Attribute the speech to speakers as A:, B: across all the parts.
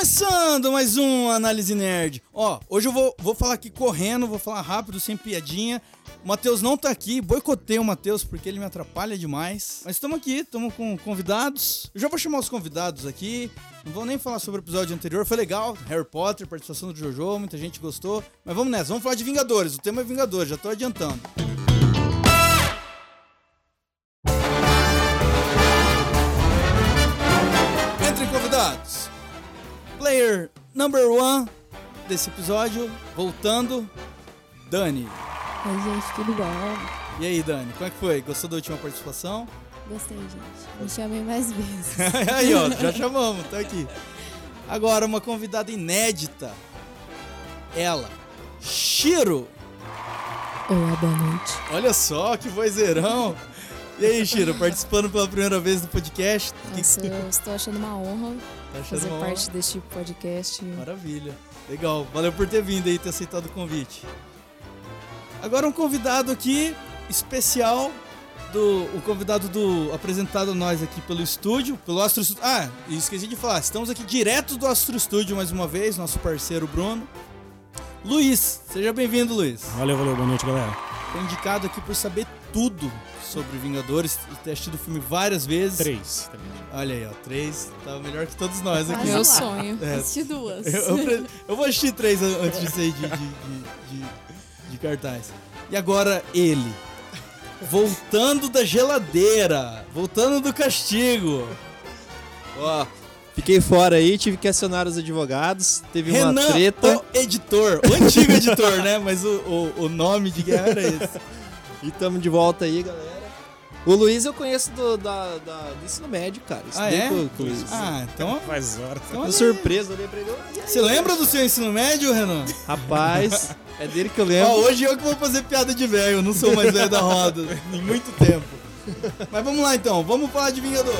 A: Começando mais um Análise Nerd. Ó, hoje eu vou, vou falar aqui correndo, vou falar rápido, sem piadinha. O Matheus não tá aqui, boicotei o Matheus porque ele me atrapalha demais. Mas estamos aqui, estamos com convidados. Eu já vou chamar os convidados aqui. Não vou nem falar sobre o episódio anterior, foi legal. Harry Potter, participação do Jojo, muita gente gostou. Mas vamos nessa, vamos falar de Vingadores. O tema é Vingadores, já tô adiantando. Entre convidados. Player number one desse episódio, voltando, Dani.
B: Oi, gente, tudo bom?
A: E aí, Dani, como é que foi? Gostou da última participação?
B: Gostei, gente. Me chamem mais vezes.
A: aí, ó, já chamamos, tá aqui. Agora, uma convidada inédita. Ela, Shiro.
B: Olá, boa noite.
A: Olha só, que vozeirão. E aí, Shiro, participando pela primeira vez do podcast? O que é? que
B: Nossa,
A: você
B: eu estou achando uma honra
A: tá achando?
B: fazer
A: uma honra?
B: parte deste podcast.
A: Maravilha. Legal. Valeu por ter vindo aí, ter aceitado o convite. Agora um convidado aqui especial do o convidado do apresentado a nós aqui pelo estúdio, pelo Astro Estúdio. Ah, e esqueci de falar, estamos aqui direto do Astro Estúdio mais uma vez, nosso parceiro Bruno. Luiz, seja bem-vindo, Luiz.
C: Valeu, valeu, boa noite, galera.
A: Foi indicado aqui por saber tudo sobre Vingadores, ter assistido o filme várias vezes.
C: Três.
A: Olha aí, ó, três. Tá melhor que todos nós aqui.
B: Quase
D: Meu
B: lá.
D: sonho.
A: É,
B: Assisti duas.
A: Eu, eu pre- eu vou assistir três an- antes de sair de, de, de- de- de cartaz. E agora ele. Voltando da geladeira. Voltando do castigo. Ó,
E: Fiquei fora aí, tive que acionar os advogados, teve
A: Renan,
E: uma treta.
A: o editor. O antigo editor, né? Mas o, o- o nome de guerra era esse.
E: E tamo de volta aí, galera. O Luiz eu conheço do, da, da- do ensino médio, cara.
A: Ah,
E: Estudei
A: é?
E: com, com o Luiz.
A: Ah, então...
C: Faz horas.
A: então
E: Tô
A: olha-
E: surpreso, olhei pra ele. "Olha aí,
A: Você lembra do seu ensino médio, Renan?
E: Rapaz, é dele que eu lembro.
A: Ó, hoje eu que vou fazer piada de velho, eu não sou mais velho da roda em muito tempo. Mas vamos lá então, vamos falar de Vingador.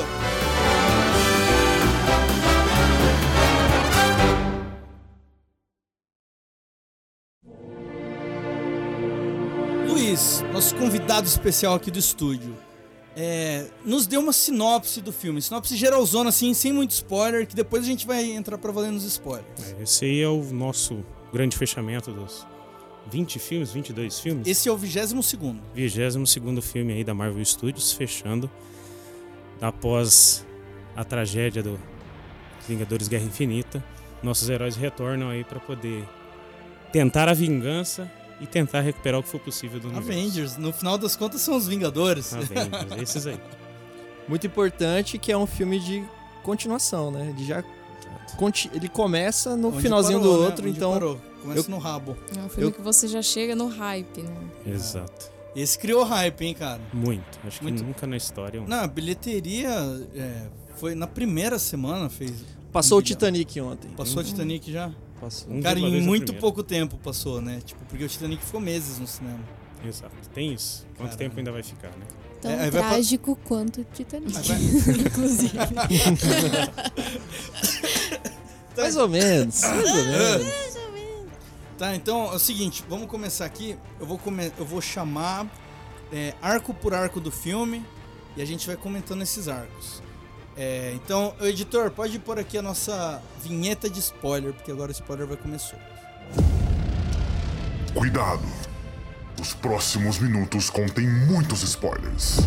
A: Luiz, nosso convidado especial aqui do estúdio, é, nos deu uma sinopse do filme, sinopse geralzona assim, sem muito spoiler, que depois a gente vai entrar pra valer nos spoilers.
C: Esse aí é o nosso grande fechamento dos 20 filmes, 22 filmes.
A: Esse é o 22 segundo.
C: 22 filme aí da Marvel Studios, fechando. Após a tragédia do Vingadores Guerra Infinita, nossos heróis retornam aí pra poder tentar a vingança e tentar recuperar o que for possível do universo.
A: Avengers, no final das contas, são os Vingadores.
C: É. Avengers, esses aí.
E: Muito importante que é um filme de continuação, né? Ele já. conti- Ele começa no
A: Onde
E: finalzinho
A: parou,
E: do
A: né?
E: outro,
A: Onde
E: então.
A: parou. Começa
E: eu-
A: no rabo.
D: É um filme
E: Eu-
D: que você já chega no hype, né?
C: Exato.
A: Esse criou hype, hein, cara?
C: Muito. Acho
A: Muito.
C: que nunca na história um
A: Na bilheteria, é, foi na primeira semana, fez.
E: Passou o
A: Bilhão.
E: Titanic ontem.
A: Passou o Titanic já?
E: Passou.
C: Um
A: Cara,
C: de Uhum. uma
A: em
C: vez a
A: muito
C: primeira.
A: pouco tempo passou, né? Tipo, porque o Titanic ficou meses no cinema.
C: Exato. Tem isso. Quanto
A: Caramba.
C: tempo ainda vai ficar, né?
B: Tão
A: É, aí vai pra-
B: trágico quanto Titanic,
A: Aí vai-
B: inclusive.
E: Mais ou menos. Mais ou menos.
A: Tá, então é o seguinte, vamos começar aqui. Eu vou, come- eu vou chamar é, arco por arco do filme e a gente vai comentando esses arcos. É, então, ô, editor, pode pôr aqui a nossa vinheta de spoiler, porque agora o spoiler vai começar.
F: Cuidado! Os próximos minutos contêm muitos spoilers.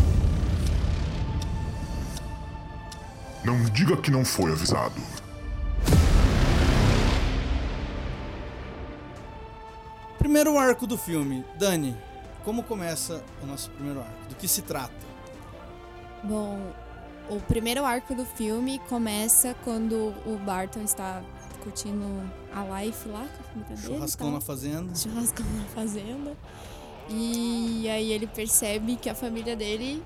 F: Não diga que não foi avisado.
A: Primeiro arco do filme. Dani, como começa o nosso primeiro arco? Do que se trata?
B: Bom, o primeiro arco do filme começa quando o Barton está curtindo a life lá com a família dele. e
A: Churrascão
B: tal.
A: na fazenda.
B: churrascão na fazenda. E aí ele percebe que a família dele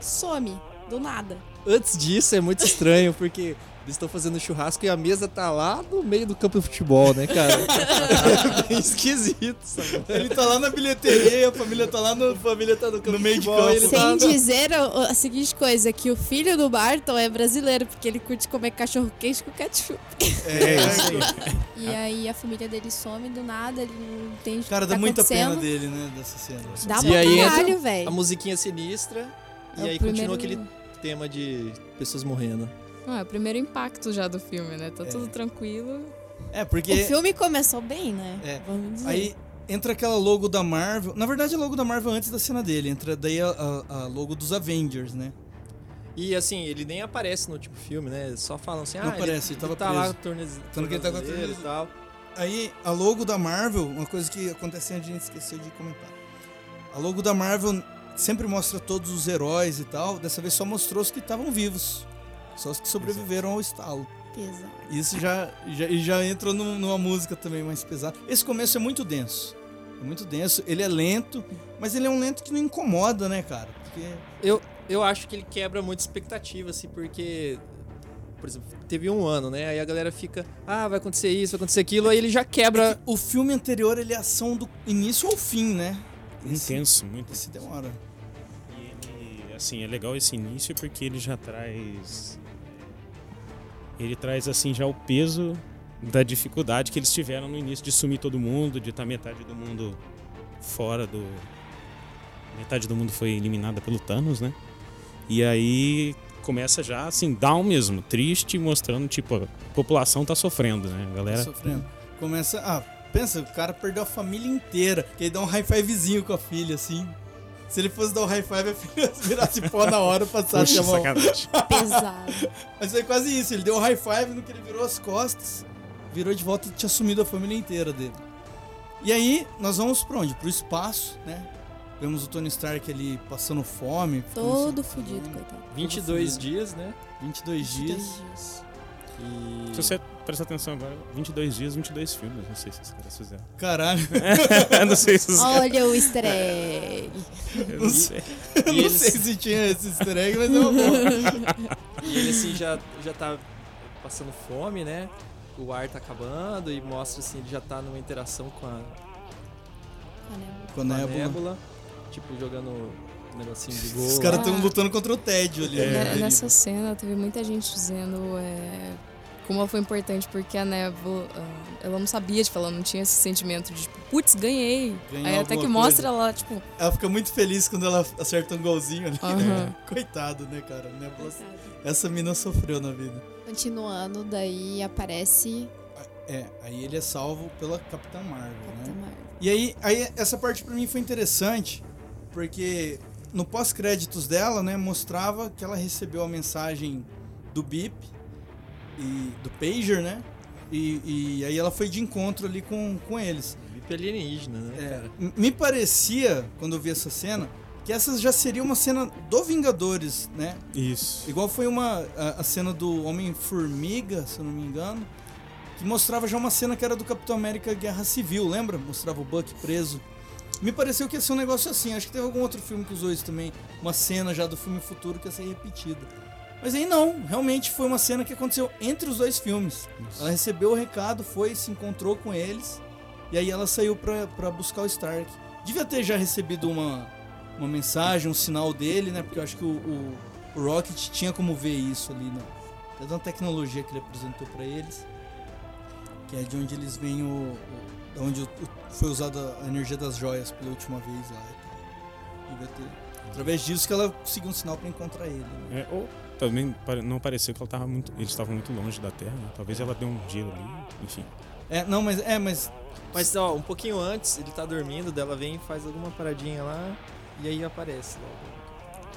B: some do nada.
E: Antes disso, é muito estranho, porque eles estão fazendo churrasco e a mesa tá lá no meio do campo de futebol, né, cara? É bem esquisito, sabe?
A: Ele tá lá na bilheteria e a família tá lá no, família tá no, meio de
E: futebol,
A: campo.
E: ele
A: lá.
E: tá-
B: Sem dizer a, a seguinte coisa, que o filho do Barton é brasileiro, porque ele curte comer cachorro quente com ketchup.
A: É, isso aí.
B: E aí a família dele some do nada, ele não entende o que
A: Ah. Cara, dá
B: tá
A: muita pena
B: acontecendo.
A: dele, né? Dessa cena.
B: Dá
E: E
B: pra
E: aí entra
B: caralho,
E: A
B: velho.
E: musiquinha sinistra e
B: É o
E: aí
B: primeiro-
E: continua aquele tema de pessoas morrendo.
D: Ah, é o primeiro impacto já do filme, né? Tá tudo tranquilo.
A: É, porque
B: O filme começou bem, né?
A: É.
B: Vamos dizer.
A: aí entra aquela logo da Marvel. Na verdade, a logo da Marvel é antes da cena dele. Entra daí a, a- a logo dos Avengers, né?
E: E assim, ele nem aparece no último filme, né? Só falam assim,
A: Não
E: ah,
A: aparece,
E: ele,
A: tava
E: ele tá lá
A: preso.
E: com tornez...
A: Tanto que ele tá com a
E: tornozeleira e tal.
A: Aí, a logo da Marvel, uma coisa que acontece antes, a gente esqueceu de comentar. A logo da Marvel sempre mostra todos os heróis e tal. Dessa vez só mostrou os que estavam vivos. Só os que sobreviveram ao estalo.
B: Pesa.
A: Isso já, já, e já entra num- numa música também mais pesada. Esse começo é muito denso. É muito denso, ele é lento, mas ele é um lento que não incomoda, né, cara? Porque
E: Eu acho que ele quebra muita expectativa, assim, porque. Por exemplo, teve um ano, né? Aí a galera fica, ah, vai acontecer isso, vai acontecer aquilo, aí ele já quebra.
A: o filme anterior ele é ação do início ao fim, né? Esse-
C: Intenso, muito.
A: Esse demora.
C: E ele, assim, é legal esse início porque ele já traz. Ele traz, assim, já o peso da dificuldade que eles tiveram no início de sumir todo mundo, de estar metade do mundo fora do. Metade do mundo foi eliminada pelo Thanos, né? E aí começa já, assim, down mesmo, triste, mostrando, tipo, a população tá sofrendo, né? A galera.
A: Sofrendo. Começa. Ah, pensa, o cara perdeu a família inteira. Que ele dá um high fivezinho com a filha, assim. Se ele fosse dar um high five, a filha virasse pó na hora passasse
C: Puxa,
A: a mão.
C: sacanagem.
B: Pesado.
A: Mas foi quase isso, ele deu um high five no que ele virou as costas, virou de volta e tinha sumido a família inteira dele. E aí, nós vamos pra onde? Pro espaço, né? Vemos o Tony Stark ali passando fome. ficando
B: Todo
A: sem-
B: fudido, coitado.
E: 22 dias, né?
A: 22 dias.
B: dias.
E: E.
C: Se você prestar atenção agora, 22 dias, 22 filmes. Não sei se os caras fizeram.
A: Caralho,
C: não sei se os caras.
B: Olha o easter egg.
C: eu não sei.
A: eu
E: E
A: não
E: eles-
A: sei se tinha esse easter egg, mas é uma boa.
E: E ele assim já, já tá passando fome, né? O ar tá acabando e mostra assim, ele já tá numa interação com a,
B: Olha,
A: Com a
E: com a nébula.
A: nébula.
E: Tipo, jogando um negocinho de gol.
A: Os caras
E: lá.
A: estão lutando contra o tédio ali.
C: É.
A: né?
D: Ne- Nessa cena teve muita gente dizendo é, como ela foi importante, porque a névoa, ah, ela não sabia de falar, não tinha esse sentimento de tipo, putz, ganhei.
A: Ganhou
D: Aí até
A: alguma
D: que
A: coisa.
D: mostra ela, tipo,
A: Ela fica muito feliz quando ela acerta um golzinho ali.
D: Aham.
A: Coitado, né, cara? Nebula-
B: coitado.
A: Essa mina sofreu na vida.
B: Continuando, daí aparece
A: É, aí ele é salvo pela Capitã Marvel,
B: Capitã
A: né?
B: Marvel.
A: E aí, aí essa parte pra mim foi interessante, porque no pós-créditos dela, né, mostrava que ela recebeu a mensagem do Bip e do Pager, né? E, e aí ela foi de encontro ali com, com eles.
E: Bip alienígena, né?
A: É, m- me parecia, quando eu vi essa cena, que essa já seria uma cena do Vingadores, né?
C: Isso.
A: Igual foi uma a, a cena do Homem-Formiga, se eu não me engano, que mostrava já uma cena que era do Capitão América Guerra Civil, lembra? Mostrava o Buck preso. Me pareceu que ia ser um negócio assim. Acho que teve algum outro filme que usou isso também. Uma cena já do filme futuro que ia ser repetida. Mas aí não, realmente foi uma cena que aconteceu entre os dois filmes. Ela recebeu o recado, foi, se encontrou com eles. E aí ela saiu pra, pra buscar o Stark. Devia ter já recebido uma, uma mensagem, um sinal dele, né? Porque eu acho que o, o- o Rocket tinha como ver isso ali, né? É de uma tecnologia que ele apresentou pra eles. Que é de onde eles vêm o. o- da onde o- o- foi usada a energia das joias pela última vez lá. Devia ter. Através disso que ela conseguiu um sinal pra encontrar ele. né?
C: É, ou também pare- não pareceu que ela tava muito, eles estavam muito longe da Terra. né? Talvez ela deu um giro ali, enfim.
A: É, não, mas. É, mas.
E: Mas ó, um pouquinho antes, ele tá dormindo, dela vem e faz alguma paradinha lá e aí aparece logo.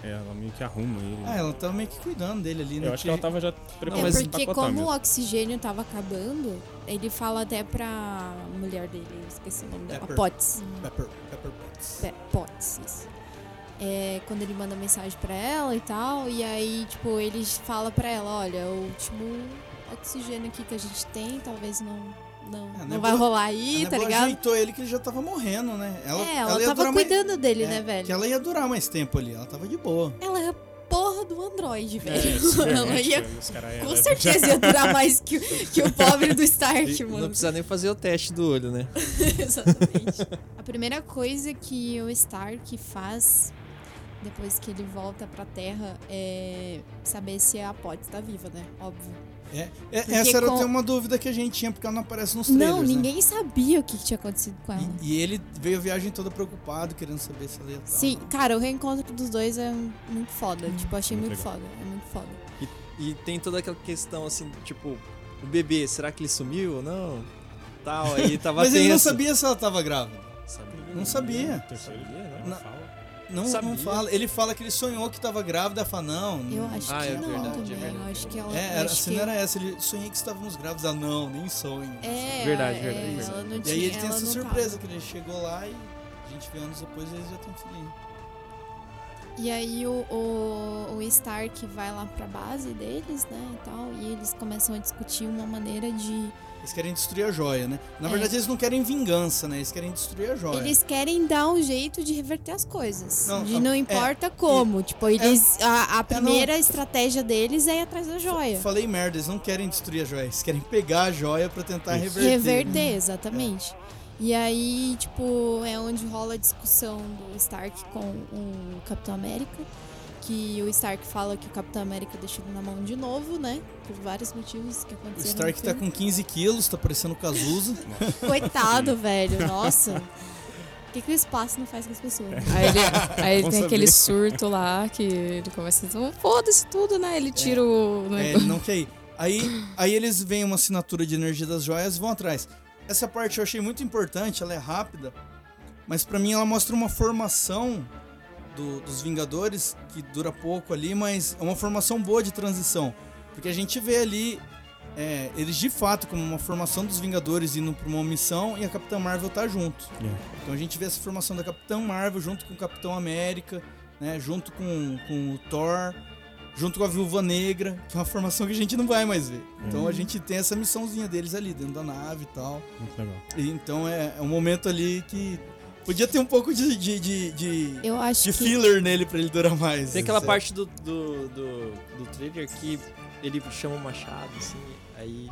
C: É, ela meio que arruma ele.
A: Ah, ela tava meio que cuidando dele ali, né?
C: Eu acho que ela tá tava já
E: Não,
C: preparando
E: mas
B: é porque
C: empacotar
B: como
C: mesmo.
B: o oxigênio tava acabando, ele fala até pra mulher dele, eu esqueci o nome dela,
A: Pepper.
B: Potts.
A: Pepper, Pepper Potts.
B: Pe- Potts, isso. É, quando ele manda mensagem pra ela e tal, e aí, tipo, ele fala pra ela, olha, o último oxigênio aqui que a gente tem, talvez não, não,
A: É, a
B: não
A: Nebula-
B: vai rolar
A: A
B: aí, tá
A: Nebula
B: ligado?
A: ajeitou ele que ele já tava morrendo, né? Ela,
B: é, ela,
A: ia
B: tava
A: durar mais-
B: cuidando dele,
A: é,
B: né, velho?
A: Que ela ia durar mais tempo ali, ela tava de boa.
B: Ela é a porra do androide, velho.
C: É,
B: ela
C: é,
B: ia,
C: tipo, os cara
B: com
C: era-
B: certeza, ia durar mais que, o- que o pobre do Stark,
E: E não
B: mano.
E: precisa nem fazer o teste do olho, né?
B: Exatamente. A primeira coisa que o Stark faz depois que ele volta pra Terra é saber se a Potts tá viva, né? Óbvio.
A: É, é-
B: Porque
A: essa era
B: com-
A: até uma dúvida que a gente tinha, porque ela não aparece nos trailers.
B: Não,
A: né?
B: ninguém sabia o que que tinha acontecido com ela.
A: E, e ele veio a viagem toda preocupado, querendo saber se ela ia estar.
B: Sim, cara, o reencontro dos dois é
A: Hum,
B: muito foda. Tipo, achei
C: Muito
B: muito, foda. É muito foda.
E: E tem toda aquela questão assim, tipo, o bebê, será que ele sumiu ou não? Tal, aí tava
A: Mas ele não
E: tenso.
A: sabia se ela tava grávida.
E: Sabia,
A: Não sabia.
C: Terceiro
E: Sabia,
C: dia,
E: né?
C: não,
A: Na-
C: fala.
A: Não, não
E: Sabia.
A: fala. Ele fala que ele sonhou que tava grávida. Ela fala, não.
B: Eu
A: não.
B: acho
E: Ah,
B: que
E: é
B: não
E: verdade, é
B: também.
E: verdade.
B: Eu acho que ela.
A: Hum. É, era,
B: acho
A: a
B: que...
A: cena era essa. Ele sonhei que estávamos grávidos. Ah, não, nem sonho.
B: É,
E: Verdade,
B: é,
E: verdade,
B: ela
E: verdade.
B: não
A: E
B: tinha-
A: aí ele tem
B: ela
A: essa
B: não
A: surpresa que ele chegou lá e a gente vê anos depois eles já têm um filhinho.
B: E aí o, o, o Stark vai lá pra base deles, né, e tal, e eles começam a discutir uma maneira de...
A: Eles querem destruir a joia, né? Na
B: É.
A: verdade, eles não querem vingança, né? Eles querem destruir a joia.
B: Eles querem dar um jeito de reverter as coisas,
A: Não,
B: de
A: não,
B: não
A: é,
B: importa como, tipo, eles... a, a primeira estratégia deles é ir atrás da joia.
A: Falei merda, eles não querem destruir a joia. Eles querem pegar a joia pra tentar
C: Isso.
A: reverter. Uhum.
B: Reverter, exatamente. E aí, tipo, é onde rola a discussão do Stark com o Capitão América. Que o Stark fala que o Capitão América deixou ele na mão de novo, né? Por vários motivos que
A: O
B: aconteceram. no
A: Stark tá
B: filme.
A: com 15 quilos, tá parecendo o Cazuza.
B: Coitado, velho. Nossa. O que, que o espaço não faz com as pessoas?
D: Aí ele, aí ele
C: Bom
D: tem
C: saber.
D: aquele surto lá que ele começa a dizer, foda-se tudo, né? Ele tira o. né,
A: É, ele não quer ir. Aí, aí eles veem uma assinatura de energia das joias e vão atrás. Essa parte eu achei muito importante, ela é rápida, mas pra mim ela mostra uma formação do- dos Vingadores, que dura pouco ali, mas é uma formação boa de transição. Porque a gente vê ali é, eles de fato como uma formação dos Vingadores indo pra uma missão e a Capitã Marvel tá junto.
C: É.
A: Então a gente vê essa formação da Capitã Marvel junto com o Capitão América, né, junto com, com o Thor, junto com a Viúva Negra, que é uma formação que a gente não vai mais ver. Então
C: Hum.
A: a gente tem essa missãozinha deles ali dentro da nave e tal.
C: Muito legal.
A: E então é, é um momento ali que podia ter um pouco de, de, de, de,
B: Eu acho
A: de
B: que.
A: filler nele pra ele durar mais.
E: Tem aquela
A: sabe?
E: parte do, do, do, do trailer que ele chama o machado, assim, aí,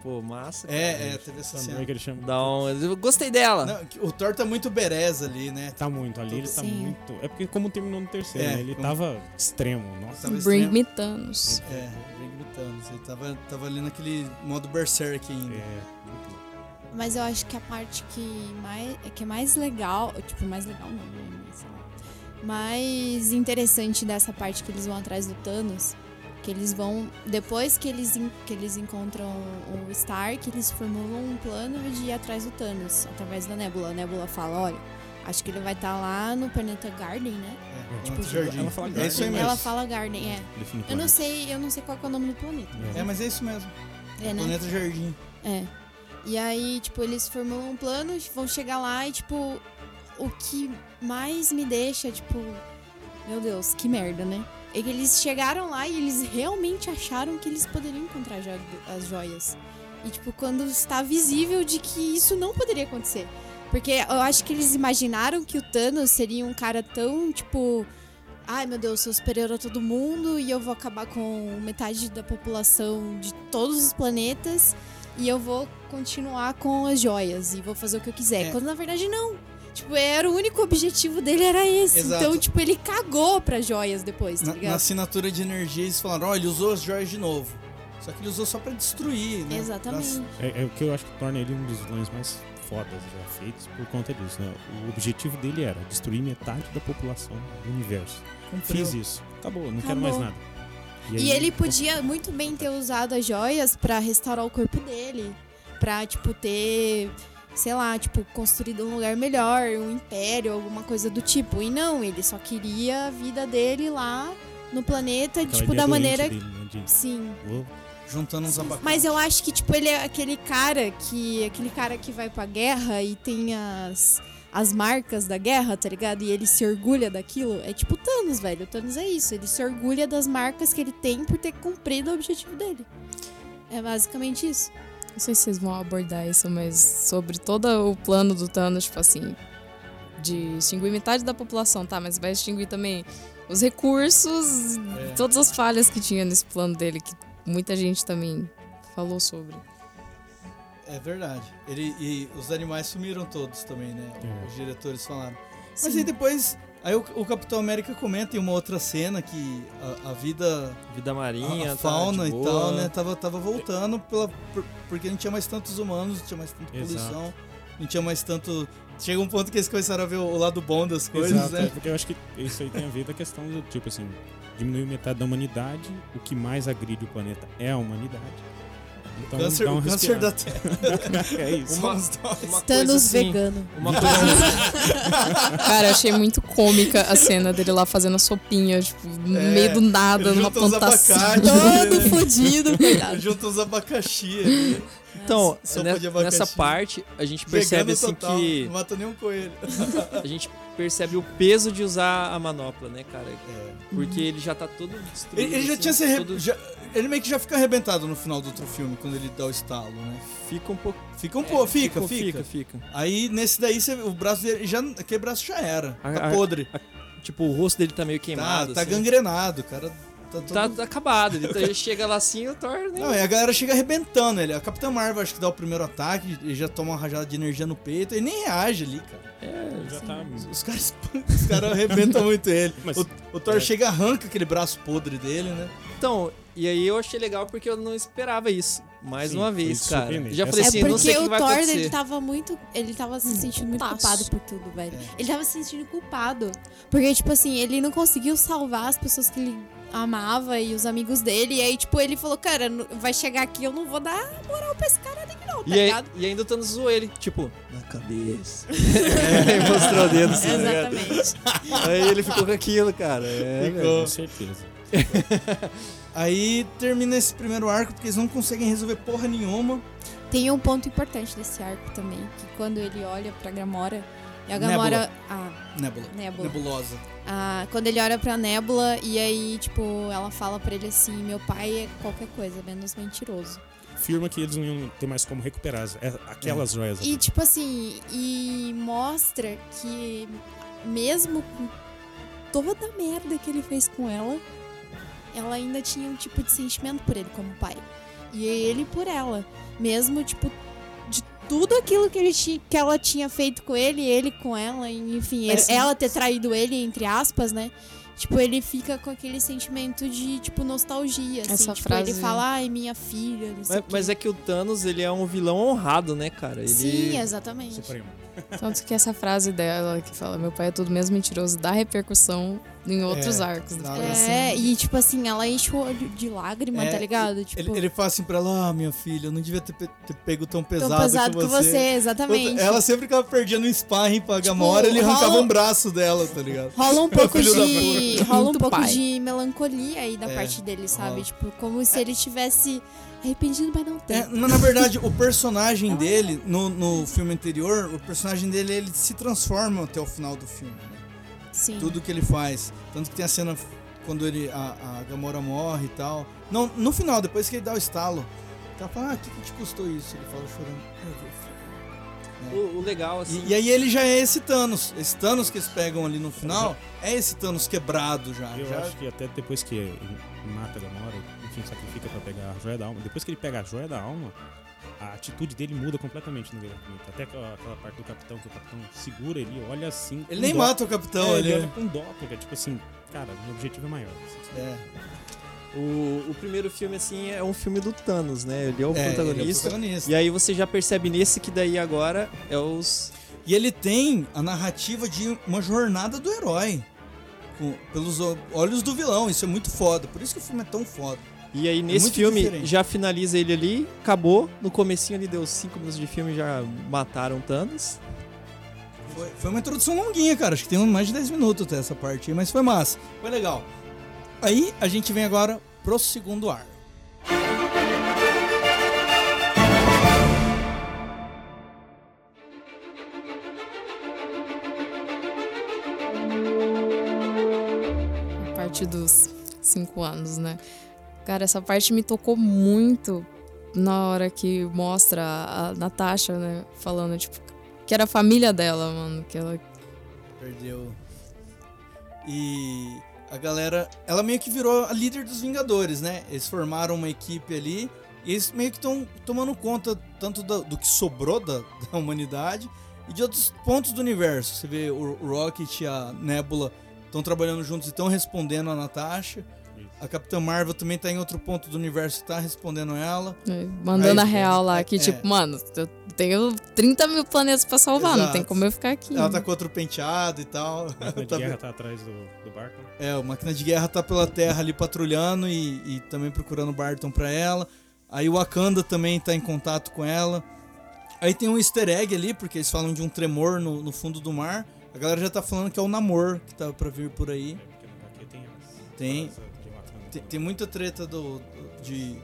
E: pô, massa. cara.
A: É, é, teve essa
C: Também
A: cena.
C: que ele chama.
E: Dá um... Eu gostei dela.
A: Não, que o Thor tá muito berez ali, né?
C: Tá muito ali, ele tá
B: Sim.
C: muito. É porque como terminou no terceiro,
A: É,
C: né? ele
A: como-
C: tava extremo. Nossa.
A: Tava
D: Bring
A: estranho.
D: me Thanos.
A: É, bem gritando. Você tava, tava ali naquele modo berserk ainda.
C: É, muito bom.
B: Mas eu acho que a parte que mais, que é mais legal, tipo, mais legal não, né? Mas, sei lá. Mais interessante dessa parte que eles vão atrás do Thanos, que eles vão, depois que eles, en- que eles encontram o Stark, eles formulam um plano de ir atrás do Thanos, através da Nebula. A Nebula fala, olha, acho que ele vai estar lá no planeta Garden, né?
A: É,
C: Tipo,
A: tipo, jardim.
C: ela fala
A: é isso aí
C: garden,
A: mesmo.
B: Ela fala Garden, é.
C: Define o
B: Eu não
C: planeta.
B: sei, eu não sei qual que é o nome do planeta.
A: É, mas é isso mesmo.
B: É, né?
A: Planeta Jardim.
B: É. E aí, tipo, eles formulam um plano, vão chegar lá e, tipo, o que mais me deixa, tipo, meu Deus, que merda, né? É que eles chegaram lá e eles realmente acharam que eles poderiam encontrar jo- as joias. E, tipo, quando está visível de que isso não poderia acontecer. Porque eu acho que eles imaginaram que o Thanos seria um cara tão, tipo. Ai meu Deus, sou superior a todo mundo e eu vou acabar com metade da população de todos os planetas e eu vou continuar com as joias e vou fazer o que eu quiser.
A: É.
B: Quando na verdade não. Tipo, era o único objetivo dele era esse.
A: Exato.
B: Então, tipo, ele cagou pras joias depois, tá
A: Na, na
B: ligado?
A: assinatura de energia, eles falaram: olha, ele usou as joias de novo. Só que ele usou só pra destruir, né?
B: Exatamente.
C: É, é o que eu acho que torna ele um dos vilões mais fodas já feitos por conta disso, né? O objetivo dele era destruir metade da população do universo.
A: Das- cumpriu.
C: Fiz isso. Acabou, não quero
B: Acabou.
C: mais nada.
B: E
C: aí-
B: ele podia muito bem ter usado as joias pra restaurar o corpo dele. Pra, tipo, ter, sei lá, tipo, construído um lugar melhor, um império, alguma coisa do tipo. E não, ele só queria a vida dele lá no planeta,
C: aquela
B: tipo,
C: ideia
B: da
C: então é doente
B: maneira.
C: dele, né? De,
B: Sim.
C: vou
A: Juntando uns abacates.
B: Mas eu acho que, tipo, ele é aquele cara que. Aquele cara que vai pra guerra e tem as. As marcas da guerra, tá ligado? E ele se orgulha daquilo. É tipo o Thanos, velho. O Thanos é isso. Ele se orgulha das marcas que ele tem por ter cumprido o objetivo dele. É basicamente isso.
D: Não sei se vocês vão abordar isso, mas sobre todo o plano do Thanos, tipo assim, de extinguir metade da população, tá? Mas vai extinguir também os recursos,
A: É.
D: todas as falhas que tinha nesse plano dele, que muita gente também falou sobre.
A: É verdade. Ele, e os animais sumiram todos também, né?
C: É.
A: Os diretores falaram. Mas
B: Sim.
A: aí depois. Aí o, o Capitão América comenta em uma outra cena que a- a vida
E: Vida
A: a-
E: marinha,
A: a
E: tá
A: fauna
E: de
A: e
E: boa.
A: tal, né? Tava, tava voltando pela, por- porque não tinha mais tantos humanos, não tinha mais tanta
C: Exato.
A: poluição, não tinha mais tanto. Chega um ponto que eles começaram a ver o o lado bom das coisas,
C: Exato, é,
A: né?
C: porque eu acho que isso aí tem a ver da questão do tipo assim, diminuir metade da humanidade, o que mais agride o planeta é a humanidade. Então
A: câncer,
C: dá um
A: o câncer da
C: respirado.
A: Terra.
C: É isso.
E: Uma-
A: Somos nós.
E: Uma
B: Thanos
E: coisa assim,
B: vegano.
E: uma coisa,
D: Cara, eu achei muito cômica a cena dele lá fazendo a sopinha, tipo, no
A: É,
D: meio do nada,
A: ele
D: numa
A: junta uns
D: plantação.
A: abacates,
D: Todo
A: né?
D: fodido, coitado.
A: Junta os abacaxi ali.
E: então,
A: Sopa
E: né-
A: de abacaxi.
E: nessa parte a gente
A: Vegano
E: percebe assim
A: total,
E: que
A: Não mata nenhum coelho.
E: a gente percebe o peso de usar a manopla, né, cara? Porque ele já tá todo destruído.
A: É. Ele, ele já
E: assim,
A: tinha se arre-
E: todo-
A: já- Ele meio que já fica arrebentado no final do outro filme, quando ele dá o estalo, né?
E: Fica um pouco.
A: Fica um
C: É,
A: pouco, fica, fica,
E: fica, fica.
A: Aí nesse daí você- o braço dele já. Aquele braço já era. Tá
E: Ah, ah,
A: podre.
E: Tipo, o rosto dele tá meio queimado.
A: Tá, tá
E: assim.
A: gangrenado, o cara. Tá todo...
E: Tá, tá acabado. Ele tá- ele chega lá assim e o Thor nem.
A: Não, é. e a galera chega arrebentando ele. A Capitã Marvel acho que dá o primeiro ataque e já toma uma rajada de energia no peito e nem reage ali, cara.
E: É.
C: Já tá-
A: Os caras, os caras arrebentam muito ele.
C: Mas-
A: o, o Thor
C: é.
A: chega e arranca aquele braço podre dele, né?
E: Então, e aí eu achei legal porque eu não esperava isso. Mais
C: Sim,
E: uma
C: foi
E: vez, cara.
C: surpreendente.
E: Eu já falei
B: É
C: Essa
E: assim,
B: porque
E: não sei o que
B: o
E: vai
B: Thor,
E: acontecer.
B: ele tá tava muito. Ele tava se sentindo muito
D: putaço.
B: culpado por tudo, velho.
E: É.
B: Ele tava se sentindo culpado. Porque, tipo assim, ele não conseguiu salvar as pessoas que ele amava e os amigos dele. E aí, tipo, ele falou, cara, não- vai chegar aqui, eu não vou dar moral pra esse cara daqui, não, tá
E: E, aí-
B: ligado?
E: e ainda o Thanos zoou ele, tipo, na cabeça. é, mostrou o dedo assim, tá
A: né?
E: ligado?
B: Exatamente.
E: Aí ele ficou com aquilo, cara. É, velho.
C: Com certeza.
A: Aí termina esse primeiro arco porque eles não conseguem resolver porra nenhuma.
B: Tem um ponto importante desse arco também, que quando ele olha pra Gamora, e a Gamora. A,
A: Nébula.
B: Nébula.
A: Nebulosa.
B: a- quando ele olha pra Nebula, e aí, tipo, ela fala pra ele assim: meu pai é qualquer coisa, menos mentiroso.
C: Firma que eles não iam ter mais como recuperar as- é, aquelas joias.
B: E, tipo assim, e mostra que, mesmo com toda a merda que ele fez com ela, ela ainda tinha um tipo de sentimento por ele como pai. E ele por ela. Mesmo, tipo, de tudo aquilo que, ele ti- que ela tinha feito com ele, ele com ela, e, enfim, ele-
A: Mas-
B: ela ter traído ele, entre aspas, né? Tipo, ele fica com aquele sentimento de, tipo, nostalgia, assim.
D: Essa
B: tipo, ele
D: frase-
B: fala, ai, minha filha, não sei
E: Mas,
B: o quê.
E: mas é que o Thanos, ele é um vilão honrado, né, cara? Ele...
B: Sim, é exatamente.
C: Supremo.
D: Tanto que essa frase dela que fala, meu pai é tudo mesmo mentiroso, dá repercussão em outros
A: É,
D: arcos.
A: dá,
D: Fiquei
A: né?
D: assim,
B: É, e tipo assim, ela enche o olho de lágrima,
A: É,
B: tá ligado? Tipo,
A: Ele, ele fala assim pra ela, ah, minha filha, eu não devia ter, pe- ter pego tão
B: tão
A: pesado,
B: pesado
A: com
B: que você, exatamente.
A: Ela sempre que ela perdia no sparring pra Gamora, ele
B: rola-
A: arrancava um braço dela, tá ligado?
B: Rola um pouco
A: Filho da
B: de. Rola um
D: Muito
B: pouco
D: pai.
B: de melancolia aí da
A: É,
B: parte dele, sabe?
A: rola.
B: Tipo, como se ele tivesse arrependido, mas não tem.
A: É, na na verdade, o personagem dele, no, no filme anterior, o personagem dele ele se transforma até o final do filme. né?
B: Sim.
A: Tudo que ele faz. Tanto que tem a cena f- quando ele, a, a Gamora morre e tal. Não, no final, depois que ele dá o estalo, ela fala, ah, o que, que te custou isso? Ele fala chorando. "Eu vou ficar".
E: O, o legal, assim...
A: E, e aí ele já é esse Thanos. Esse Thanos que eles pegam ali no final é esse Thanos quebrado já.
C: Eu
A: já
C: acho que até depois que ele mata a Gamora, enfim, sacrifica pra pegar a joia da alma. Depois que ele pega a joia da alma, a atitude dele muda completamente no Guerra Infinita. Até aquela, aquela parte do capitão que o capitão segura ele, olha assim.
A: Ele
C: com
A: nem
C: dó.
A: mata então, o capitão
C: É,
A: ali.
C: ele olha com dó, porque tipo assim, cara, meu objetivo é maior.
A: É,
E: O, o primeiro filme, assim, é um filme do Thanos, né? Ele é o
A: é, ele é
E: protagonista.
A: protagonista.
E: E aí você já percebe nesse que daí agora é os...
A: E ele tem a narrativa de uma jornada do herói. com- pelos o- olhos do vilão. Isso é muito foda. Por isso que o filme é tão foda.
E: E aí nesse
A: É muito
E: filme
A: diferente.
E: já finaliza ele ali, acabou. No comecinho ali deu 5 minutos de filme, já mataram o Thanos.
A: Foi, foi uma introdução longuinha, cara. Acho que tem um mais de 10 minutos até essa parte aí, mas foi massa. Foi legal. Aí a gente vem agora pro segundo ar.
D: a partir dos cinco anos, né? Cara, essa parte me tocou muito na hora que mostra a a Natasha, né? Falando, tipo, que era a família dela, mano. Que ela.
A: Perdeu. E a galera. Ela meio que virou a líder dos Vingadores, né? Eles formaram uma equipe ali. E eles meio que estão tomando conta tanto da- do, que sobrou da, da humanidade e de outros pontos do universo. Você vê o o Rocket e a Nebula estão trabalhando juntos e estão respondendo a Natasha.
C: Isso.
A: A Capitã Marvel também tá em outro ponto do universo e tá respondendo ela.
D: né, Mandando
A: Aí,
D: a real lá,
A: é,
D: que tipo,
A: é.
D: mano, eu tenho 30 mil planetas pra salvar, não tem
A: Exato.
D: como eu ficar aqui.
A: Ela tá com outro penteado e tal.
C: A máquina de
A: Tá
C: guerra tá atrás do, do barco. né?
A: É, o Máquina de Guerra tá pela terra ali patrulhando e, e também procurando o Barton pra ela. Aí o Wakanda também tá em contato com ela. Aí tem um easter egg ali, porque eles falam de um tremor no, no fundo do mar. A galera já tá falando que é o Namor que tá pra vir por aí.
C: Aqui tem as-
A: Tem-
C: as- de né? Wakanda.
A: Tem, tem muita treta do, do- de,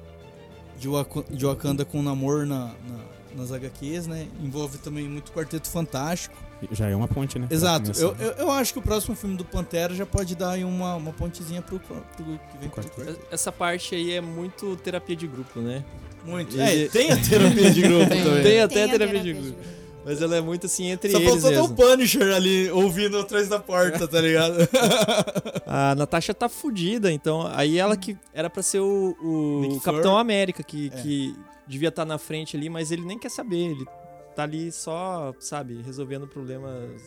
A: de, Waku- de Wakanda com o Namor na, na- nas HQs, né? Envolve também muito Quarteto Fantástico.
C: Já é uma ponte, né?
A: Exato.
C: Pra
A: Eu,
C: começar.
A: eu, eu acho que o próximo filme do Pantera já pode dar aí uma, uma pontezinha pro, pro que vem
C: Quarteto.
A: quarteto.
E: Essa parte aí é muito terapia de grupo, né?
A: Muito.
E: E-
A: É, tem a terapia de grupo
D: Tem.
A: também.
E: Tem
B: Tem
E: até
B: a
E: terapia de grupo. Mas ela é muito assim entre
A: Só
E: eles
A: faltou um até
E: mesmo.
A: o Punisher ali ouvindo atrás da porta, tá ligado?
E: A Natasha tá fudida, então. Aí ela que era pra ser o, o
A: Nick
E: Capitão
A: Fury.
E: América, que,
A: É.
E: que devia estar na frente ali, mas ele nem quer saber. Ele tá ali só, sabe, resolvendo problemas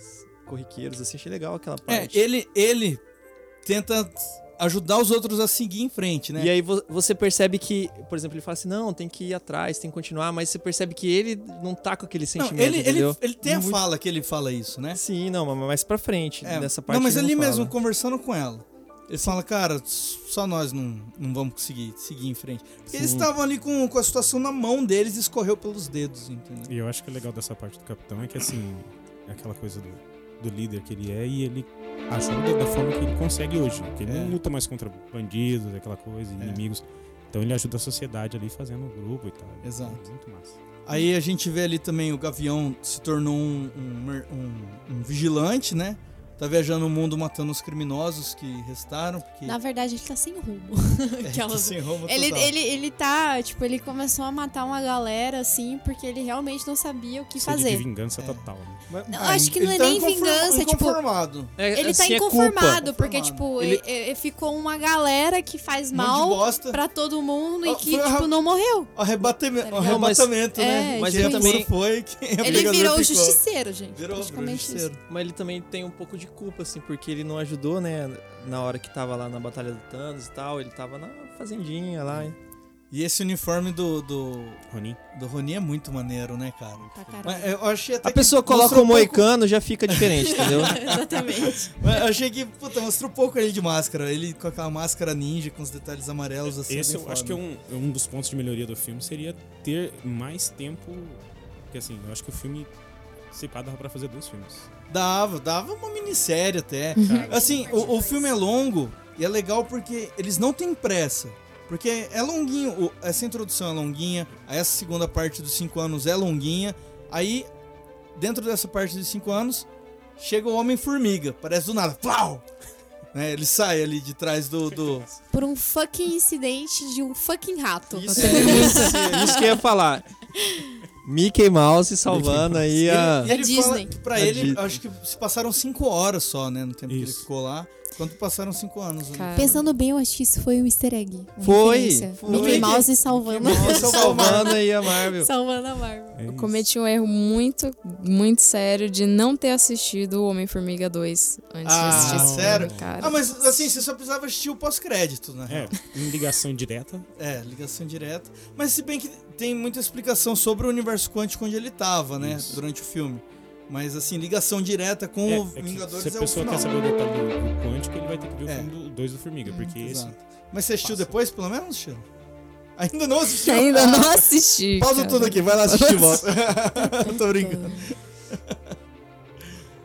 E: corriqueiros. Assim, achei legal aquela
A: É,
E: parte.
A: ele, ele tenta ajudar os outros a seguir em frente, né?
E: E aí vo- você percebe que, por exemplo, ele fala assim: não, tem que ir atrás, tem que continuar, mas você percebe que ele não tá com aquele
A: Não,
E: sentimento.
A: ele, ele,
E: entendeu?
A: ele tem a
E: Muito-
A: fala que ele fala isso, né?
E: Sim, não, mas mais pra frente,
A: É,
E: nessa parte.
A: Não, mas
E: ele
A: ali
E: fala.
A: mesmo, conversando com ela. Ele fala, cara, só nós não, não vamos conseguir seguir em frente. Porque eles
E: Sim.
A: estavam ali com, com a situação na mão deles e escorreu pelos dedos, entendeu?
C: E eu acho que o legal dessa parte do capitão é que, assim, é aquela coisa do, do líder que ele é e ele ajuda da forma que ele consegue hoje. Porque ele
A: É.
C: não luta mais contra bandidos, aquela coisa, inimigos. Então ele ajuda a sociedade ali fazendo um grupo e tal. É
A: Exato.
C: Muito massa.
A: Aí a gente vê ali também o Gavião se tornou um, um mer- um- um vigilante, né? Tá viajando o mundo matando os criminosos que restaram. Porque
B: Na verdade, ele tá sem rumo.
A: é,
B: aquelas-
A: sem roubo
B: Ele,
A: total.
B: ele, ele tá, tipo, ele começou a matar uma galera, assim, porque ele realmente não sabia o que
C: Sede
B: fazer.
C: de vingança
A: É.
C: total. Né?
B: Não,
A: Ah,
B: acho que não
A: ele
B: é
A: tá
B: nem
A: inconform-
B: vingança, tipo,
A: inconformado.
E: É,
B: Ele tá
E: assim, é culpa.
B: inconformado, porque,
A: Conformado.
B: tipo,
E: Ele-
B: ele... e- e ficou uma galera que faz
A: Um monte de
B: mal
A: bosta.
B: pra todo mundo
A: Ah,
B: e que,
A: foi a-
B: tipo, não morreu.
A: Arrebatame-
B: ligado?
E: Não, mas-
A: Arrebatamento, né?
B: é,
E: Mas
A: Quem
E: ele
A: é
E: também-
A: puro foi quem é
B: Ele
A: pegador
B: virou o
A: ficou.
B: justiceiro, gente.
A: Virou, virou
B: praticamente isso.
A: justiceiro.
E: Mas ele também tem um pouco de culpa, assim, porque ele não ajudou, né? Na hora que tava lá na Batalha do Thanos e tal, ele tava na fazendinha lá. hein?
A: E esse uniforme do, do,
C: Ronin.
A: do Ronin é muito maneiro, né, cara?
B: Pra caralho.
A: Mas eu achei até
E: A
A: que
E: pessoa coloca
A: mostrou
E: o
A: pouco-
E: moicano, já fica diferente, entendeu?
B: Exatamente.
A: Mas eu achei que, puta, mostrou um pouco ali de máscara. Ele com aquela máscara ninja, com os detalhes amarelos, assim.
C: Esse
A: bem
C: eu acho que é
A: foda.
C: um, é um dos pontos de melhoria do filme seria ter mais tempo. Porque assim, eu acho que o filme se pá dava pra fazer dois filmes.
A: Dava, dava uma minissérie até.
C: Cara,
A: Assim, o, o filme é longo e é legal porque eles não têm pressa. Porque é longuinho, o- essa introdução é longuinha, aí essa segunda parte dos 5 anos é longuinha, aí dentro dessa parte dos 5 anos chega o Homem-Formiga, parece do nada, plau! Né, ele sai ali de trás do. do...
B: Por um fucking incidente de um fucking rato.
E: Isso,
A: é
E: isso, isso que eu ia falar. Mickey Mouse salvando aí a.
A: Ele, ele
B: A
A: fala
B: Disney.
A: que pra
E: A
A: ele,
E: É Disney.
A: acho que se passaram 5 horas só, né, no tempo que ele
C: Isso.
A: ficou lá. Quanto passaram 5 anos? né?
D: Cara,
B: Pensando bem, eu acho que isso foi um easter egg. uma
E: Foi,
B: referência.
E: foi.
B: Mickey Mouse salvando,
A: Mickey Mouse
E: Salvando aí a Marvel.
B: salvando a Marvel.
C: É
D: eu
C: isso.
D: cometi um erro muito, muito sério de não ter assistido o Homem-Formiga 2 antes
A: Ah,
D: de assistir esse
A: sério?
D: filme, cara.
A: Ah, mas assim, você só precisava assistir o pós-crédito, né?
C: É, em ligação direta.
A: É, ligação direta. Mas se bem que tem muita explicação sobre o universo quântico onde ele tava, né?
C: Isso.
A: Durante o filme. Mas assim, ligação direta com
C: É,
A: o
C: é que
A: Vingadores
C: se a
A: é o
C: pessoa
A: final.
C: quer saber o detalhe do, do quântico, ele vai ter que ver o
A: É.
C: filme do 2 do Formiga. porque esse.
A: Exato. Mas você assistiu
C: Passa.
A: depois, pelo menos, Chilo? Ainda não assistiu?
D: Ainda não assisti.
A: então, Pausa
D: cara.
A: tudo aqui, vai lá assistir e volta. Tô brincando.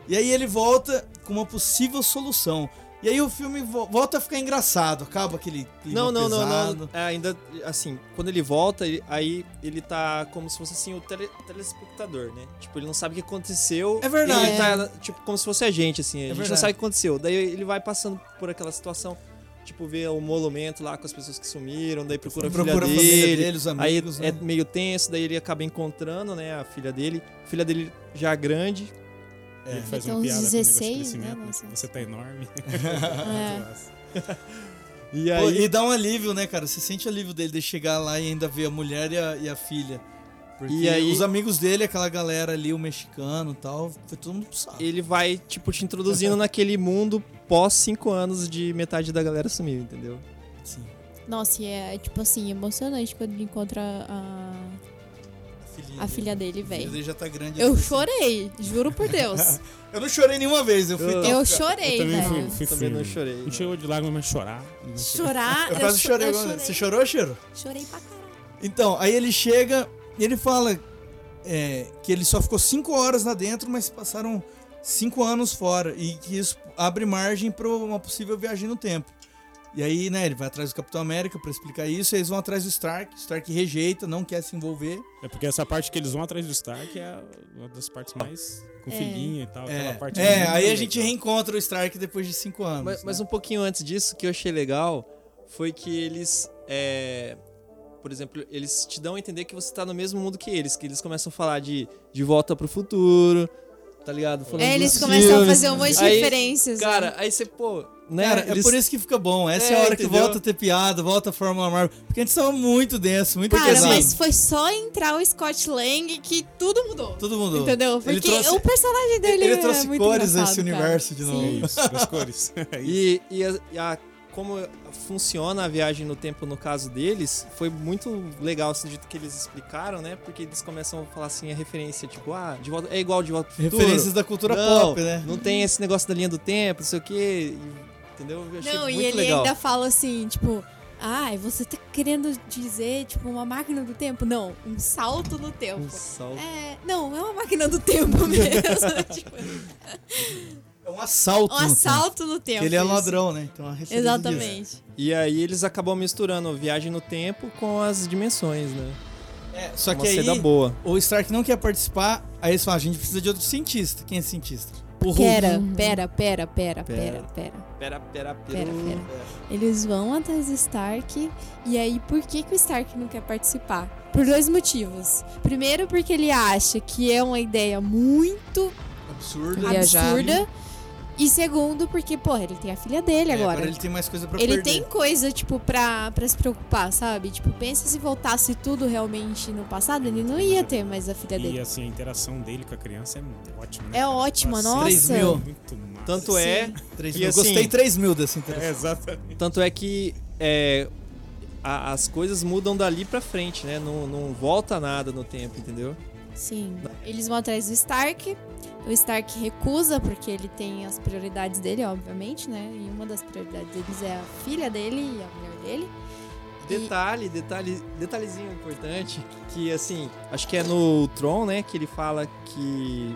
A: E aí ele volta com uma possível solução. E aí o filme vo- volta a ficar engraçado. Acaba aquele clima
E: Não, não, não,
A: pesado.
E: não. É, ainda, assim, quando ele volta, ele- aí ele tá como se fosse, assim, o tele- telespectador, né? Tipo, ele não sabe o que aconteceu.
A: É verdade. É
E: Ele tá, tipo, como se fosse a gente, assim. a gente não
A: verdade.
E: sabe o que aconteceu. Daí ele vai passando por aquela situação, tipo, vê o monumento lá com as pessoas que sumiram, daí procura,
A: Procura
E: a filha dele.
A: os
E: Aí
A: amigos.
E: é
A: né?
E: meio tenso, daí ele acaba encontrando, né, a filha dele. A filha dele já grande.
A: É.
C: Ele faz
B: Até
C: uma
B: uns
C: piada com o negócio de
B: 16,
C: crescimento.
B: Então, né,
C: né?
B: nossa.
C: Você tá enorme.
B: É.
E: E
A: Pô,
E: aí.
A: e dá um alívio, né, cara? Você sente o alívio dele de chegar lá e ainda ver a mulher e a, e a filha. Porque
E: E aí-
A: os amigos dele, aquela galera ali, o mexicano e tal, foi todo mundo pro saco.
E: Ele vai, tipo, te introduzindo naquele mundo pós cinco anos de metade da galera sumir, entendeu?
A: Sim.
B: Nossa, e é tipo assim, emocionante quando ele encontra a,
A: A filhinha
B: a filha dele,
A: A filha
B: velho.
A: dele já tá grande.
B: Eu
A: assim.
B: chorei, juro por Deus.
A: Eu não chorei nenhuma vez, eu fui
E: Eu-
A: tão-
B: Eu
C: Eu
B: chorei,
C: também fui,
B: velho.
C: fui
E: Também não
C: firme.
E: chorei,
C: Não
E: né?
C: chegou de lágrimas, mas chorar.
B: Chorar,
A: Eu quase
B: cho-
A: chorei
B: eu
A: agora. Você
B: chorei,
A: chorou, Cheiro?
B: chorei pra caralho.
A: Então, aí ele chega e ele fala é, que ele só ficou cinco horas lá dentro, mas passaram cinco anos fora. E que isso abre margem para uma possível viagem no tempo. E aí, né, ele vai atrás do Capitão América para explicar isso, e eles vão atrás do Stark. Stark rejeita, não quer se envolver.
C: É porque essa parte que eles vão atrás do Stark é uma das partes mais com filhinha e tal.
A: É,
C: aquela parte
A: é,
C: muito
A: aí a gente
C: legal.
A: reencontra o Stark depois de cinco anos.
E: Mas, mas
A: né?
E: um pouquinho antes disso, que eu achei legal foi que eles. é, por exemplo, eles te dão a entender que você tá no mesmo mundo que eles, que eles começam a falar de, de volta pro futuro, tá ligado? Falando
B: É, eles
E: dos
B: começam a
E: filmes.
B: fazer um monte de
E: Aí,
B: referências. né?
E: Cara, aí você, pô. Né,
A: Cara, é
E: eles-
A: por isso que fica bom. Essa é,
E: É,
A: a hora que
E: entendeu?
A: volta a ter piada, volta a Fórmula Marvel. Porque a gente tava muito denso, muito
B: Cara,
A: pesado.
B: mas foi só entrar o Scott Lang que tudo mudou.
A: Todo mundo.
B: Entendeu? Porque
A: Ele trouxe,
B: o personagem dele
A: ele
B: é
A: trouxe
B: muito
A: cores a
B: engraçado,
A: esse
B: cara.
A: universo de novo.
B: Sim.
C: É Isso, as cores. É isso.
E: E, e a, e a- como funciona a viagem no tempo no caso deles, foi muito legal assim, do jeito que eles explicaram, né? Porque eles começam a falar assim a referência, tipo, ah, de volta, é igual de volta pro futuro.
A: Referências da cultura
E: não,
A: pop, né?
E: Não tem esse negócio da linha do tempo, não sei o quê. e- entendeu? Eu achei
B: Não,
E: muito
B: e ele
E: legal.
B: ainda fala assim, tipo, ai, você tá querendo dizer, tipo, uma máquina do tempo? Não, um salto no tempo.
E: Um salto.
B: É, não, é uma máquina do tempo mesmo. tipo,
A: É um assalto.
B: um
A: no tempo.
B: assalto no tempo.
A: Que ele é
B: isso.
A: ladrão, né? Então, a referência disso.
B: Exatamente.
E: E aí eles acabam misturando a viagem no tempo com as dimensões, né?
A: É, só
E: Uma
A: que aí,
E: seda boa.
A: o Stark não quer participar, aí eles falam, a gente precisa de outro cientista. Quem é cientista? O Hulk.
B: Pera, pera, pera, pera, pera,
E: Pera.
B: pera.
E: Pera, pera,
B: Pera, Eles vão atrás do Stark. E aí, por que, que o Stark não quer participar? Por dois motivos. Primeiro, porque ele acha que é uma ideia muito
A: Absurdo.
D: Viajar.
B: absurda. E segundo, porque, porra, ele tem a filha dele
A: É,
B: agora.
A: ele tem mais coisa pra
B: Ele
A: perder.
B: tem coisa, tipo, pra, pra se preocupar, sabe? Tipo, pensa se voltasse tudo realmente no passado, ele não ia ter mais a filha
C: E
B: dele.
C: assim, a interação dele com a criança é ótima, né?
B: É
C: cara?
B: ótima,
C: Nossa,
B: nossa.
A: 3 mil.
C: Muito massa.
E: Tanto é
A: 3
E: E
A: mil.
E: assim-
A: Gostei 3 mil dessa
C: É,
A: interação.
C: exatamente.
E: Tanto é que é, a- as coisas mudam dali pra frente, né? Não, não volta nada no tempo, entendeu?
B: Sim. Eles vão atrás do Stark. O Stark recusa, porque ele tem as prioridades dele, obviamente, né? E uma das prioridades deles é a filha dele e a mulher dele. E-
E: Detalhe, detalhe, detalhezinho importante, que assim, acho que é no Tron, né, que ele fala que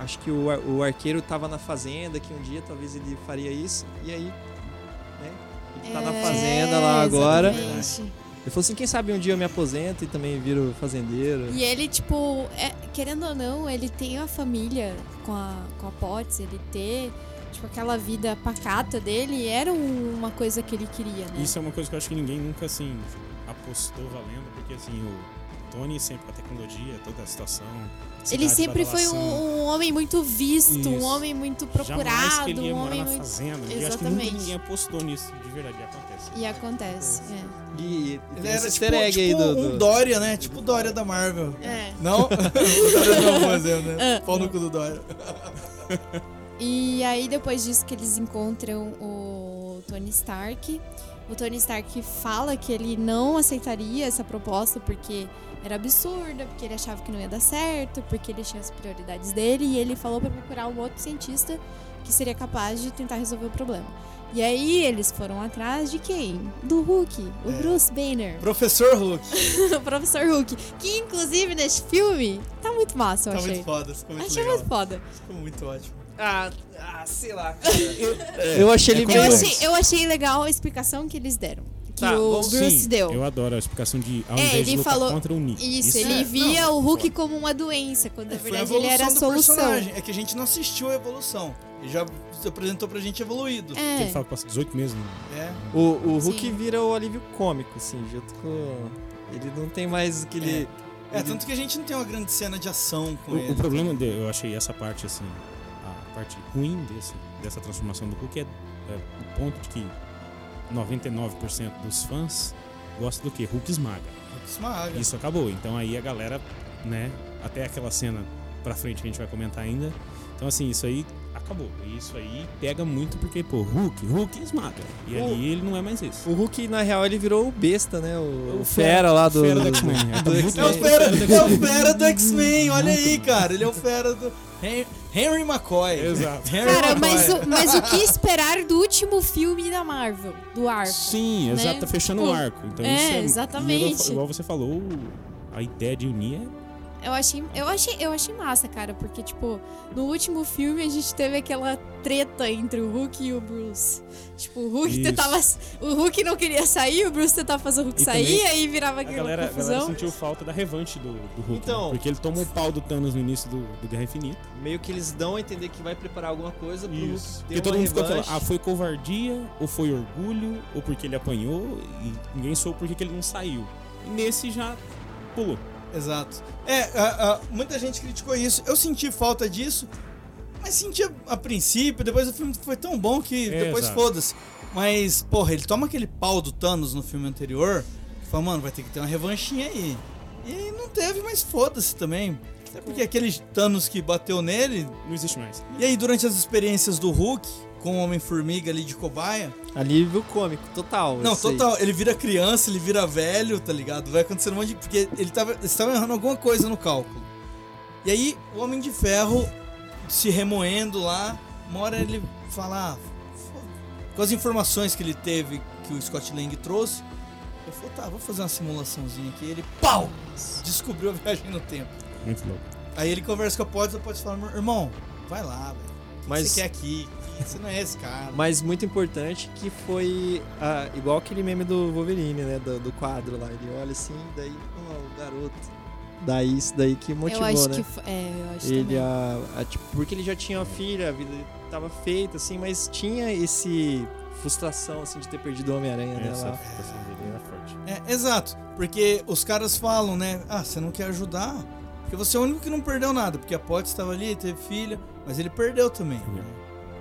E: acho que o, ar- o arqueiro tava na fazenda, que um dia talvez ele faria isso, e aí, né, ele tá na fazenda lá
B: É,
E: agora.
B: exatamente.
E: Ele falou assim, quem sabe um dia eu me aposento e também viro
C: É.
E: fazendeiro.
B: E ele, tipo, é- querendo ou não, ele tem a família com a, com a Potts, ele ter, tipo, aquela vida pacata dele era um- uma coisa que ele queria, né?
C: Isso é uma coisa que eu acho que ninguém nunca, assim, apostou valendo, porque, assim, o Tony sempre com a tecnologia, toda a situação...
B: Ele
C: cidade,
B: sempre foi um,
C: badalação,
B: um homem muito visto, um
C: Isso.
B: homem muito
C: Jamais que
B: procurado,
C: ele ia
B: um
C: morar
B: homem
C: na
B: muito.
C: fazenda. E eu acho que nunca
B: Exatamente.
C: ninguém apostou nisso, de verdade, e acontece.
B: E acontece, é.
E: E, e tem
A: Ele
E: esse
A: era tipo,
E: easter egg aí
A: tipo
E: do-
A: um
E: do-
A: Dória, né? Tipo o Dória da Marvel.
B: É. Ah.
A: Não? Dória não, por exemplo, né? Pau no cu do Dória.
B: E aí, depois disso, que eles encontram o Tony Stark. O Tony Stark fala que ele não aceitaria essa proposta porque era absurda, porque ele achava que não ia dar certo, porque ele tinha as prioridades dele. E ele falou pra procurar um outro cientista que seria capaz de tentar resolver o problema. E aí, eles foram atrás de quem? Do Hulk, o
A: É.
B: Bruce Banner,
A: Professor Hulk.
B: o professor Hulk. Que, inclusive, neste filme, tá muito massa, eu
A: Tá
B: achei.
A: muito foda, ficou muito
B: achei
A: legal.
B: muito foda.
A: Ficou muito ótimo.
E: Ah, ah, sei lá. cara. eu achei ele
C: é
E: meio-
B: Eu
C: Bom.
A: assim?
B: achei, eu achei legal a explicação que eles deram. Que
E: Tá,
B: o
E: vamos-
B: Bruce
C: Sim,
B: deu.
C: Eu adoro a explicação de ao
B: É,
C: invés de
B: ele
C: lutar
B: falou-
C: contra o Nick.
B: Isso,
C: é-
B: ele
A: é,
B: via
A: não,
B: o Hulk como uma doença, quando na
A: É, foi a
B: verdade ele era a
A: evolução do
B: solução.
A: personagem. É que a gente não assistiu a evolução. Ele já se apresentou pra gente evoluído.
C: Ele
B: É,
C: fala que passa 18 meses. né?
A: É.
E: O, o Hulk
B: Sim.
E: vira o alívio cômico, assim, junto com. Ele não tem mais aquele.
A: É, tanto que a gente não tem uma grande cena de ação com
C: O,
A: ele.
C: o problema, de, eu achei essa parte, assim, a parte ruim desse, dessa transformação do Hulk é, é o ponto de que 99% dos fãs gostam do que? Hulk esmaga.
A: Hulk esmaga.
C: Isso acabou. Então aí a galera, né, até aquela cena pra frente que a gente vai comentar ainda. Então, assim, isso aí acabou. E isso aí pega muito porque, pô, Hulk, Hulk esmaga. E
E: O-
C: ali ele não é mais isso.
E: O Hulk, na real, ele virou o besta, né? O,
C: O
E: o fera lá do.
C: Fera do X-Men. É, tá
E: do
C: muito
A: É o
E: X-Men.
A: fera, é o fera do X-Men, olha aí, cara. Ele é o fera do Hen- Henry McCoy.
C: Exato.
A: Henry
B: Cara,
A: McCoy.
B: mas o, mas o que esperar do último filme da Marvel? Do arco.
C: Sim,
B: né?
C: exato, tá fechando o
B: Tipo,
C: arco. Então
B: é,
C: isso
B: exatamente.
C: e Igual, igual você falou, a ideia de unir é.
B: Eu achei, eu, achei, eu achei massa, cara, porque, tipo, no último filme a gente teve aquela treta entre o Hulk e o Bruce. Tipo, o Hulk
C: Isso.
B: tentava. O Hulk não queria sair, o Bruce tentava fazer o Hulk
C: E
B: sair,
C: também
B: aí virava
C: A
B: aquela
C: galera, a galera
B: confusão.
C: sentiu falta da revanche do, do Hulk.
E: Então-
C: né? Porque ele toma um pau do Thanos no início do, do Guerra Infinita.
E: Meio que eles dão a entender que vai preparar alguma coisa pro Hulk ter
C: Porque todo
E: uma
C: mundo ficou
E: revanche.
C: falando, ah, foi covardia, ou foi orgulho, ou porque ele apanhou, e ninguém soube por que que ele não saiu. E nesse já pulou.
A: Exato. É, a- a- muita gente criticou isso. Eu senti falta disso, mas senti a, a princípio. Depois o filme foi tão bom que
C: É,
A: depois
C: exato.
A: foda-se. Mas, porra, ele toma aquele pau do Thanos no filme anterior. que Fala, mano, vai ter que ter uma revanchinha aí. E aí não teve, mas foda-se também. Até porque aquele Thanos que bateu nele.
C: Não existe mais.
A: E aí, durante as experiências do Hulk com o Homem-Formiga ali de cobaia.
E: Alívio cômico, total.
A: Não,
E: esse aí.
A: total. Ele vira criança, ele vira velho, tá ligado? Vai acontecendo um monte de. Porque ele tava, eles estavam errando alguma coisa no cálculo. E aí, o Homem de Ferro se remoendo lá, uma hora ele fala. ah, fo- com as informações que ele teve, que o Scott Lang trouxe, ele falou: tá, vou fazer uma simulaçãozinha aqui. Ele, pau! Descobriu a viagem no tempo.
C: Muito louco.
A: Aí ele conversa com a Pods, a Pods fala: "Meu irmão, vai lá, velho. O que
E: Mas-
A: você quer aqui? Que Você não é esse cara.
E: Mas muito importante que foi ah, igual aquele meme do Wolverine, né? Do, do quadro lá. Ele olha assim, daí, ó, o garoto. Daí isso daí que motivou,
B: eu acho
E: né?
B: que. fo- É, eu acho
E: ele
B: também.
E: a, a, tipo, porque ele já tinha uma filha, a vida dele tava feita, assim, mas tinha esse frustração assim de ter perdido o Homem-Aranha, né?
C: Essa
E: Lá.
C: frustração dele era forte.
A: É, exato. Porque os caras falam, né? Ah, você não quer ajudar? Porque você é o único que não perdeu nada. Porque a Potts estava ali, teve filha, mas ele perdeu também.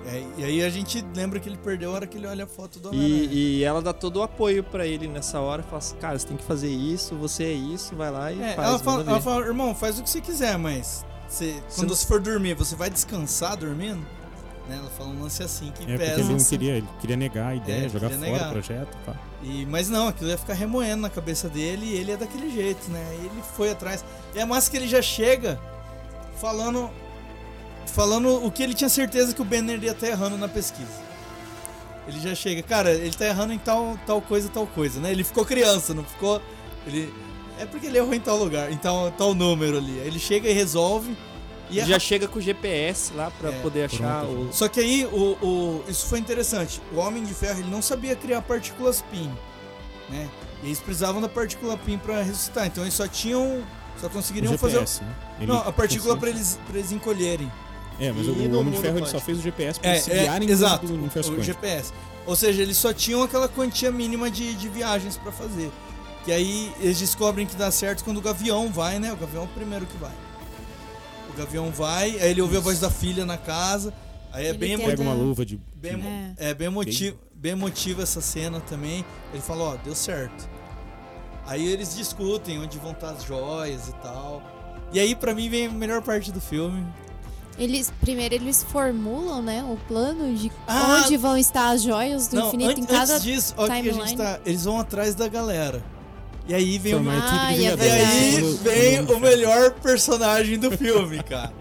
A: É, e aí a gente lembra que ele perdeu a hora que ele olha a foto do Homem-Aranha.
E: E, e ela dá todo o apoio pra ele nessa hora, fala assim, cara, você tem que fazer isso, você é isso, vai lá e
A: É,
E: faz.
A: ela, fala,
E: manda
A: ela
E: ver."
A: fala, irmão, faz o que você quiser, mas você- quando
E: não-
A: você for dormir, você vai descansar dormindo? Né? Ela fala um lance assim que
C: É, porque
A: pesa.
C: ele não
A: assim.
C: queria, ele queria negar a ideia,
A: É,
C: jogar
A: queria
C: fora
A: negar.
C: o projeto. Pá.
A: E, mas não, aquilo ia ficar remoendo na cabeça dele e ele é daquele jeito, né? Ele foi atrás. E é massa que ele já chega falando falando o que ele tinha certeza que o Banner ia estar errando na pesquisa. Ele já chega, cara, ele tá errando em tal, tal coisa, tal coisa, né? Ele ficou criança, não ficou. Ele. É porque ele errou em tal lugar, em tal, tal número ali. Aí Ele chega e resolve. E é
E: já chega com o GPS lá pra
A: É,
E: poder achar o.
A: só que aí, o, o- isso foi interessante. O Homem de Ferro ele não sabia criar partículas PIN, né? E eles precisavam da partícula PIN para ressuscitar. Então eles só tinham. Só conseguiriam
C: o
A: fazer.
C: GPS, né? Ele
A: Não, a partícula para
C: conseguiu-
A: eles, pra eles encolherem.
C: É, mas
E: E
C: o
E: no
C: Homem de
E: mundo
C: Ferro ele só
E: quântico.
C: fez o GPS pra
A: É,
C: eles se guiarem
A: é,
C: dentro
A: exato.
C: do universo
A: O
C: quântico.
A: GPS. Ou seja, eles só tinham aquela quantia mínima de, de viagens para fazer. Que aí eles descobrem que dá certo quando o Gavião vai, né? O Gavião é o primeiro que vai. O Gavião vai, aí ele ouve a voz da filha na casa. Aí é
B: Ele
A: bem
B: tem
A: emo-
C: Pega uma
B: Tenta-
C: luva de.
A: bem, emo-
B: É.
A: É bem emotivo, bem emotivo essa cena também. Ele fala, ó, deu certo. Aí eles discutem onde vão estar as joias e tal. E aí, pra mim, vem a melhor parte do filme.
B: Eles, primeiro eles formulam, né, o plano de
A: Ah!
B: onde vão estar as joias do
A: Não,
B: infinito
A: an-
B: em cada.
A: antes disso, ó, aqui a gente
B: timeline.
A: tá. Eles vão atrás da galera. E aí vem o.
C: Formar a
B: Ah,
C: equipe de
B: e é
A: E
C: Vingadores.
A: aí
C: Quando-
A: vem
C: quando-
A: o melhor personagem do filme, cara.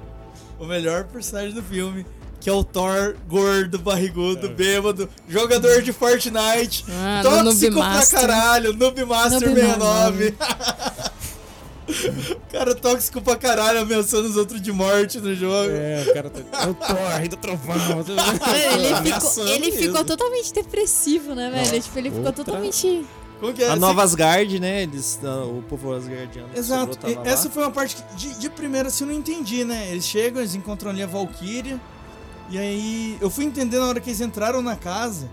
A: O melhor personagem do filme, que é o Thor gordo, barrigudo, bêbado, jogador de Fortnite,
D: Ah, no Noob
A: tóxico pra
D: Master.
A: caralho, Noob Master
D: Noob
A: 69. cara tóxico pra caralho, ameaçando os outros de morte no jogo.
C: É, o cara tá. É o Thor, rei do trovão. É
B: Mano, Ah, ele ficou,
A: Engraçado
B: ele
A: mesmo.
B: ficou totalmente depressivo, né, velho?
C: Não,
B: tipo, ele ficou
C: outra-
B: totalmente.
A: Como que é?
E: A
A: Você-
E: Nova Asgard, né? Eles, ah, o povo Asgardiano. que
A: Exato.
E: sobrou tava
A: E
E: tá lá.
A: essa foi uma parte que, de, de primeira, assim, eu não entendi, né? Eles chegam, eles encontram ali a Valkyria. E aí, eu fui entender na hora que eles entraram na casa.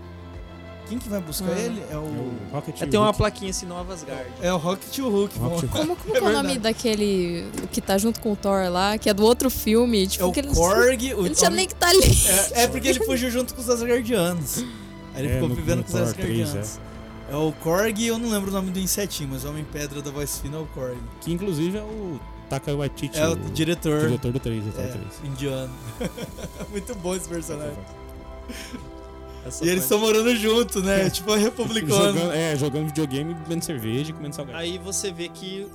A: Quem que vai buscar
D: Ah.
A: ele? É
C: O
A: o.
C: Rocket
E: É, tem uma
C: Hulk.
E: plaquinha assim, Nova Asgard.
A: É o Rocket e o Hulk.
C: Rocket
A: vão-
D: Como, como que é o nome
A: verdade.
D: daquele o que tá junto com o Thor lá, que é do outro filme? Tipo,
A: É o
D: que ele,
A: Korg. o-
D: ele tinha nem que tá ali.
A: é, é porque ele fugiu junto com os Asgardianos. Aí ele
C: É,
A: ficou
C: no-
A: vivendo
C: no
A: com os
C: Thor três,
A: Asgardianos. É o Korg, eu não lembro o nome do insetinho, mas o Homem Pedra da voz fina é o Korg.
C: Que inclusive é o Taika Waititi,
A: É
C: o
A: o diretor
C: diretor do 3,
A: É.
C: Avatar 3.
A: indiano. Muito bom esse personagem.
E: Essa
A: E eles
E: parte.
A: estão morando junto, né? Tipo, republicano.
C: Jogando, é, jogando videogame, bebendo cerveja e comendo salgado.
E: Aí você vê que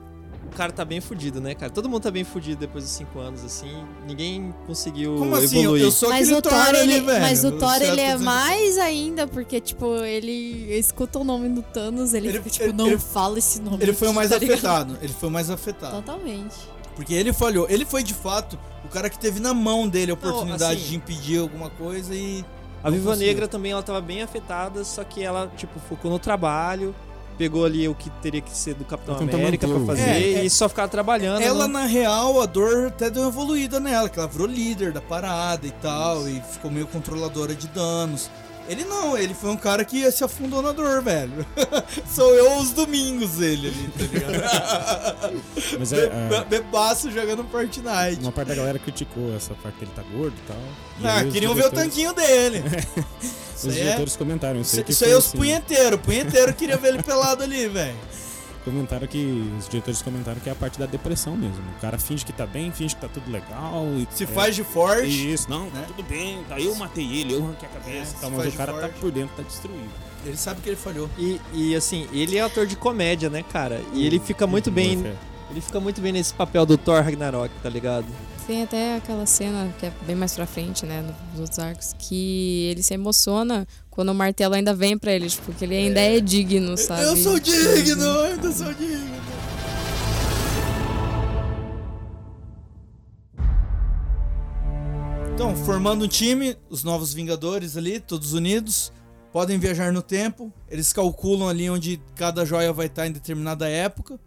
E: o cara tá bem fudido, né, cara? Todo mundo tá bem fudido depois dos 5 anos, assim. Ninguém conseguiu
A: Como assim? Eu-
E: evoluir.
A: Eu sou
B: Mas
A: aquele
B: o Thor,
A: ali,
B: ele,
A: velho.
B: mas o Thor,
A: Certo,
B: ele é
A: dizendo-
B: mais ainda, porque, tipo, ele escuta o nome do Thanos, ele,
A: Ele-
B: fica, tipo,
A: ele-
B: não
A: ele-
B: fala esse nome.
A: Ele foi o mais
B: tá ligado? Tá.
A: afetado. Ele foi o mais afetado.
B: Totalmente.
A: Porque ele falhou. Ele foi, de fato, o cara que teve na mão dele a
E: Não,
A: oportunidade
E: assim-
A: de impedir alguma coisa e...
E: A Viva
A: conseguiu.
E: Negra também, ela tava bem afetada, só que ela, tipo, focou no trabalho, pegou ali o que teria que ser do Capitão
C: O Capitão
E: América pra
C: Mantuvo.
E: fazer
A: É, é.
E: e só ficava trabalhando. né?
A: Ela,
C: né?
E: não-
A: na real, a dor até deu uma evoluída nela, que ela virou líder da parada e tal, e ficou meio controladora de danos. Ele não, ele foi um cara que se afundou na dor, velho. Sou eu os domingos, ele ali, tá ligado?
C: Mas é,
A: Be-
C: é,
A: be- Bebaço jogando Fortnite.
C: uma parte da galera criticou essa parte dele tá gordo e tal. E
A: Ah,
C: aí os
A: queriam ver o
C: diretores-
A: tanquinho dele. Isso
C: Os
A: aí é,
C: diretores comentaram isso aí. que
A: isso aí é
C: foi,
A: os
C: assim,
A: punheteiros. Punheteiro queria ver ele pelado ali, velho.
C: Comentaram que. Os diretores comentaram que é a parte da depressão mesmo. O cara finge que tá bem, finge que tá tudo legal. E,
A: Se
C: é,
A: faz de forte,
C: Isso, não,
A: né?
C: tá tudo bem. Tá, eu matei ele, eu arranquei a
A: É,
C: cabeça. e
A: se
C: tal, mas
A: faz
C: o cara
A: forte.
C: tá por dentro, tá destruído.
A: ele sabe que ele falhou.
E: E, e, assim, ele é ator de comédia, né, cara?
C: Hum,
E: E ele fica muito bem.
C: é,
E: Ele fica muito bem nesse papel do Thor Ragnarok, tá ligado?
D: Tem até aquela cena que é bem mais pra frente, né, no- nos outros arcos, que ele se emociona quando o martelo ainda vem pra ele, tipo, que ele ainda é, digno, sabe?
A: Eu sou digno, eu ainda sou digno. Então, formando um time, os novos Vingadores ali, todos unidos, podem viajar no tempo. Eles calculam ali onde cada joia vai estar em determinada época.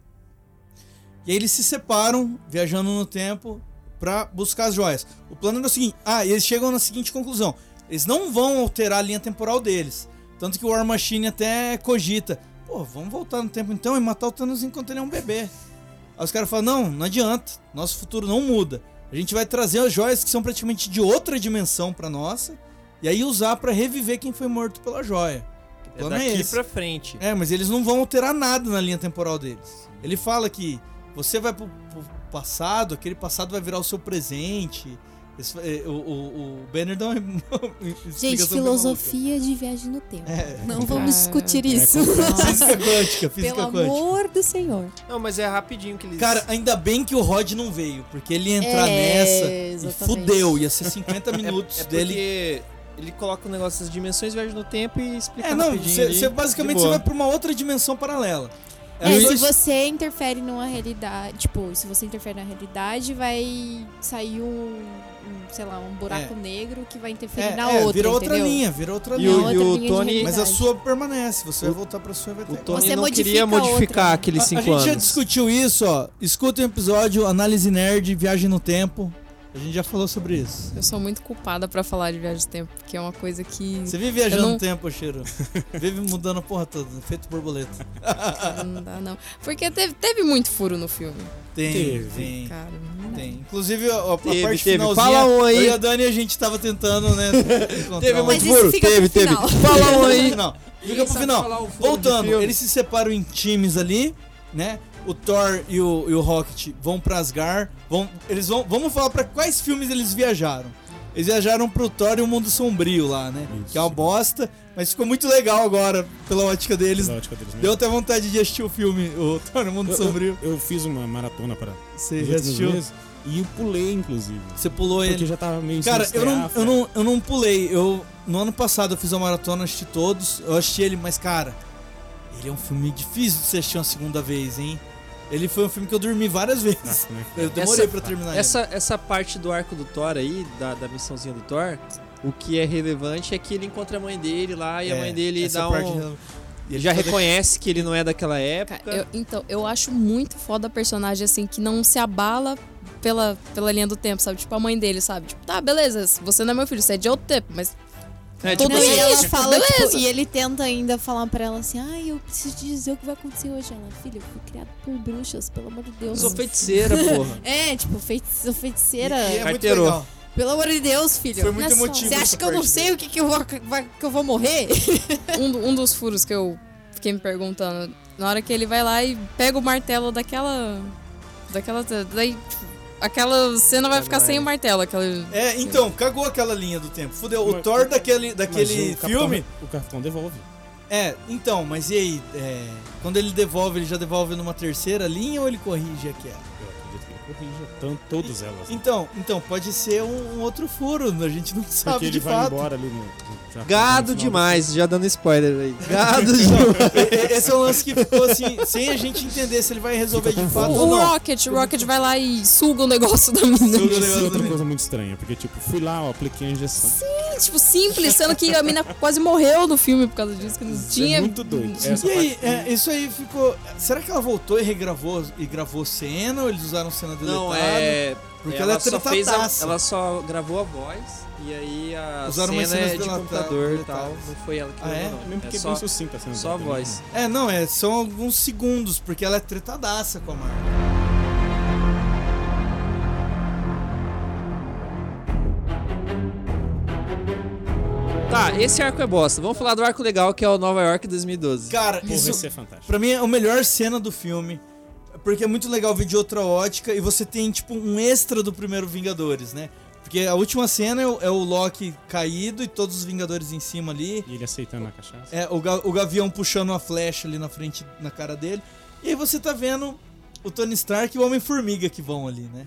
A: E aí eles se separam, viajando no tempo, pra buscar as joias. O plano era o seguinte: ah, e eles chegam na seguinte conclusão: eles não vão alterar a linha temporal deles. Tanto que o War Machine até cogita: pô, vamos voltar no tempo então e matar o Thanos enquanto ele é um bebê. Aí os caras falam: não, não adianta, nosso futuro não muda. A gente vai trazer as joias que são praticamente de outra dimensão pra nossa e aí usar pra reviver quem foi morto pela joia. O
E: É
A: plano é,
E: daqui
A: esse.
E: pra frente.
A: É, mas eles não vão alterar nada na linha temporal deles. Ele fala que você vai pro, pro passado, aquele passado vai virar o seu presente. Esse- é, o, o, o Banner dá uma
B: Gente,
A: explicação bem
B: filosofia de viagem no tempo.
A: É.
B: Não
D: Cara,
B: vamos discutir
D: é
B: isso.
A: maluca. Física quântica, física
B: Pelo
A: quântica.
B: amor do Senhor.
E: Não, mas é rapidinho que eles.
A: Cara, ainda bem que o Rod não veio, porque ele ia entrar
B: É,
A: nessa
B: exatamente.
A: e fudeu, ia ser 50 minutos
E: é porque
A: dele.
E: ele coloca o negócio das dimensões, viaja no tempo e explica
A: É, não,
E: rapidinho
A: você
E: ali,
A: você basicamente
E: de
A: você
E: boa.
A: vai pra uma outra dimensão paralela.
B: É,
A: Os
B: se
A: dois-
B: você interfere numa realidade, tipo, se você interfere na realidade, vai sair um, um, sei lá, um buraco negro que vai interferir
A: é,
B: na
A: é,
B: outra,
A: vira outra
B: entendeu?
A: linha, vira outra
E: E
A: linha.
B: Na
E: o,
B: outra
E: e o
B: linha de
E: Tony.
A: Mas
B: realidade.
A: a sua permanece, você
E: O-
A: vai voltar pra sua e vai
E: O
A: ter.
E: Tony
B: Você
E: não
B: modifica
E: queria
B: a outra,
E: modificar
B: né?
E: aqueles
A: a, a
E: 5
A: gente
E: anos.
A: já discutiu isso, ó. Escuta o episódio Análise Nerd, Viagem no Tempo. A gente já falou sobre isso.
D: Eu sou muito culpada pra falar de viagem no tempo, porque é uma coisa que
A: Você vive viajando
D: Eu não-
A: no tempo, Cheiro. Vive mudando a porra toda, feito borboleta.
D: não dá não. Porque teve, teve muito furo no filme,
A: Tem,
C: Teve.
A: tem.
D: cara. não dá.
A: Tem. Inclusive, ó, a
E: Teve,
A: parte
E: teve.
A: finalzinha.
E: Fala um aí.
A: Eu e a Dani, a gente tava tentando, né? encontrar
E: Teve
A: um-
B: Mas
E: muito
B: isso
E: furo.
B: fica pro
E: Teve, teve.
B: final.
E: Fala um aí.
A: Não, fica pro final.
E: um
A: Voltando, eles se separam em times ali, né? O Thor e o, e o Rocket vão pra Asgard. Vão, eles vão. Vamos falar pra quais filmes eles viajaram. Eles viajaram pro Thor e o Mundo Sombrio lá, né?
C: Isso.
A: Que é uma bosta, mas ficou muito legal agora, pela ótica deles.
C: Exótica deles mesmo.
A: Deu até vontade de assistir o filme, o Thor e o Mundo
C: Eu-
A: Sombrio.
C: Eu fiz uma maratona para
A: Você
C: os
A: já
C: últimos
A: assistiu?
C: meses e eu pulei, inclusive.
A: Você pulou
C: Porque
A: ele.
C: já tava meio sem né?
A: Cara, eu não,
C: estrear,
A: eu,
E: né?
A: não, eu não pulei. Eu, no ano passado eu fiz uma maratona, assisti todos. Eu assisti ele, mas, cara, ele é um filme difícil de você assistir uma segunda vez, hein? Ele foi um filme que eu dormi várias vezes.
C: fraco, né?
A: Eu demorei
E: Ah. Essa-
A: pra terminar
E: Essa, essa parte do arco do Thor aí, da, da missãozinha do Thor, o que é relevante é que ele encontra a mãe dele lá e
A: ele.
E: a mãe dele
A: É, essa
E: dá
A: parte
E: um.
A: já- e
E: Ele já
A: toda-
E: reconhece que ele não é daquela época.
D: Cara, eu- então, eu acho muito foda a personagem, assim, que não se abala pela, pela linha do tempo, sabe? Tipo, a mãe dele, sabe? Tipo, tá, beleza, você não é meu filho, você é de outro tempo, mas
E: É,
D: todo
B: Não, e
D: isso,
B: ela
D: tipo,
B: fala, tipo,
D: beleza.
B: e ele tenta ainda falar pra ela assim, ai, eu preciso te dizer o que vai acontecer hoje. Ela, filha, eu fui criado por bruxas, pelo amor de
E: eu
B: Deus.
E: sou feiticeira, porra.
B: É, tipo, feiti- feiticeira.
A: E- e é muito
E: Carteirou.
A: legal.
B: Pelo amor de Deus, filho.
A: Foi muito
B: Olha só.
A: emotivo
B: Você
A: essa
B: acha que eu não
A: parte
B: sei o que, que, eu vou, que eu vou morrer?
D: um, do- um dos furos que eu fiquei me perguntando, na hora que ele vai lá e pega o martelo daquela Daquela. Daí, tipo, aquela cena vai
E: Vai
D: ficar
E: não
D: sem
E: é.
D: o martelo, aquela.
A: É, então, cagou aquela linha do tempo. Fudeu. O
C: Mas-
A: Thor daquele,
C: Mas
A: daquele
C: o Capitão-
A: filme.
C: o cartão devolve.
A: É, então, mas e aí? é, quando ele devolve, ele já devolve numa terceira linha ou ele corrige aquela?
C: Eu acredito que ele corrija tanto, todas elas. né?
A: Então, então pode ser um, um outro furo, a gente não sabe
C: Porque ele
A: de
C: vai
A: fato.
C: embora ali no. no- já-
E: Gado
C: no final
E: demais, já dando spoiler aí. Gado demais.
A: E- Esse é o lance que ficou assim, sem a gente entender se ele vai resolver de fato
D: O
A: ou não.
D: Rocket, o Rocket vai lá e suga o negócio da mina.
A: Suga o
C: Isso é
A: negócio
C: outra
A: também.
C: coisa muito estranha, porque tipo, fui lá, ó, apliquei a injeção.
D: tipo, simples, sendo que a mina quase morreu no filme por causa disso, que não tinha.
C: É muito doido. Essa
A: E aí,
C: parte-
A: é, isso aí ficou. Será que ela voltou e regravou e gravou cena ou eles usaram cena deletada?
E: Não, é.
A: Porque ela,
E: ela,
A: é
E: só fez a,
A: tratadaça.
E: ela só gravou a voz e aí a
A: Usaram umas
E: cena
A: cenas
E: é de
A: delata-
E: computador e tal.
A: deletadas.
E: Não foi ela que
A: Ah, é?
E: gravou, não.
C: Mesmo porque
E: É
C: é
E: só,
C: bem sucinta assim,
E: só a
C: né?
E: voz.
A: É, não, é, são alguns segundos, porque ela é tretadaça com a Marvel.
E: Tá, esse arco é bosta. Vamos falar do arco legal que é o Nova York 2012.
A: Cara,
C: Porra,
A: isso,
C: isso é fantástico.
A: Pra mim é a melhor cena do filme. Porque é muito legal ver de outra ótica e você tem, tipo, um extra do primeiro Vingadores, né? Porque a última cena é o, é o Loki caído e todos os Vingadores em cima ali.
C: E ele aceitando a cachaça.
A: É, o, ga- o Gavião puxando uma flecha ali na frente, na cara dele. E aí você tá vendo o Tony Stark e o Homem-Formiga que vão ali, né?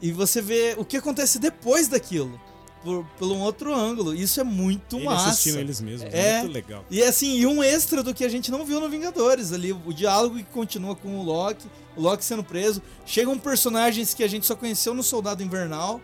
A: E você vê o que acontece depois daquilo. Por, por um outro ângulo. Isso é muito
C: Ele
A: massa.
C: assistindo eles mesmos.
A: É.
C: É. Muito legal.
A: E assim, e um extra do que a gente não viu no Vingadores ali, o diálogo que continua com o Loki, o Loki sendo preso. Chegam personagens que a gente só conheceu no Soldado Invernal,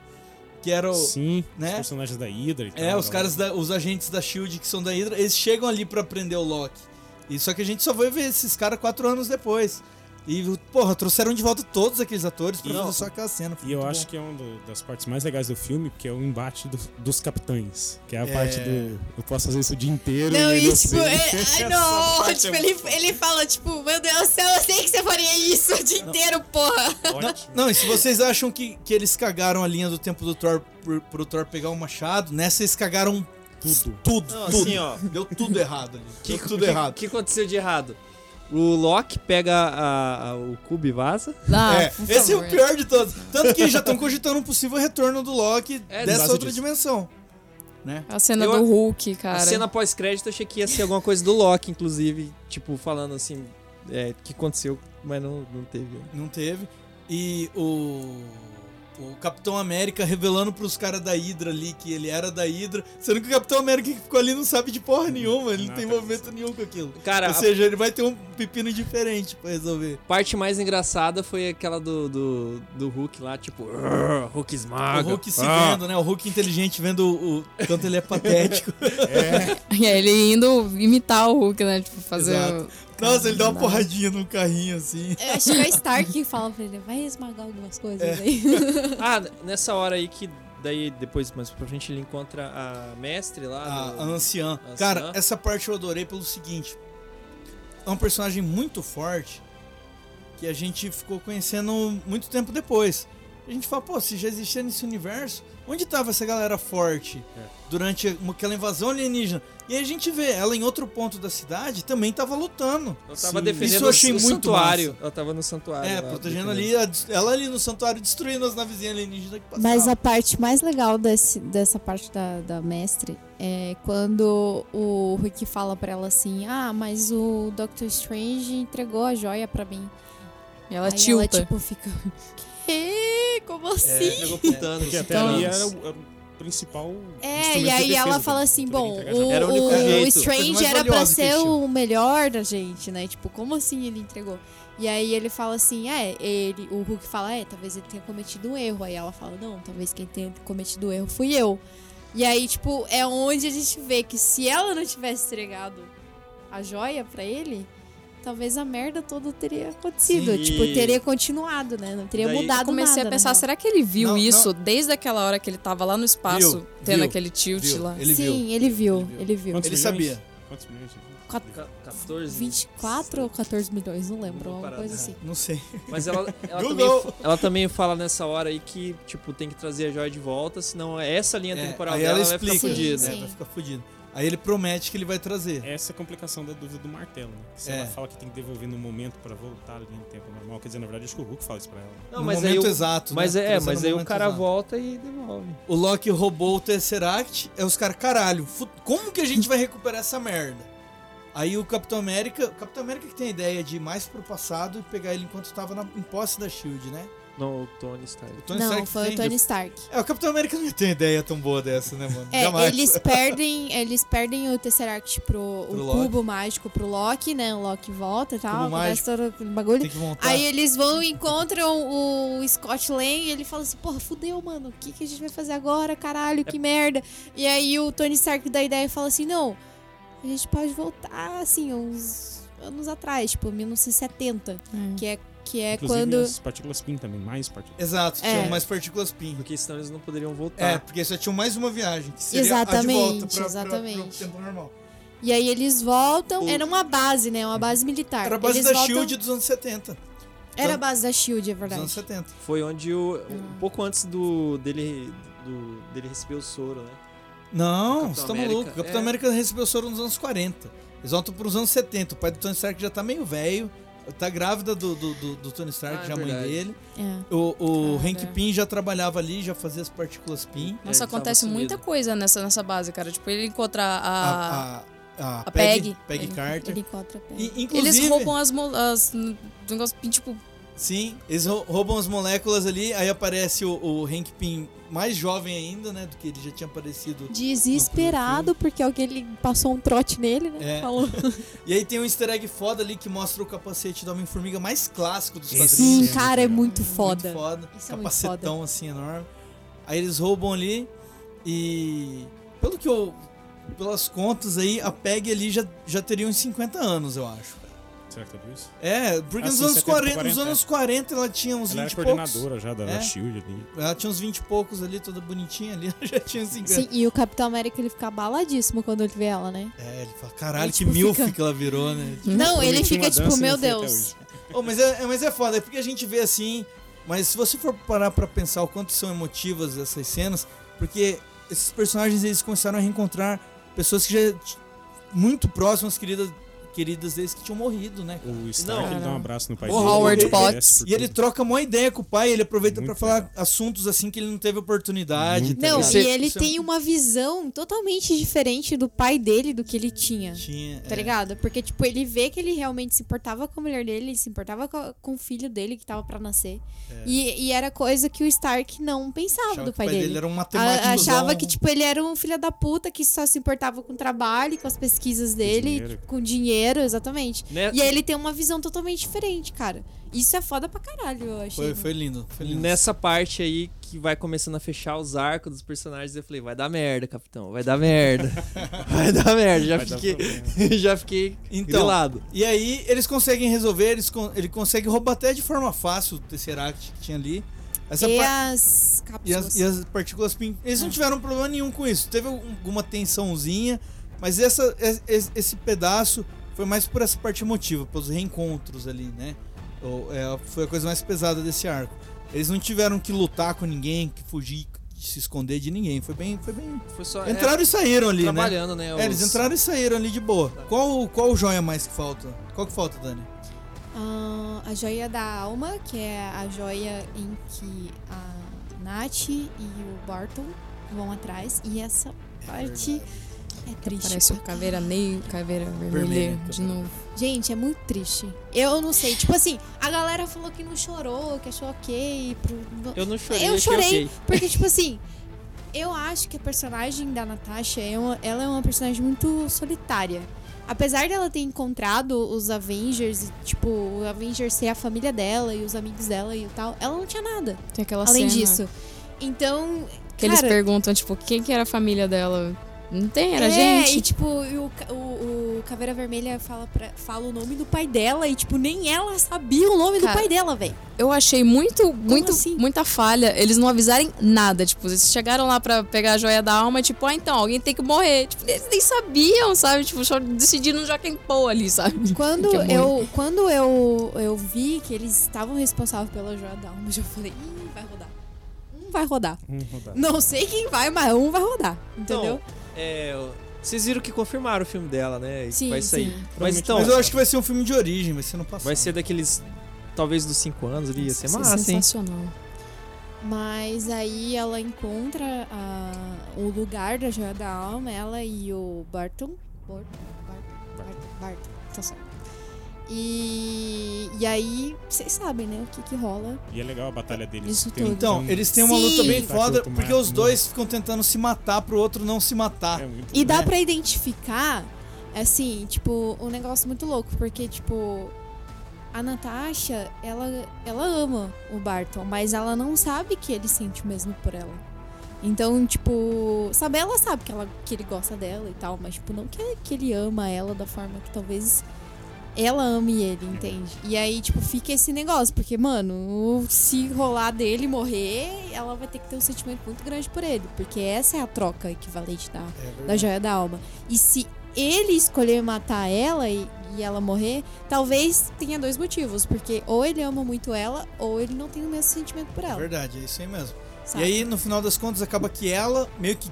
A: que era o,
C: Sim, Ah,
A: né?
C: os personagens da Hydra e tal. né?
A: é, os
C: da-
A: caras da- os agentes da Shield que são da Hydra, eles chegam ali pra prender o Loki. E só que a gente só vai ver esses caras quatro anos depois. E porra, trouxeram de volta todos aqueles atores pra
C: E-
A: fazer só aquela cena. Foi
C: E eu
A: muito
C: acho
A: bom.
C: que é uma das partes mais legais do filme, que é o embate dos- dos capitães. Que é a
A: É.
C: parte do. Eu posso fazer isso o dia inteiro.
B: Não,
C: e eu
B: e tipo,
C: sei.
B: é, ai
C: Essa
B: não,
C: parte
B: tipo,
C: é
B: ele, ele fala, tipo, meu Deus do céu, eu sei que você faria isso o dia inteiro, porra.
C: ótima.
A: Não, e se vocês acham que, que eles cagaram a linha do tempo do Thor pro, pro Thor pegar o machado, nessa eles cagaram
C: Tudo.
A: Tudo,
E: Não,
A: tudo.
E: assim, ó.
A: Deu tudo errado ali.
E: Que,
A: Deu tudo
E: que-
A: errado.
E: O que aconteceu de errado? O Loki pega a- a- o cubo e vaza.
D: Ah,
A: é,
D: por
A: esse é o
D: favor.
A: pior de todos. Tanto que já estão cogitando um possível retorno do Loki
E: É,
A: dessa
C: base
A: outra
C: disso.
A: dimensão.
D: A cena
E: Eu-
D: do Hulk, cara.
E: A cena pós-crédito eu achei que ia ser alguma coisa do Loki, inclusive. Tipo, falando assim, é, que aconteceu, mas não, não teve.
A: Não teve. E o. O Capitão América revelando pros caras da Hydra ali que ele era da Hydra, sendo que o Capitão América que ficou ali não sabe de porra nenhuma, ele não tem
C: Nada.
A: movimento nenhum com aquilo.
E: Cara,
A: Ou seja, ele vai ter um pepino diferente pra resolver.
E: a parte mais engraçada foi aquela do, do, do Hulk lá, tipo, "Arr, Hulk esmaga.
A: o Hulk se
E: ah."
A: vendo, né? O Hulk inteligente vendo o, o tanto ele é patético.
D: E aí ele indo imitar o Hulk, né? Tipo, fazer.
A: Exato.
D: o-
A: Nossa, ele dá uma
D: Caramba.
A: porradinha num carrinho assim.
B: Eu acho que é Stark que fala pra ele, vai esmagar algumas coisas aí.
E: Ah, nessa hora aí que daí depois, mais pra frente, ele encontra a mestre lá.
A: A,
E: do-
A: a Ah, anciã.
E: Ah, Anciã.
A: Cara, essa parte eu adorei pelo seguinte: é um personagem muito forte que a gente ficou conhecendo muito tempo depois. A gente fala, pô, se já existia nesse universo, onde tava essa galera forte
E: É.
A: durante uma- aquela invasão alienígena? E aí a gente vê, ela em outro ponto da cidade também tava lutando.
E: Ela tava
C: Sim.
E: defendendo
A: Isso eu achei
E: o
A: muito
E: santuário.
A: massa.
E: Ela tava no santuário.
A: é,
E: lá,
A: protegendo
E: defendendo.
A: ali, a- ela ali no santuário, destruindo as navezinhas alienígenas que passavam.
B: Mas a parte mais legal desse- dessa parte da, da mestre é quando o Rick fala pra ela assim: Ah, mas o Doctor Strange entregou a joia pra mim.
D: E ela
B: Aí
D: tilta.
B: ela tipo fica: Quê? Como
A: É,
B: assim?
E: Entregou pro Thanos.
C: Porque até
D: Então-
C: ali era o, era o principal.
B: É, e aí ela fala assim: Bom, o,
E: Era o único
B: o
E: jeito.
A: Coisa
B: Strange
A: mais
B: era pra
A: valiosa que
B: ser
A: eles tinham."
B: o melhor da gente, né? Tipo, como assim ele entregou? E aí ele fala assim: É, ele, o Hulk fala: É, talvez ele tenha cometido um erro. Aí ela fala: Não, talvez quem tenha cometido o erro fui eu. E aí, tipo, é onde a gente vê que se ela não tivesse entregado a joia pra ele, talvez a merda toda teria acontecido.
E: Sim.
B: Tipo, teria continuado, né? Não teria
E: Daí-
D: Eu
B: mudado
D: comecei
A: né?
B: nada,
D: a pensar,
B: na real.
D: será que ele viu
A: Não,
D: isso desde aquela hora que ele tava lá no espaço,
A: Viu,
D: tendo
A: viu,
D: aquele tilt
A: Viu?
D: lá?
A: Ele
B: Sim,
A: viu.
B: ele viu,
A: Ele viu.
B: ele viu. Tipo,
A: Ele sabia.
C: Quantos milhões?
B: Quatro-
E: Ca- né? 14?
B: 24 ou 14 milhões, não lembro,
E: Não vou
B: alguma
E: parar,
B: coisa
E: né?
B: assim.
A: É. Não sei.
E: Mas ela, ela, também,
A: Google.
E: ela também fala nessa hora aí que, tipo, tem que trazer a joia de volta, senão essa linha
A: É,
E: temporal
A: aí
E: dela
A: ela
E: vai ficar
A: explica,
E: fodida.
A: né?
B: Sim.
A: Vai ficar fudida. Aí ele promete que ele vai trazer.
C: Essa é a complicação da dúvida do martelo, né? Se
A: É.
C: ela fala que tem que devolver no momento pra voltar ali no tempo normal, quer dizer, na verdade, acho que o Hulk fala isso pra ela.
E: Não,
A: no
E: mas aí
A: momento
E: o-
A: exato.
E: Mas
A: né?
E: é,
A: Trazer
E: mas
A: no
E: aí o
A: momento
E: cara
A: exato.
E: volta e devolve.
A: O Loki roubou o Tesseract, é os caras, caralho, fu- como que a gente vai recuperar essa merda? Aí o Capitão América, o Capitão América que tem a ideia de ir mais pro passado e pegar ele enquanto tava na, em posse da SHIELD, né?
E: Não, o Tony Stark.
A: O Tony
B: não,
A: Stark
B: foi
A: tem-
B: o Tony Stark.
A: É, o Capitão América não tem ideia tão boa dessa, né, mano?
B: É,
A: Jamais.
B: eles perdem, eles perdem o Tesseract pro,
A: Pro
B: o
A: Loki.
B: cubo mágico pro Loki, né? O Loki volta e tal,
A: Cubo
B: acontece
A: mágico.
B: todo aquele bagulho.
A: Tem que montar.
B: Aí eles vão e encontram o Scott Lang e ele fala assim, porra, fudeu, mano, o que, que a gente vai fazer agora, caralho,
A: É.
B: que merda. E aí o Tony Stark dá a ideia e fala assim, não, a gente pode voltar, assim, uns anos atrás, tipo, 1970,
D: É.
B: que é, que é
C: Inclusive,
B: quando...
C: as partículas PIN também, mais partículas.
A: Exato,
B: É.
A: tinham mais partículas PIN.
E: Porque senão eles não poderiam
A: É,
E: voltar.
A: porque só tinham mais uma viagem, que seria a de volta
B: Tá. Exatamente,
A: pra, pra- Pra,
B: exatamente.
A: pro tempo normal.
B: E aí eles voltam,
A: O-
B: era uma base, né, uma base militar.
A: Era a base
B: Eles
A: da
B: voltam-
A: SHIELD dos anos 70.
B: Era a base da SHIELD, é
A: Dos anos
B: verdade.
A: 70.
E: Foi onde o. Um pouco antes do dele, do, dele receber o soro, né?
A: Não,
E: Capitão
A: você tá
E: América,
A: maluco. O Capitão
E: é.
A: América recebeu o soro nos anos 40. Eles voltam pros anos 70. O pai do Tony Stark já tá meio velho. Tá grávida do, do, do- do Tony Stark,
E: Ah, é
A: já a mãe
E: verdade.
A: dele.
B: É.
A: O, o
D: Cara.
A: Hank Pym já trabalhava ali, já fazia as partículas Pym.
E: ele
D: Nossa,
E: tava
D: acontece
E: sumido.
D: muita coisa nessa, nessa base, cara. Tipo, ele encontra a.
A: a, a, a
D: a
A: Peg,
D: Peg.
A: Peg
D: Ele-
A: Carter.
B: Ah. Ele encontra a Peggy.
A: E, inclusive, Uhum.
D: Eles roubam as. mo- as negócio, tipo,
A: Sim, eles rou- roubam as moléculas ali. Aí aparece o, o Hank Pym mais jovem ainda, né? Do que ele já tinha aparecido.
B: Desesperado, porque alguém lhe passou um trote nele, né?
A: É.
B: Falou.
A: E aí tem um easter egg foda ali que mostra o capacete do Homem-Formiga mais clássico dos
C: Esse
A: quadrinhos.
B: Sim,
C: Sim,
B: cara, é
C: cara.
B: muito foda.
A: né? Muito foda.
B: Isso é muito
A: Capacetão assim enorme. Aí eles roubam ali e pelo que eu pelas contas aí, a Peg ali já, já teria uns 50 anos, eu acho.
C: Será que tá por isso?
A: É, porque nos
C: Assim,
A: anos
C: 70,
A: 40,
C: 40,
A: nos anos 40 ela tinha uns
C: Ela
A: 20
C: era
A: e poucos.
C: coordenadora já da, da
A: É.
C: Shield ali.
A: Ela tinha uns 20 e poucos ali, toda bonitinha ali, ela já tinha uns 50.
B: Sim, e o Capitão América ele fica abaladíssimo quando ele vê ela, né?
A: É, ele fala, caralho,
B: Ele,
A: que
B: tipo,
A: milf
B: fica-
A: que ela virou, né?
B: Não, ele
C: Prometi
B: fica
C: uma
B: tipo,
C: dança e
B: meu
C: não foi até
B: Deus.
C: hoje.
A: Oh, mas, é, é- mas é foda, é porque a gente vê assim. Mas se você for parar pra pensar o quanto são emotivas essas cenas, porque esses personagens eles começaram a reencontrar pessoas que já t- muito próximas, queridas, queridas deles que tinham morrido, né?
C: O Stark ele dá um
D: Caramba.
C: abraço no pai
A: O
C: dele.
A: Howard
C: ele agradece
D: Potts.
C: por
A: E ele
C: tudo.
A: troca uma ideia com o pai, ele aproveita
C: Muito
A: pra falar
C: legal.
A: assuntos assim que ele não teve oportunidade.
C: Muito
A: tá
B: Não,
A: ligado?
B: e
A: Isso
B: ele
A: é-
B: tem um uma visão totalmente diferente do pai dele do que ele tinha.
A: Tinha,
B: Tá
A: é.
B: ligado? Porque, tipo, ele vê que ele realmente se importava com a mulher dele, ele se importava co- com o filho dele que tava pra nascer. E, e era coisa que o Stark não pensava
A: É. Achava que
B: do
A: o
B: pai dele.
A: era um matemático.
B: A- achava
A: né?
B: que, tipo, ele era um filho da puta que só se importava com o trabalho, e com as pesquisas dele,
C: dinheiro.
B: com dinheiro, exatamente.
A: É.
E: Ne-
B: E aí ele tem uma visão totalmente diferente, cara. Isso é foda pra caralho, eu achei.
A: Foi,
B: né?
A: foi lindo, foi lindo.
E: Nessa parte aí que vai começando a fechar os arcos dos personagens, eu falei, vai dar merda, capitão, vai dar merda. vai dar merda, já
C: Vai dar
E: fiquei.
C: problema.
E: já fiquei
A: Então,
E: grilado.
A: E aí eles conseguem resolver, eles con- ele consegue roubar até de forma fácil o Tesseract que tinha ali. Essa
B: E
A: par-
B: as É.
A: e,
B: cápsulas.
A: as, e as partículas PIN. Eles não tiveram problema nenhum com isso. Teve um- alguma tensãozinha, mas essa, es- es- esse pedaço foi mais por essa parte emotiva, pelos reencontros ali, né? Ou, é, foi a coisa mais pesada desse arco. Eles não tiveram que lutar com ninguém, que fugir, que se esconder de ninguém. Foi bem. Foi bem...
E: Foi só. é,
A: Entraram e saíram ali, né?
E: trabalhando, né?
A: É, eles
E: os-
A: entraram e saíram ali de boa. Qual, qual joia mais que falta? Qual que falta, Dani?
B: Ah, a joia da alma, que é a joia em que a Nath e o Barton vão atrás. E essa parte é, triste.
D: parece o
B: pra
D: caveira neio, caveira vermelha,
A: Vermelha,
D: de novo.
B: Gente, é muito triste. Eu não sei. Tipo assim, a galera falou que não chorou, que achou ok. pro-
E: Eu não chorei.
B: Eu
E: achei
B: chorei.
E: ok.
B: Porque, tipo assim, eu acho que a personagem da Natasha, é uma- ela é uma personagem muito solitária. Apesar dela ter encontrado os Avengers, e, tipo, o Avengers ser a família dela e os amigos dela e tal, ela não tinha nada.
D: Tem aquela
B: além
D: cena
B: disso. Então.
D: que eles
B: cara,
D: perguntam, tipo, quem que era a família dela? Não tem, era
B: é,
D: gente.
B: E, tipo, e o, ca- o- o Caveira Vermelha fala, pra- fala o nome do pai dela e, tipo, nem ela sabia o nome
D: Cara,
B: do pai dela, velho.
D: Eu achei muito, muito,
B: assim?
D: muita falha eles não avisarem nada. Tipo, eles chegaram lá pra pegar a joia da alma, tipo, ah, então, alguém tem que morrer. Tipo, eles nem sabiam, sabe? Tipo, só decidiram já quem pô ali, sabe?
B: Quando
D: Que é muito.
B: eu, quando eu, eu vi que eles estavam responsáveis pela joia da alma, eu já falei, Ih, vai rodar. Um vai rodar.
C: Hum, rodar.
B: Não sei quem vai, mas um vai rodar.
E: Então,
B: Entendeu?
E: é, Vocês viram que confirmaram o filme dela, né? E
B: Sim,
E: vai sair.
B: sim.
E: Mas então,
A: Mas eu acho que vai ser um filme de origem, vai ser no passado.
E: vai ser daqueles. Talvez dos 5 anos ali, ia
A: é
E: ser
D: Nossa,
E: massa, hein?
D: é sensacional.
B: Mas aí ela encontra a- o lugar da joia da alma, ela e o Barton. Barton, Barton, Barton, Barton, tá certo. E, e aí, vocês sabem, né, o que que rola.
C: E é legal a batalha deles.
B: Isso
C: Tem um-
B: tudo.
C: tem
A: Então,
C: um-
A: eles têm uma luta
B: Sim.
A: bem foda,
C: Tá,
A: porque
C: tá,
A: os
C: tá.
A: dois ficam tentando se matar pro outro não se matar.
C: é muito
B: E
C: bom.
B: dá pra identificar, assim, tipo, um negócio muito louco, porque, tipo, a Natasha, ela, ela ama o Barton, mas ela não sabe que ele sente o mesmo por ela. Então, tipo, sabe, ela sabe que, ela, que ele gosta dela e tal, mas, tipo, não que, que ele ama ela da forma que talvez ela ame ele, entende? E aí, tipo, fica esse negócio, porque, mano, se rolar dele e morrer, ela vai ter que ter um sentimento muito grande por ele, porque essa é a troca equivalente
A: É
B: da da joia da alma. E se ele escolher matar ela e, e ela morrer, talvez tenha dois motivos. Porque ou ele ama muito ela, ou ele não tem o mesmo sentimento por
A: É
B: ela.
A: verdade, é isso aí mesmo.
B: sabe?
A: E aí, no final das contas, acaba que ela meio que.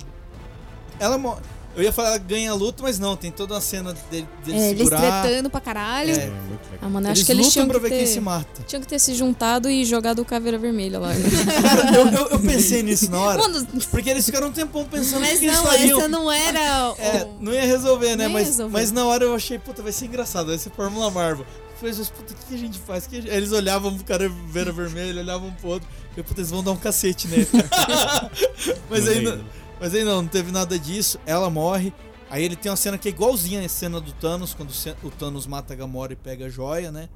A: Ela. mo- Eu ia falar ela ganha a luta, mas não, tem toda uma cena dele, dele
B: é, eles
A: segurar.
B: tretando pra caralho.
A: É,
C: É, muito legal.
D: Ah, mano, eu
A: eles
D: acho que eles
A: lutam
D: tinham
A: pra
D: que,
A: ver
D: ter,
A: quem se mata.
D: tinham que ter se juntado e jogado o Caveira Vermelha lá.
A: Cara, eu, eu- eu pensei nisso na hora.
D: Mano,
A: Porque eles ficaram um tempão pensando no
B: Mas
A: que eles
B: não,
A: fariam.
B: essa não era. o-
A: É, não ia resolver, né?
B: Não ia
A: mas,
B: resolver.
A: mas na hora eu achei, puta, vai ser engraçado, vai ser Fórmula Marvel. Eu Falei, "Mas, puta, o que a gente faz? Que a gente-" Eles olhavam pro cara vera vermelho, olhavam pro outro. E, puta, eles vão dar um cacete nele. mas,
C: Não
A: aí,
C: tem-
A: não- mas aí não, não teve nada disso. Ela morre. Aí ele tem uma cena que é igualzinha a cena do Thanos, quando o Sen- o Thanos mata a Gamora e pega a joia, né?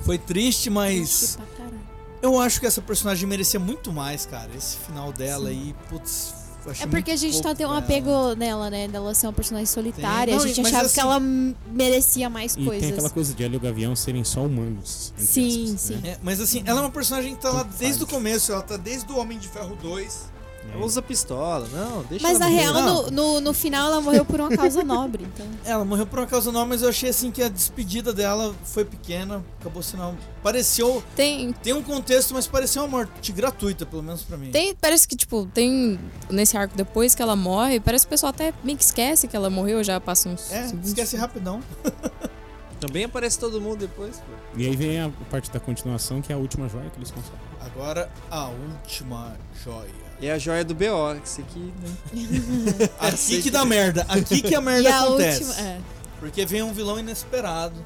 A: Foi triste, mas.
B: Pra caralho.
A: Eu acho que essa personagem merecia muito mais, cara. Esse final dela aí, putz, eu achei
B: É porque a
A: muito
B: gente tá
A: pouco
B: tendo um
A: dela.
B: apego nela, né? Dela ser uma personagem solitária.
A: Não,
B: a gente
A: mas
B: achava
A: assim-
B: que ela m- merecia mais
C: E tem aquela
B: coisas.
C: coisa de ela e o Gavião serem só humanos. entre
B: Sim,
C: aspas, né?
B: sim.
A: É, mas assim, ela é uma personagem que tá lá desde o começo, ela tá desde o Homem de Ferro 2.
C: Né?
E: Ela usa pistola, não, deixa
B: Mas
E: ela
B: na
E: morrer.
B: real,
A: Não.
B: no, no, no final, ela morreu por uma causa nobre. Então.
A: Ela morreu por uma causa não, mas eu achei assim que a despedida dela foi pequena, acabou sendo. uma- Pareceu.
D: tem,
A: Tem um contexto, mas pareceu uma morte gratuita, pelo menos pra mim.
D: Tem, parece que, tipo, tem nesse arco depois que ela morre, parece que o pessoal até meio que esquece que ela morreu, já passa uns.
A: É,
D: segundos. Tipo,
A: esquece rapidão.
E: Também aparece todo mundo depois, pô.
C: E aí vem a parte da continuação, que é a última joia que eles conseguem.
A: Agora, a última joia.
E: É a joia do BO, que isso aqui, né?
A: Aqui que dá merda, aqui que a merda
B: e a
A: acontece.
B: última. É.
A: Porque vem um vilão inesperado.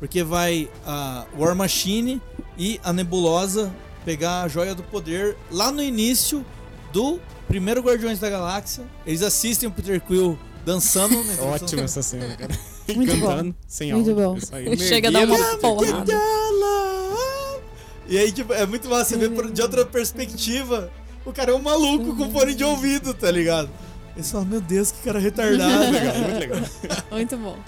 A: Porque vai a War Machine e a Nebulosa pegar a Joia do Poder lá no início do primeiro Guardiões da Galáxia. Eles assistem o Peter Quill dançando. Né?
C: Ótima essa cena, cara.
B: Muito bom.
C: Cantando, sem
B: Muito
C: áudio. é
B: bom.
C: Isso aí.
D: Ele chega a dar uma porrada.
A: E aí, tipo, é muito massa você ver por- de outra perspectiva. O cara é um maluco com fone de ouvido, tá ligado? Eles falam, meu Deus, que cara retardado, cara.
C: É Muito legal.
D: Muito bom.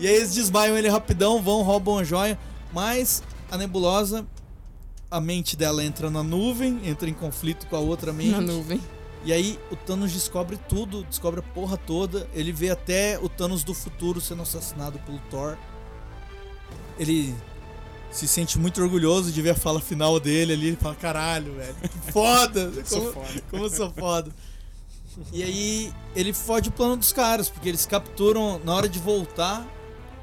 A: E aí eles desmaiam ele rapidão, vão, roubam a joia. Mas a nebulosa, a mente dela entra na nuvem, entra em conflito com a outra mente.
D: um Na nuvem.
A: E aí o Thanos descobre tudo, descobre a porra toda. Ele vê até o Thanos do futuro sendo assassinado pelo Thor. Ele se sente muito orgulhoso de ver a fala final dele ali. Ele fala, caralho, velho, que foda! Como-
C: foda.
A: como eu sou foda. E aí ele fode o plano dos caras, porque eles capturam, na hora de voltar,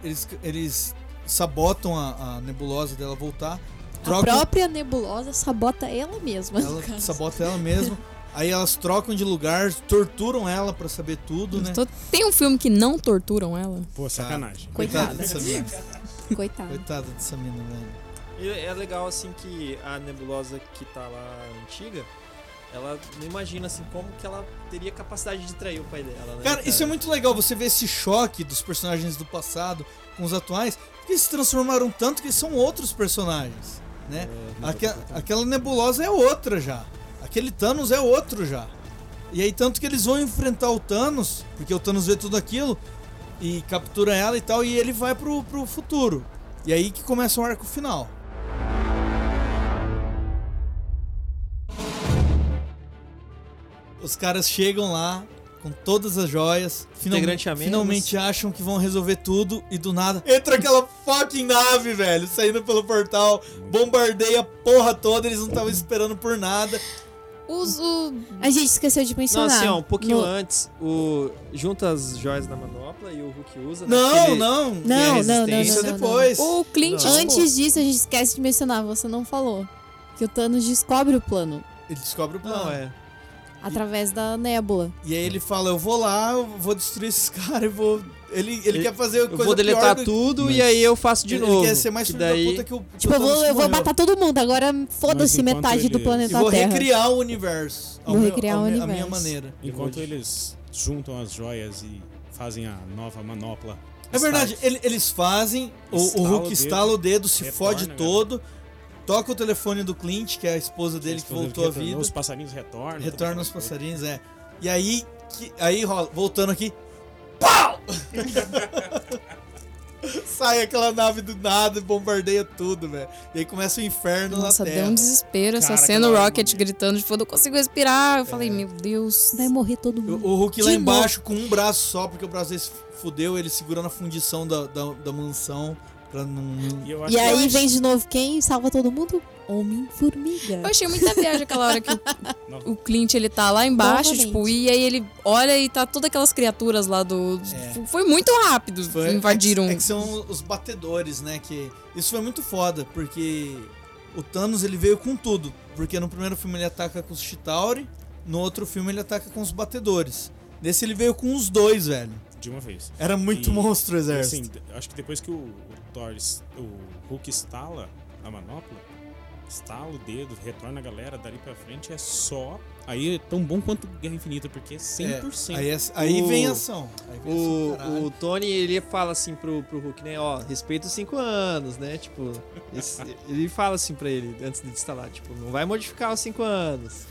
A: eles, eles sabotam a, a nebulosa dela voltar.
B: A
A: Trocam,
B: própria nebulosa sabota ela mesma. no
A: um ela
B: caso.
A: sabota ela mesma. Aí elas trocam de lugar, torturam ela pra saber tudo, né?
D: Tô- Tem um filme que não torturam ela?
C: Pô, sacanagem.
A: Coitada
B: Coitada.
A: dessa mina.
B: Coitada.
A: Coitada dessa mina, velho.
E: E é legal assim que a nebulosa que tá lá antiga, ela não imagina assim como que ela teria capacidade de trair o pai dela, né?
A: Cara, isso é muito legal, você vê esse choque dos personagens do passado com os atuais, porque eles se transformaram tanto que são outros personagens, né? Aque- aquela nebulosa é outra já. Aquele Thanos é outro já. E aí, tanto que eles vão enfrentar o Thanos, porque o Thanos vê tudo aquilo e captura ela e tal, e ele vai pro, pro futuro. E aí que começa o arco final. Os caras chegam lá com todas as joias, final-
E: Integrante a menos.
A: finalmente acham que vão resolver tudo e do nada entra aquela fucking nave, velho, saindo pelo portal, bombardeia a porra toda, eles não estavam esperando por nada.
D: Os, o-
B: A gente esqueceu de
E: Não,
B: mencionar.
E: assim, ó, um pouquinho
B: No-
E: antes, o... junta as joias da manopla e o Hulk usa. né,
A: Não,
E: aquele-
A: não.
B: Não, não, não, não,
A: Isso é
B: não,
A: depois.
D: o Clint.
E: Não.
D: tipo,
B: Antes disso, a gente esquece de mencionar, você não falou. Que o Thanos descobre o plano
A: Ele descobre o plano.
E: Não, é.
B: através da nébula.
A: E aí ele fala, eu vou lá, eu vou destruir esses caras, eu vou... Ele, ele,
E: Ele-
A: quer fazer
E: Eu
A: coisa
E: vou
A: pior
E: deletar
A: do...
E: tudo
C: Mas-
E: e aí eu faço de
A: ele
E: novo.
A: quer ser mais
E: que
A: filho da
E: daí...
A: puta que o... que
B: Tipo,
A: o
B: eu vou,
A: Thanos
B: eu vou
A: morreu.
B: matar todo mundo, agora foda-se
C: enquanto
B: metade do
C: ele-
A: E
B: planeta
A: vou
B: Terra.
A: recriar o universo. ao
B: Vou
A: meu-
B: recriar
A: ao
B: o
A: me- A
B: universo.
A: minha maneira.
C: Enquanto eles juntam as joias e fazem a nova manopla.
A: É verdade,
C: Stark.
A: ele- eles fazem, o, o
C: Estala o
A: Hulk
C: dedo,
A: estala o dedo, se
C: retorna,
A: fode
C: né?
A: todo, toca o telefone do Clint, que é a esposa dele que
C: Eles
A: voltou à
E: né?
C: retornam,
A: vida,
C: Os passarinhos retornam. tá
A: retorna
C: tudo
A: os
C: aquela coisa.
A: passarinhos, é. E aí, que- aí rola, voltando aqui, PAU! Sai aquela nave do nada e bombardeia tudo, velho. E aí começa o inferno
D: Nossa,
A: na Terra.
D: deu um desespero essa
C: Cara,
D: cena, o
C: aquela hora,
D: Rocket
C: mano.
D: gritando, tipo, eu não consigo respirar. Eu falei, meu Deus.
B: Vai morrer todo mundo.
A: O o Hulk lá
B: De
A: embaixo com um braço só, porque o braço dele se fudeu, ele segurando a fundição da, da, da mansão pra não...
C: E, eu acho
B: E
C: que- é
B: aí vem de novo quem salva todo mundo? Homem-Formiga.
D: Eu achei muita viagem aquela hora que o, o Clint ele tá lá embaixo,
B: Novamente.
D: tipo, e aí ele olha e tá todas aquelas criaturas lá do. tipo,
A: É.
D: Foi muito rápido.
A: Foi-
D: invadiram.
A: É que são os batedores, né? Que isso foi muito foda, porque o Thanos ele veio com tudo. Porque no primeiro filme ele ataca com os Chitauri, no outro filme ele ataca com os batedores. Nesse ele veio com os dois, velho.
C: De uma vez.
A: Era muito
C: E-
A: monstro o exército.
C: Assim, d- acho que depois que o, o Thor, es- o Hulk estala a manopla, estala o dedo, retorna a galera, dali pra frente é só. Aí é tão bom quanto Guerra Infinita, porque é 100%.
A: Aí, é- aí
E: O-
A: vem a ação. Aí vem a ação,
E: O,
A: caralho.
E: o Tony, ele fala assim pro, pro Hulk, né? Ó, respeita os 5 anos, né? Tipo, esse- ele fala assim pra ele antes de instalar, tipo, não vai modificar os 5 anos.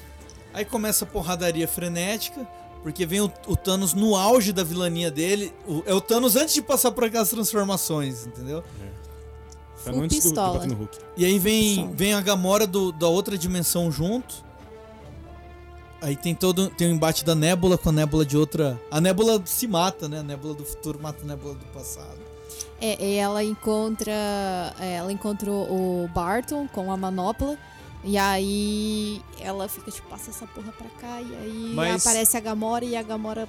A: Aí começa a porradaria frenética. Porque vem o, o Thanos no auge da vilania dele. O- é o Thanos antes de passar por aquelas transformações, entendeu?
C: Tá
B: Full
C: antes do, do
B: pistola.
C: bater no Hulk.
A: E aí vem,
B: São.
A: vem a Gamora do- da outra dimensão junto. Aí tem todo tem o embate da Nébula com a Nébula de outra. A Nébula se mata, né? A Nébula do futuro mata a Nébula do passado.
B: É, e ela encontra. é, Ela encontrou o Barton com a manopla. E aí ela fica tipo, passa essa porra pra cá. E aí
E: Mas-
B: aparece a Gamora e a Gamora.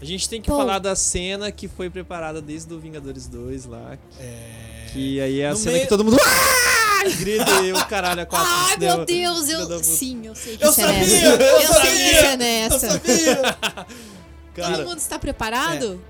E: A gente tem que
B: Pô.
E: falar da cena que foi preparada desde o Vingadores 2 lá. Que,
A: É.
E: que aí é a
A: No
E: cena
A: meio-
E: que todo mundo. "Ah!" grita e o caralho a quatro. no
B: Ai,
E: cinema.
B: meu Deus!
E: Ah, Filha da
B: Eu...
E: puta.
B: Sim, eu sei que
A: Eu
B: isso
A: sabia,
B: é nessa.
A: eu
B: sei que isso
A: sabia,
B: é nessa.
A: Sabia?
E: Cara,
B: Todo mundo está preparado?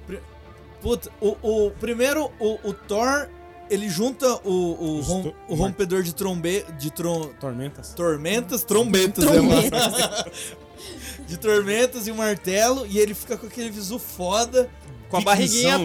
A: Puta, o, o- primeiro, o, o Thor, ele junta o, o,
C: Os
A: rom-
C: to-
A: o rompedor de trombe, de tron,
C: Tormentas.
A: tormentas, trombetas, né, mano? de tormentas e um martelo, e ele fica com aquele visu foda.
E: com a
C: Vikinzão,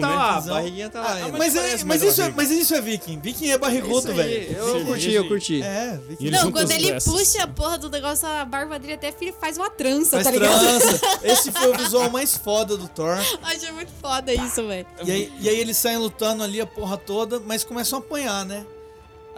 E: barriguinha tá
C: né?
E: lá. A
A: Vikinzão.
E: barriguinha tá lá.
A: Ah,
E: ainda.
A: mas, é- mas
C: parece mais
A: isso é,
C: amigo.
A: mas isso é viking. Viking é barrigudo,
E: Isso aí,
A: velho.
E: Eu curti, eu curti.
A: É,
C: E
A: viking.
C: eles
B: Não,
C: juntam
B: quando
C: as
B: ele
C: peças.
B: puxa a porra do negócio, a barba dele até fi- faz uma trança,
A: Faz
B: tá ligado?
A: trança. Esse foi o visual mais foda do Thor.
B: Achei muito foda
A: Tá.
B: isso, velho.
A: E aí, e aí eles saem lutando ali a porra toda, mas começam a apanhar, né?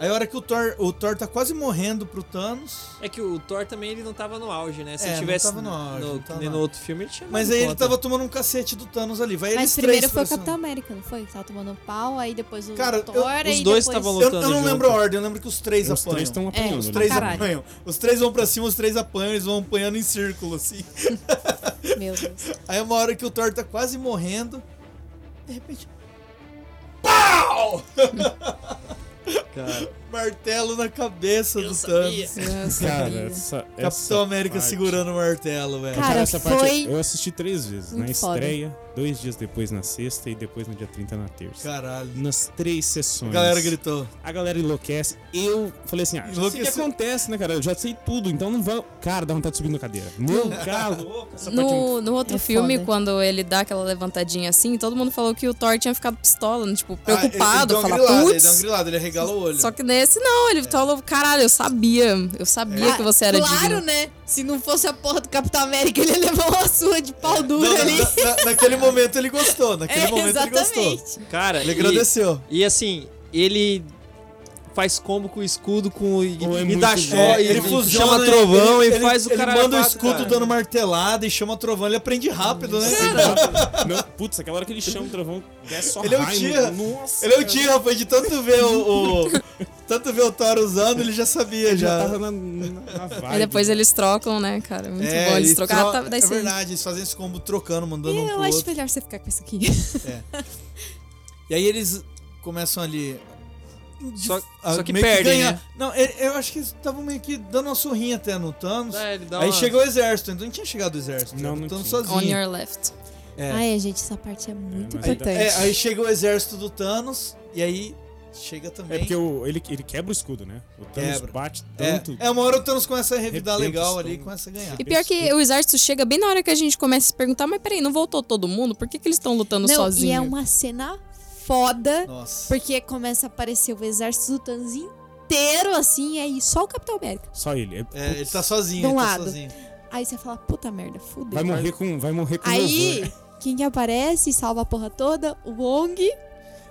A: Aí a hora que o Thor, o Thor tá quase morrendo pro Thanos.
E: É que o Thor também ele não tava no auge, né? Se
A: É,
E: ele
A: não
E: tivesse
A: tava no auge, não
E: que
A: tava
E: nem
A: no
E: no
A: auge.
E: outro filme, ele tinha
A: Mas
E: dado
A: aí ele
E: conta.
A: tava tomando um cacete do Thanos ali. Vai
B: Mas
A: eles
B: primeiro
A: três
B: foi
A: pra
B: o
A: cima.
B: Capitão América, não foi? Tava tomando pau, aí depois o
A: Cara, eu-
B: Thor,
E: os
B: aí
E: dois
B: depois...
E: estavam
A: Eu, eu
E: lutando
A: não
E: junto.
A: lembro a ordem, eu lembro que os três
C: Os
A: apanham.
C: três estão
B: É,
C: apanhando.
B: os
A: Os
C: né?
A: três
B: Caralho.
A: apanham. Os três vão pra cima, os três apanham, eles vão apanhando em círculo, assim.
B: Meu Deus.
A: Aí é uma hora que o Thor tá quase morrendo. De repente,
E: Cara,
A: martelo na cabeça do Thanos.
D: Nossa,
C: Cara,
D: vida.
C: essa,
A: Capitão
C: essa
A: América
C: parte-
A: segurando o martelo, velho.
B: Cara,
C: essa parte
B: foi
C: eu assisti três vezes. Na
B: muito foda.
C: estreia, dois dias depois na sexta e depois no dia 30 na terça.
A: Caralho.
C: Nas três sessões.
A: A galera gritou.
C: A galera enlouquece. Eu falei assim, ah, já sei o que
A: Enlouqueceu.
C: acontece, né, cara? Eu já sei tudo, então não vai. Cara, dá vontade de subir na cadeira. Meu
A: Tá
C: galo. Essa parte é muito-
D: No, no outro
B: É
D: filme,
B: foda.
D: quando ele dá aquela levantadinha assim, todo mundo falou que o Thor tinha ficado pistola, né? tipo,
A: Ah, ele-
D: preocupado,
A: ele, dá uma
D: falar,
A: grilada, ele dá uma
D: putz.
A: grilada, ele regala o olho.
D: Só que nesse não, ele falou, caralho, eu sabia, eu sabia que você era
B: Claro,
D: digno.
B: né? Se não fosse a porra do Capitão América, ele levou uma sua de pau
A: Não,
B: duro ali.
A: na- na- naquele momento ele gostou, naquele
B: É,
A: momento ele gostou.
B: exatamente.
E: cara
A: Ele
E: e-
A: agradeceu.
E: E assim, ele faz combo com o escudo, com o
C: Ou é
E: e, e
C: muito
E: dá
C: bom.
E: show,
C: É,
E: e
A: ele
E: ele
A: fusiona,
E: chama
A: ele-
E: trovão
A: ele-
E: e faz o
A: ele
E: cara.
A: manda o escudo dando martelada e chama trovão, ele aprende rápido, né?
C: Não, putz, aquela hora que ele chama o trovão, desce só
A: Ele é o
C: raio.
A: Tira.
C: Nossa.
A: Ele é o tio, rapaz, de tanto ver o, o, Tanto ver o Thor usando, ele já sabia,
C: já
A: já.
C: tava na, na, na vibe.
D: Aí depois eles trocam, né, cara? Muito
A: É,
D: bom eles
A: ele
D: trocar.
A: tro-
D: tá, daí
A: é
D: você-
A: verdade, eles fazem esse combo trocando, mandando um
B: eu
A: pro
B: acho
A: outro.
B: melhor você ficar com isso aqui.
A: E aí eles começam ali.
E: Só-
A: a
E: só que
A: meio
E: perdem,
A: ganhar.
E: né?
A: Não, ele- eu acho que eles estavam meio que dando uma sorrinha até no Thanos.
E: É, ele dá
A: aí
E: uma-
A: chegou o exército, então não tinha chegado o exército.
C: Não,
A: tava
C: não
A: Thanos
C: tinha.
D: On
A: sozinho.
D: your left.
A: É.
B: Ai, gente, essa parte é muito
C: mas-
A: Aí,
D: Importante.
A: é, aí chega o exército do Thanos, e aí chega também.
C: É porque o- ele, ele quebra o escudo, né? O Thanos
A: Quebra.
C: bate
A: É,
C: tanto.
A: é, uma hora o Thanos começa a revidar
C: Arrebenta
A: legal
C: os
A: ali e
C: Thanos.
A: começa a ganhar.
D: E pior que o exército chega bem na hora que a gente começa a se perguntar, mas peraí, não voltou todo mundo? Por que, que eles estão lutando
B: Não,
D: sozinhos?
B: e é uma cena foda,
A: Nossa.
B: porque começa a aparecer o exército do Thanos inteiro, assim, e aí só o Capitão América.
C: Só ele. É-
A: É, ele tá sozinho,
B: De um
A: ele tá
B: lado.
A: sozinho.
B: Aí você fala, puta merda, fudeu.
C: Vai morrer com, vai morrer com
B: Aí,
C: louvor.
B: quem que aparece e salva a porra toda? O Wong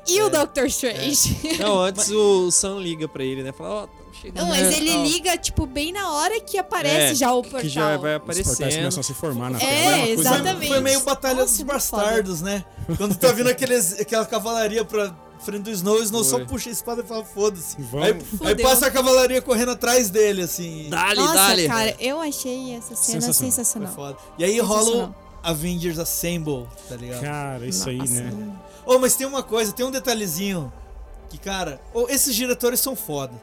B: e
A: É.
B: o Doctor Strange.
E: Não, antes o Sam liga pra ele, né? Fala, ó, tamo chegando.
A: É.
B: Não, mas
E: né,
B: ele
E: tal,
B: liga, tipo, bem na hora que aparece
E: É,
B: já o portal.
E: Que já vai
C: Os portais
E: aparecendo.
C: começam a se formar na
B: É,
C: tela. uma coisa-
B: exatamente.
A: Foi meio Batalha
B: Nossa,
A: dos
B: muito foda.
A: Bastardos, né? Quando tá vindo aqueles, aquela cavalaria pra frente do Snow, o Snow só
E: Foi.
A: puxa a espada e fala, foda-se.
C: Vamos.
A: Aí, aí
B: Fudeu.
A: passa a cavalaria correndo atrás dele, assim.
E: Dale,
B: Nossa,
E: dale.
B: cara, eu achei essa cena
C: Sensacional.
A: Foi
B: sensacional.
A: foda. E aí rola o Avengers Assemble, tá ligado?
C: Cara,
D: Nossa.
C: isso aí, né?
A: Oh, mas tem uma coisa, tem um detalhezinho que, cara, oh, esses diretores são foda.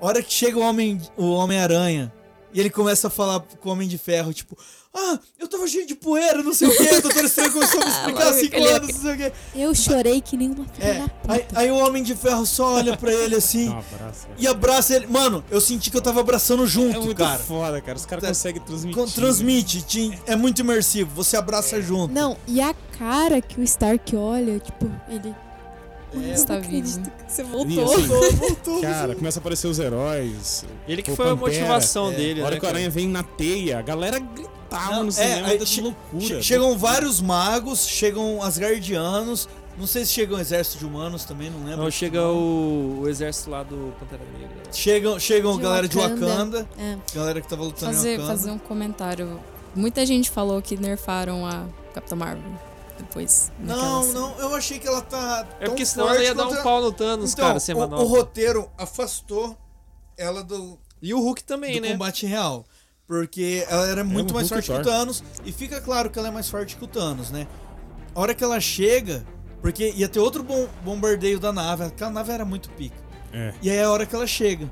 A: A hora que chega o homem, o homem aranha e ele começa a falar com o homem de ferro, tipo, ah, eu tava cheio de poeira, não sei o quê, o Doutor Estranho começou a me
B: Ah,
A: explicar há cinco
D: Aquele-
A: anos, não sei o quê.
B: Eu chorei que nem uma filha
A: É,
B: é da puta.
A: aí, aí o homem de ferro só olha pra ele assim
C: Dá um abraço.
A: e abraça ele. Mano, eu senti que eu tava abraçando junto,
C: É muito
A: cara.
C: foda, cara. Os caras
A: Tá-
C: conseguem transmitir.
A: Con- Transmite, te- é muito imersivo, você
E: É.
A: abraça junto.
B: Não, e a cara que o Stark olha, tipo, ele. "Mano, eu
D: Você tá
B: não acredito
D: vivo.
B: que você
C: E
B: voltou.
C: assim,
A: Voltou, voltou.
C: cara, começa a aparecer os heróis.
E: Ele que
C: O
E: foi a
C: Pantera.
E: motivação
A: É,
E: dele,
C: A hora
E: né?
C: que a
E: cara?
C: aranha vem na teia, a galera gritava
A: Não,
C: no
A: é,
C: cinema.
A: aí
C: É,
A: che-
C: loucura.
E: né?
A: Che- Chegam vários magos, chegam as guardianos, não sei se chegam exército de humanos também, não lembro.
E: Não, Então chega o, o exército lá do Pantera Negra.
A: Chegam, chegam
B: De
A: galera de
B: Wakanda.
A: Wakanda,
B: É.
A: galera que tava lutando em
D: Fazer,
A: Wakanda.
D: fazer um comentário. Muita gente falou que nerfaram a Capitã Marvel depois.
B: um
D: naquela
A: Não,
D: cena.
A: não, eu achei que ela tá
E: É
A: tão
E: porque senão
A: forte
E: ela ia dar
A: quanto-
E: um pau no Thanos,
A: então,
E: cara, sem
A: o,
E: manual.
A: o roteiro afastou ela do,
E: E o Hulk também,
A: do
E: né?
A: combate real. Porque ela era muito
C: o
A: mais
C: É, um Hulk
A: forte
C: e
A: que o
C: Thor.
A: Thanos. E fica claro que ela é mais forte que o Thanos, né? A hora que ela chega. Porque ia ter outro bom, bombardeio da nave. Aquela nave era muito pica.
C: É.
A: E aí é a hora que ela chega.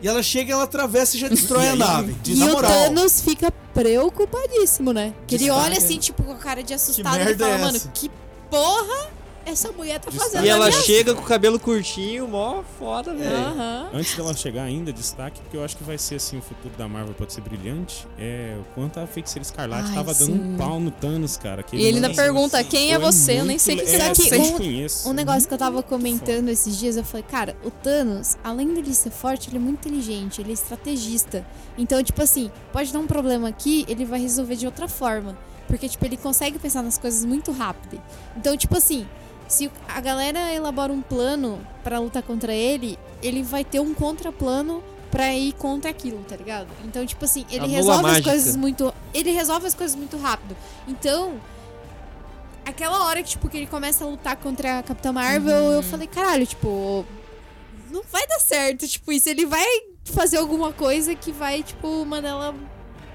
A: E ela chega, ela atravessa e já destrói
C: E
A: a
C: aí?
A: nave.
C: E
A: na
B: E o
A: moral.
B: Thanos fica preocupadíssimo, né? Que ele
A: Destaca.
B: olha assim, tipo, com a cara de assustado
A: merda
B: e fala,
A: é
B: mano,
A: essa?"
B: que porra essa mulher tá
C: Destaca.
B: fazendo
E: E ela
B: ali?
E: chega com o cabelo curtinho, mó foda, velho.
B: Aham.
C: Antes dela chegar ainda, destaque, porque eu acho que vai ser assim, o futuro da Marvel pode ser brilhante. É o quanto a feiticeira escarlate
D: Ai,
C: tava
D: sim.
C: dando um pau no Thanos, cara. que
D: E ele ainda
C: não-
D: pergunta, quem é
C: Foi
D: você? Eu nem
C: muito
D: sei
C: le-
D: quem
C: é,
D: é
B: Só que
D: você.
C: eu
B: um-
C: te conheço.
B: Um negócio que eu
E: Uhum.
B: tava comentando esses dias, eu falei, cara, o Thanos, além dele ser forte, ele é muito inteligente, ele é estrategista. Então, tipo assim, pode dar um problema aqui, ele vai resolver de outra forma. Porque, tipo, ele consegue pensar nas coisas muito rápido. Então, tipo assim, se a galera elabora um plano pra lutar contra ele, ele vai ter um contraplano pra ir contra aquilo, tá ligado? Então, tipo assim, ele
E: A mula
B: resolve
E: mágica.
B: as coisas muito. Ele resolve as coisas muito rápido. Então, aquela hora que, tipo, que ele começa a lutar contra a Capitã Marvel,
A: Uhum.
B: eu falei, caralho, tipo, não vai dar certo, tipo, isso. Ele vai fazer alguma coisa que vai, tipo, mandar ela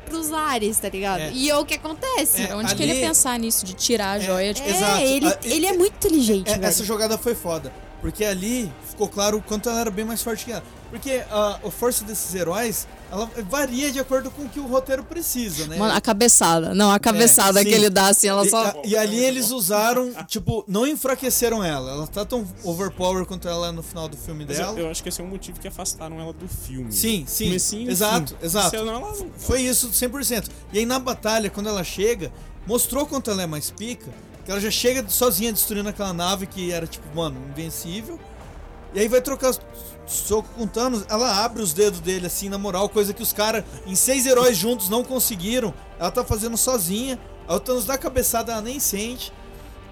B: pros ares, tá ligado?
A: É.
B: E é o que acontece.
A: É,
D: Onde que ele
A: ali-
D: ia pensar nisso, de tirar a joia?
B: É,
D: Tipo,
A: Exato.
B: ele,
A: Ah, e-
B: ele é muito inteligente,
A: É,
B: velho.
A: essa jogada foi foda. Porque ali ficou claro o quanto ela era bem mais forte que ela. Porque a, a força desses heróis, ela varia de acordo com o que o roteiro precisa, né?
D: Mano, a cabeçada. Não, a cabeçada
A: É, sim.
D: que ele dá, assim, ela
A: E,
D: só...
A: a- e ali eles usaram, tipo, não enfraqueceram ela. Ela tá tão overpower quanto ela é no final do filme
C: Mas eu,
A: dela.
C: eu acho que esse é um motivo que afastaram ela do filme.
A: Sim, sim.
C: Comecinho,
A: Exato,
C: fim.
A: exato.
C: Senão ela- é
A: Foi isso 100%. E aí na batalha, quando ela chega, mostrou quanto ela é mais pica, que ela já chega sozinha destruindo aquela nave que era tipo, mano, invencível. E aí vai trocar soco com o Thanos, ela abre os dedos dele assim, na moral, coisa que os caras em seis heróis juntos não conseguiram. Ela tá fazendo sozinha. Aí o Thanos dá a cabeçada, ela nem sente.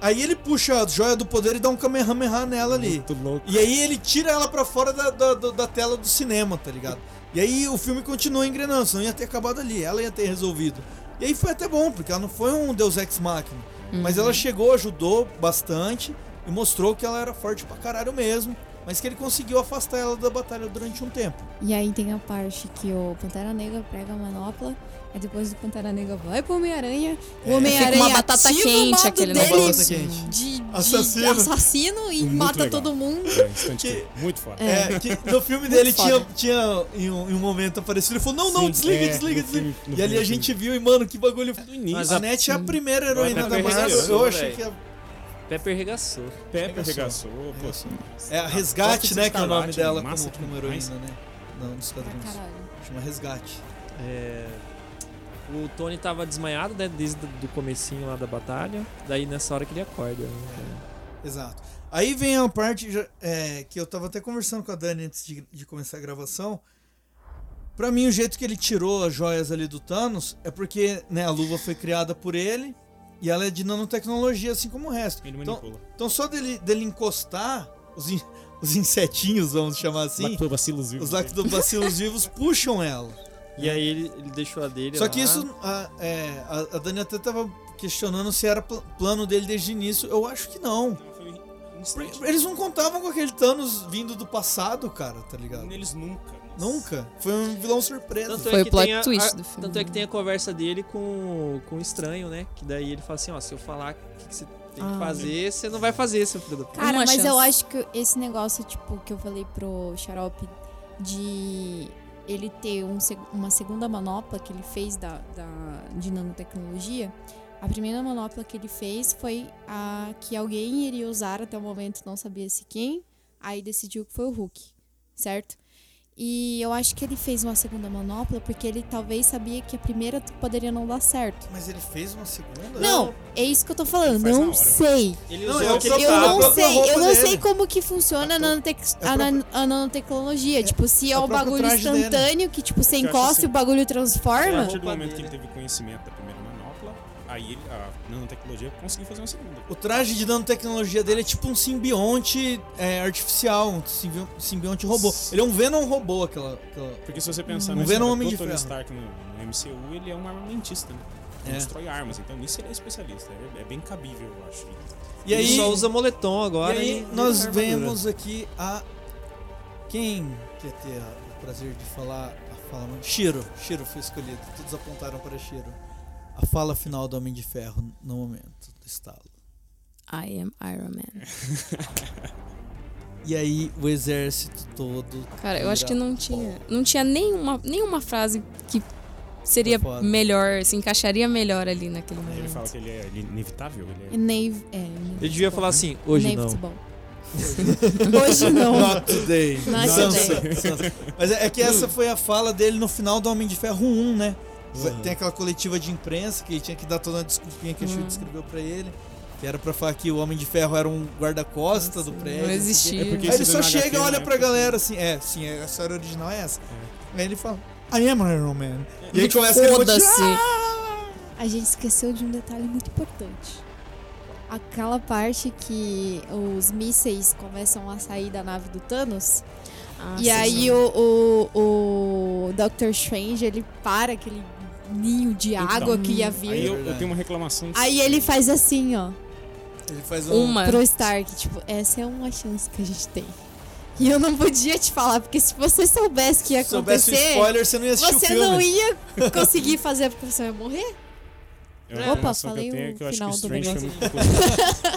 A: Aí ele puxa a joia do poder e dá um Kamehameha nela ali.
C: Muito louco.
A: E aí ele tira ela pra fora da, da, da- da tela do cinema, tá ligado? E aí o filme continua engrenando, senão ia ter acabado ali, ela ia ter resolvido. E aí foi até bom, porque ela não foi um Deus Ex Machina.
C: Uhum.
A: Mas ela chegou, ajudou bastante e mostrou que ela era forte pra caralho mesmo. mas que ele conseguiu afastar ela da batalha durante um tempo.
B: E aí tem a parte que o Pantera Negra prega a manopla, aí depois o Pantera Negra vai pro Homem-Aranha, o
A: É.
D: Fica
B: Homem-Aranha
D: uma batata
B: ativa o
D: quente
B: mato
D: aquele
B: dele,
A: negócio. Batata
D: negócio.
A: quente.
B: De, de
A: Assassino.
B: assassino. e
C: Muito
B: mata
C: legal.
B: todo mundo.
C: É, instante
A: Que-
C: que- Muito foda.
A: É, que no filme dele tinha,
B: foda.
A: tinha em, um, em um momento aparecido, ele falou, não, não,
C: Sim,
A: desliga,
C: é,
A: desliga,
C: no
A: desliga.
C: filme- no
A: e ali
C: filme
A: a gente viu, e mano, que bagulho...
C: do início.
A: Mas a Net é a primeira heroína
C: Mas
A: da
C: a
A: Marvel,
C: primeira
A: eu
C: versão,
A: achei
E: velho.
A: que... é-
E: Pepe arregaçou.
C: Pepe
A: Arregaçou.
C: arregaçou, pô.
A: assim.
C: assim. Ah,
A: É a Resgate,
C: Toque
A: né, que é o nome
C: Escarlate,
A: dela
C: massa
A: como, como
C: demais.
A: heroína, né? Não, dos
B: Ah,
A: quadrinhos. Chama Resgate.
E: É, O Tony tava desmaiado, né? Desde o comecinho lá da batalha. Daí nessa hora que ele acorda. né?
A: Exato. Aí vem a parte já- é, que eu tava até conversando com a Dani antes de, de começar a gravação. Pra mim, o jeito que ele tirou as joias ali do Thanos é porque né, a luva foi criada por ele e ela é de nanotecnologia, assim como o resto.
C: Ele
A: então,
C: manipula.
A: então só dele, dele encostar os, in- os insetinhos, vamos chamar assim,
C: Lactobacilos
A: os
C: vivos, né?
A: lactobacilos vivos puxam ela.
E: E aí ele, ele deixou a dele
A: Só
E: lá.
A: que isso, a, é, a- a Dani até tava questionando se era pl- plano dele desde o início. Eu acho que não. Por- Eles não contavam com aquele Thanos vindo do passado, cara, tá ligado?
C: Neles nunca. nossa.
A: Nunca. Foi um vilão surpresa.
E: Tanto
D: Foi
E: é
D: o
E: que
D: plot
E: tem a-
D: twist
E: a-
D: do filme.
E: Tanto é que tem a conversa dele com, com o estranho, né? Que daí ele fala assim, ó, se eu falar o que, que você tem que
D: Ah.
E: fazer, você não vai fazer, seu filho da puta.
B: Cara,
D: Uma
B: mas eu
D: chance.
B: acho que esse negócio, tipo, que eu falei pro Xarope de ele ter um seg- uma segunda manopla que ele fez da, da, de nanotecnologia, a primeira manopla que ele fez foi a que alguém iria usar até o momento, não sabia se quem, aí decidiu que foi o Hulk, certo? E eu acho que ele fez uma segunda manopla porque ele talvez sabia que a primeira poderia não dar certo.
E: é
A: Mas ele fez uma segunda?
B: Não, é isso que eu tô falando,
C: faz na
B: não
C: hora.
B: sei.
E: Ele
A: Não,
E: usou
A: é o
E: aquele
A: que
B: Eu
A: Tá, a
E: taco.
B: não
A: própria
B: sei, eu
A: roupa
B: não
A: dele.
B: sei como que funciona a, nanotec-
A: é a
B: a nan- a nanotecnologia. tipo, se é,
A: é o
B: o
A: próprio
B: bagulho
A: traje dele.
B: instantâneo que, tipo, você
C: Eu acho
B: encosta
C: assim,
B: e o bagulho
C: A
B: transforma.
C: partir do
E: roupa
C: momento que
E: dele.
C: ele teve conhecimento da primeira manopla, aí ele, a nanotecnologia conseguiu fazer uma segunda.
A: O traje de nanotecnologia dele é tipo um simbionte é, artificial, um simbi- simbionte robô. Ele é um Venom robô, aquela. aquela-
C: Porque se você pensar
A: Não
C: na
A: vê no
C: história
A: Homem
C: do
A: de
C: Tony
A: Ferro.
C: Stark no, no MCU, ele é um armamentista, né? Ele
A: É.
C: destrói armas, então nisso ele é especialista. É, é bem cabível, eu acho.
A: E aí,
E: Ele só usa moletom
A: e
E: agora.
A: aí
E: e-
A: nós
E: e armadura.
A: vemos aqui a. Quem quer ter a- o prazer de falar a fala. Shiro. Shiro foi escolhido. Todos apontaram para Shiro. A fala final do Homem de Ferro no momento do estalo.
D: I am Iron Man.
A: E aí o exército todo.
D: Cara, eu acho que não tinha,
A: Pô.
D: não tinha nenhuma, nenhuma frase que seria
A: Foi foda.
D: melhor, se encaixaria melhor ali naquele
C: Ele fala
D: momento.
C: que ele é ele é inevitável, ele é...
B: Nave, é,
E: Ele devia falar assim, hoje não.
B: Futebol. Hoje não.
A: Not today.
B: Not
A: Sansa. Sansa. Mas é é que essa foi a fala dele no final do Homem de Ferro 1, né?
C: Uhum.
A: Tem aquela coletiva de imprensa que ele tinha que dar toda uma desculpinha que a Chute escreveu pra ele. Que era pra falar que o Homem de Ferro era um guarda-costa do prédio. sei o
D: Não
A: quê.
D: existia. Ah,
C: É porque
A: Aí ele
C: Isso
A: só
C: na
A: chega
C: HQ,
A: e olha
C: né?
A: pra galera assim, é, sim, a história original é essa. Aí ele fala, I am Iron Man. E aí começa aquele monte de- "Ah!"
D: Foda-se.
B: A gente esqueceu de um detalhe muito importante. Aquela parte que os mísseis começam a sair da nave do Thanos.
D: Ah,
B: e
D: sim,
B: aí
D: sim.
B: o, o, o Doctor Strange, ele para aquele ninho de água que ia vir.
C: Aí eu,
A: verdade.
C: eu tenho uma reclamação.
B: Aí ele faz assim, ó,
A: Ele faz um...
D: Uma.
B: pro Stark, tipo, essa é uma chance que a gente tem. E eu não podia te falar, porque se você soubesse que ia
A: Se soubesse o
B: acontecer,
A: spoiler, você não ia assistir o
B: você
A: filme.
B: não ia conseguir fazer porque você ia morrer.
C: É uma
B: Opa,
C: reclamação
B: falei
C: que eu tenho,
B: o
C: que eu acho que o
B: final do
C: Strange foi muito cuzão.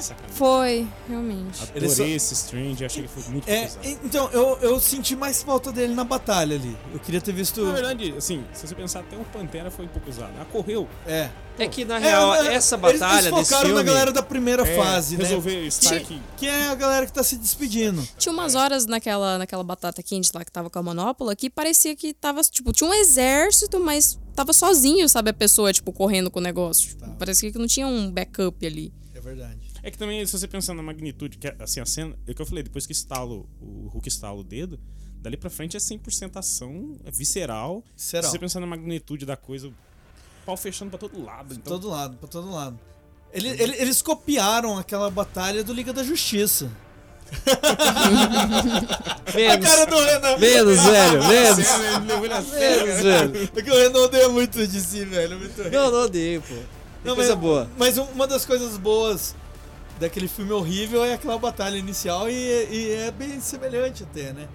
C: Sacanagem.
D: Foi, realmente.
C: Adorei
A: Ele só-
C: esse Strange, achei que foi muito
A: É,
C: cuzão.
A: en- então, eu, eu senti mais falta dele na batalha ali. Eu queria ter visto.
C: Na verdade, assim, se você pensar, até o Pantera foi um pouco usado. Ah, correu.
A: É.
E: É que na
A: É,
E: real,
A: é,
E: essa
A: eles-
E: batalha
A: Eles
E: desse
A: focaram na
E: filme...
A: galera da primeira
C: É,
A: fase, né?
C: resolver Stark.
A: Que é a galera que tá se despedindo.
D: Tinha umas horas naquela, naquela batata quente lá que tava com a monópola que parecia que tava, tipo, tinha um exército, mas tava sozinho, sabe, a pessoa, tipo, correndo com o negócio. Tipo,
A: Tá.
D: Parecia que não tinha um backup ali.
A: É verdade.
C: É que também, se você pensar na magnitude, que é, assim, a cena. É o que eu falei, depois que estalo, o Hulk estala o dedo, dali pra frente é 100% ação, é visceral.
A: Será?
C: Se você pensar na magnitude da coisa, o pau fechando pra todo lado.
A: Pra
C: Então,
A: todo lado, pra todo lado. Ele- ele- eles copiaram aquela batalha do Liga da Justiça.
E: Menos,
A: do Renan. Ah,
E: menos, velho, menos, menos, velho.
A: É que o Renan odeia muito de si, velho. Muito
E: Não, não odeio, pô. Tem
A: Não,
E: coisa
A: mas-
E: boa.
A: Mas um- uma das coisas boas daquele filme horrível é aquela batalha inicial e, e é bem semelhante até, né?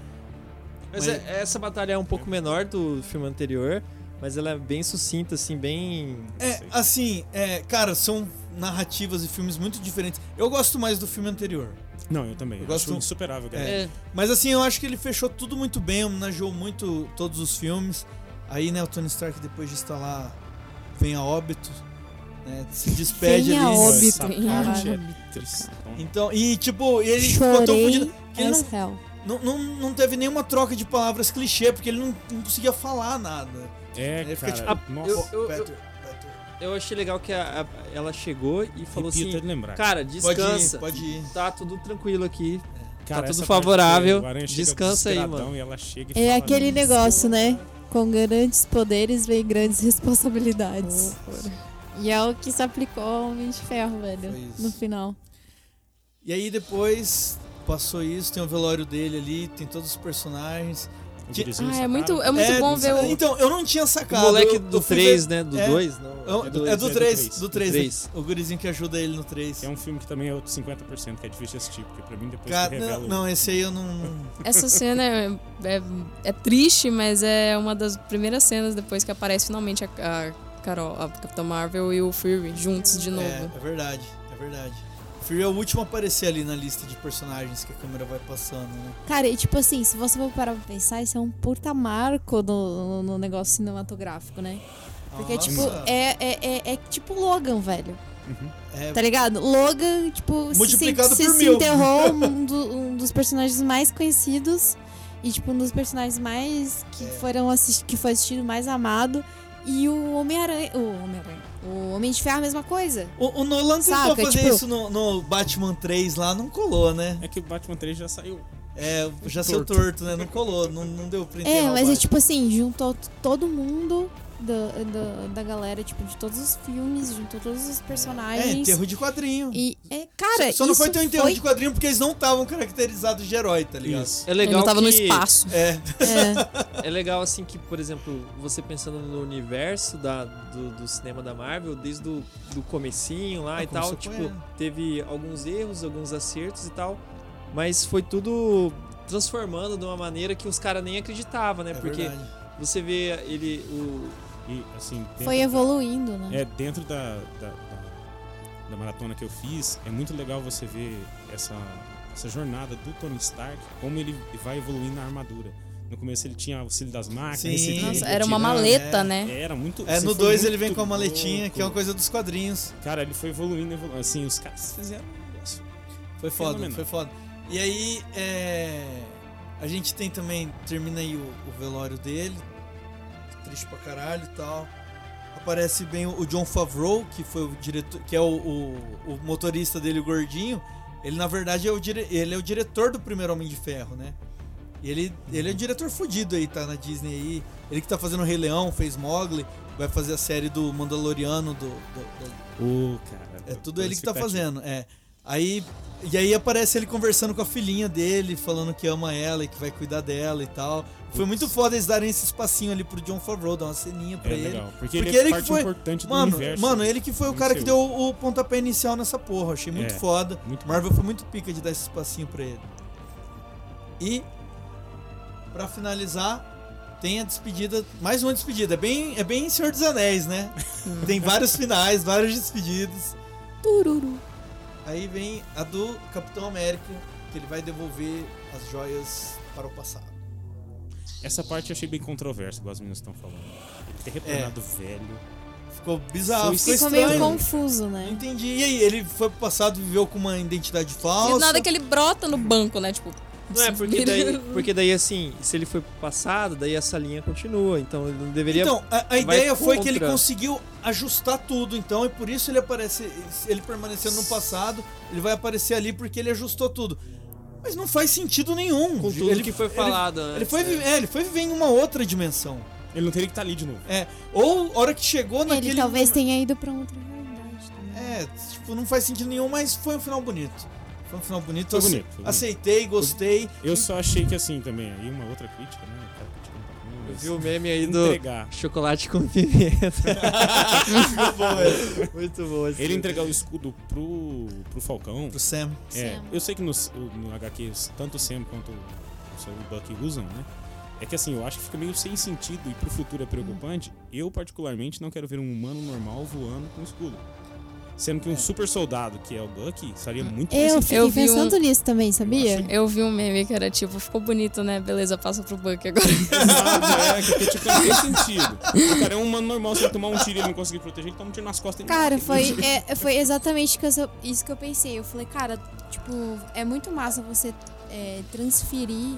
E: Mas
A: Mas-
E: é- essa batalha é um pouco menor do filme anterior, mas ela é bem sucinta, assim, bem.
A: É, assim, é, cara, são narrativas e filmes muito diferentes. Eu gosto mais do filme anterior.
C: Não, eu também.
A: Eu
C: Eu
A: gosto-
C: gosto insuperável, cara.
A: É. Mas assim, eu acho que ele fechou tudo muito bem, homenageou muito todos os filmes. Aí, né, o Tony Stark, depois de estar lá, vem a óbito, né, se despede
B: Vem a
A: ali.
C: Pô,
B: óbito.
C: essa
B: hein?
C: parte
B: Caralho.
C: é tristão.
A: Então, e tipo, ele ficou tão
B: Chorei
A: fudido que ele
B: as
A: não,
B: hell.
A: não, não, não teve nenhuma troca de palavras clichê, porque ele não, não conseguia falar nada.
C: É,
A: Ele fica
C: cara.
A: tipo,
C: nossa,
E: eu- eu-
A: Peter, Peter,
E: Eu achei legal que a- a- ela chegou e falou
C: arrepio até
E: assim:
C: de lembrar.
E: Cara,
A: Pode
E: descansa.
A: ir, pode ir.
E: Tá tudo tranquilo aqui.
C: Cara,
E: tá tudo
C: essa parte
E: favorável,
C: que o Aranha chega
E: descansa aí,
C: desesperadão
E: mano.
C: E ela chega e
B: É
C: fala,
B: aquele
C: "Não,
B: negócio, né? Com grandes poderes vem grandes responsabilidades. E é o que se aplicou ao Homem de Ferro, velho.
A: Foi isso.
B: No final.
A: E aí depois passou isso, tem o velório dele ali, tem todos os personagens.
C: o gurizinho
D: Ah, é
C: sacado."
D: muito, é muito bom ver o.
A: Então, eu não tinha
E: O
A: sacado.
E: moleque
A: eu-
E: do
A: eu fui
E: 3,
A: ver-
E: né? Do
A: É.
E: 2, não.
A: Eu-
C: É do-
A: é
C: é
A: do
C: do
A: 3,
C: três.
A: do 3.
E: Três.
A: O gurizinho que ajuda ele no 3.
C: É um filme que também é outro 50%, que é difícil de assistir, porque pra mim depois que revela
A: Não,
C: o-
A: não, esse aí eu não.
D: Essa cena é, é, é triste, mas é uma das primeiras cenas depois que aparece finalmente a, a Carol, a Capitã Marvel e o Fury juntos de novo.
A: É, é verdade, é verdade. Fury é o último a aparecer ali na lista de personagens que a câmera vai passando, né?
B: Cara, e tipo assim, se você for parar pra pensar, isso é um puta marco no, no- no negócio cinematográfico, né? Porque,
A: Nossa,
B: tipo, é, é, é, é tipo Logan, velho.
A: é-
B: Tá ligado? Logan, tipo, se-
A: Multiplicado
B: se,
A: por
B: se
A: mil.
B: enterrou um, do- um dos personagens mais conhecidos e, tipo, um dos personagens mais que
A: É.
B: foram assist, que foi assistido mais amado. E o Homem-Aranha. O Homem-Aranha. O Homem de Ferro, a mesma coisa.
A: O, o Nolan tentou
B: Saca,
A: fazer
B: tipo-
A: isso no, no Batman 3 lá, não colou, né?
C: É que o Batman 3 já saiu.
A: É, já saiu
C: Torto.
A: torto, né? Não colou, não, não deu pra
B: É,
A: enterrar o
B: mas é
A: Batman.
B: tipo assim, juntou t- todo mundo da, da, da galera, tipo, de todos os filmes, juntou todos os
A: É,
B: personagens.
A: enterro de quadrinho.
B: E, é, cara,
A: Só não foi
B: isso
A: teu enterro
B: foi-
A: de quadrinho porque eles não estavam caracterizados de herói, tá ligado?
E: É
D: Ele
E: legal
D: não tava no
E: que-
D: espaço.
A: É,
B: É,
E: É legal, assim, que, por exemplo, você pensando no universo da, do, do cinema da Marvel, desde o do comecinho lá
A: Ah,
E: e tal,
A: começou
E: tipo,
A: com ela.
E: teve alguns erros, alguns acertos e tal, mas foi tudo transformando de uma maneira que os caras nem acreditavam, né?
A: é
E: Porque
A: verdade.
E: você vê ele, o...
C: E assim, dentro,
B: foi evoluindo, né?
C: é, dentro da, da, da- da maratona que eu fiz, é muito legal você ver essa, essa jornada do Tony Stark, como ele vai evoluindo na armadura. No começo ele tinha auxílio das máquinas,
A: Sim.
C: esse-
D: Nossa,
A: Ele
D: era uma
A: tirava,
D: maleta,
A: é.
D: né?
C: Era muito.
A: É,
C: assim,
A: no
C: foi
A: 2 ele
C: muito
A: vem com a maletinha,
C: louco.
A: que é uma coisa dos quadrinhos.
C: Cara, ele foi evoluindo, evoluindo. Assim, os caras fizeram um negócio.
A: Foi foda,
C: Fenomenal.
A: foi foda. E aí, é, a gente tem também, termina aí o, o velório dele, triste pra caralho e tal. Aparece bem o, o John Favreau, que foi o diretor, que é o, o- o motorista dele, o gordinho. Ele, na verdade, é o, dire- ele é o diretor do primeiro Homem de Ferro, né? E ele, ele é um diretor fudido aí, tá na Disney aí. Ele que tá fazendo o Rei Leão, fez Mogli, vai fazer a série do Mandaloriano, do- do- do,
C: Ô, cara.
A: é
C: eu tô
A: tudo ele que tá
C: expectativa.
A: fazendo, é. Aí, e aí aparece ele conversando com a filhinha dele, falando que ama ela e que vai cuidar dela e tal. Foi muito foda eles darem esse espacinho ali pro John Favreau, dar uma ceninha
C: É
A: pra ele.
C: legal, porque,
A: Porque
C: ele é
A: ele que
C: parte
A: foi-
C: importante do
A: Mano,
C: universo. né?
A: mano, ele que foi o
C: do
A: cara que
C: MCU.
A: deu o pontapé inicial nessa porra. Achei muito
C: É.
A: foda.
C: Muito bom.
A: Marvel foi muito pica de dar esse espacinho pra ele. E pra finalizar, tem a despedida, mais uma despedida. É bem, é bem Senhor dos Anéis, né? tem vários finais, vários despedidos.
B: Tururu.
A: Aí vem a do Capitão América, que ele vai devolver as joias para o passado.
C: Essa parte eu achei bem controversa, igual as meninas estão falando. Ele ter
A: É.
C: retornado velho.
A: Ficou bizarro,
C: Foi
A: ficou
B: Ficou
A: estranho. Então,
B: meio confuso,
A: Não
B: né?
A: Entendi. E aí, ele foi pro passado, viveu com uma identidade
D: E
A: falsa.
D: nada que ele brota no banco, né? Tipo.
E: É. Não é, porque daí, porque daí, assim, se ele foi pro passado, daí essa linha continua, então ele não deveria...
A: Então, a, a
E: vai
A: ideia foi que ele
E: contra.
A: conseguiu ajustar tudo, então, e por isso ele aparece. Ele permaneceu no passado, ele vai aparecer ali porque ele ajustou tudo. Mas não faz sentido nenhum.
E: com tudo
A: ele,
E: que foi
A: ele-
E: falado
A: Ele,
E: antes,
A: foi,
E: né?
A: vi- é, ele foi viver em uma outra dimensão.
C: Ele não teria que estar ali de novo.
A: É, ou a hora que chegou naquele.
B: Ele talvez tenha ido pra outra realidade também.
A: É, tipo, não faz sentido nenhum, mas foi um final bonito. Foi um final bonito.
C: Foi
A: eu ace-
C: bonito, foi bonito.
A: Aceitei, gostei.
C: Eu só achei que assim também, aí uma outra crítica, né? O cara criticando pra caramba,
E: Eu
C: mas
E: vi o meme aí do
C: entregar.
E: chocolate com pimenta.
A: Muito bom, velho.
E: Muito bom assim. esse.
C: Ele entregar o escudo pro, pro Falcão.
A: Pro Sam.
C: É,
B: Sam.
C: eu sei que no, no HQ tanto o Sam quanto o seu Bucky usam, né? É que assim, eu acho que fica meio sem sentido e pro futuro é preocupante. Eu, particularmente, não quero ver um humano normal voando com escudo. Sendo que um super soldado, que é o Bucky, estaria muito mais
B: Eu
C: sentido.
B: fiquei
D: Eu vi um-
B: pensando nisso também, sabia?
D: Eu vi um meme que era tipo, ficou bonito, né? Beleza, passa pro Buck agora.
C: É, que tipo, não tem sentido. O cara é um humano normal, se ele tomar um tiro e ele não conseguir proteger, ele toma um tiro nas costas e ele
B: Cara,
C: morre.
B: foi, é, foi exatamente que eu sou- isso que eu pensei. Eu falei, cara, tipo, é muito massa você é, transferir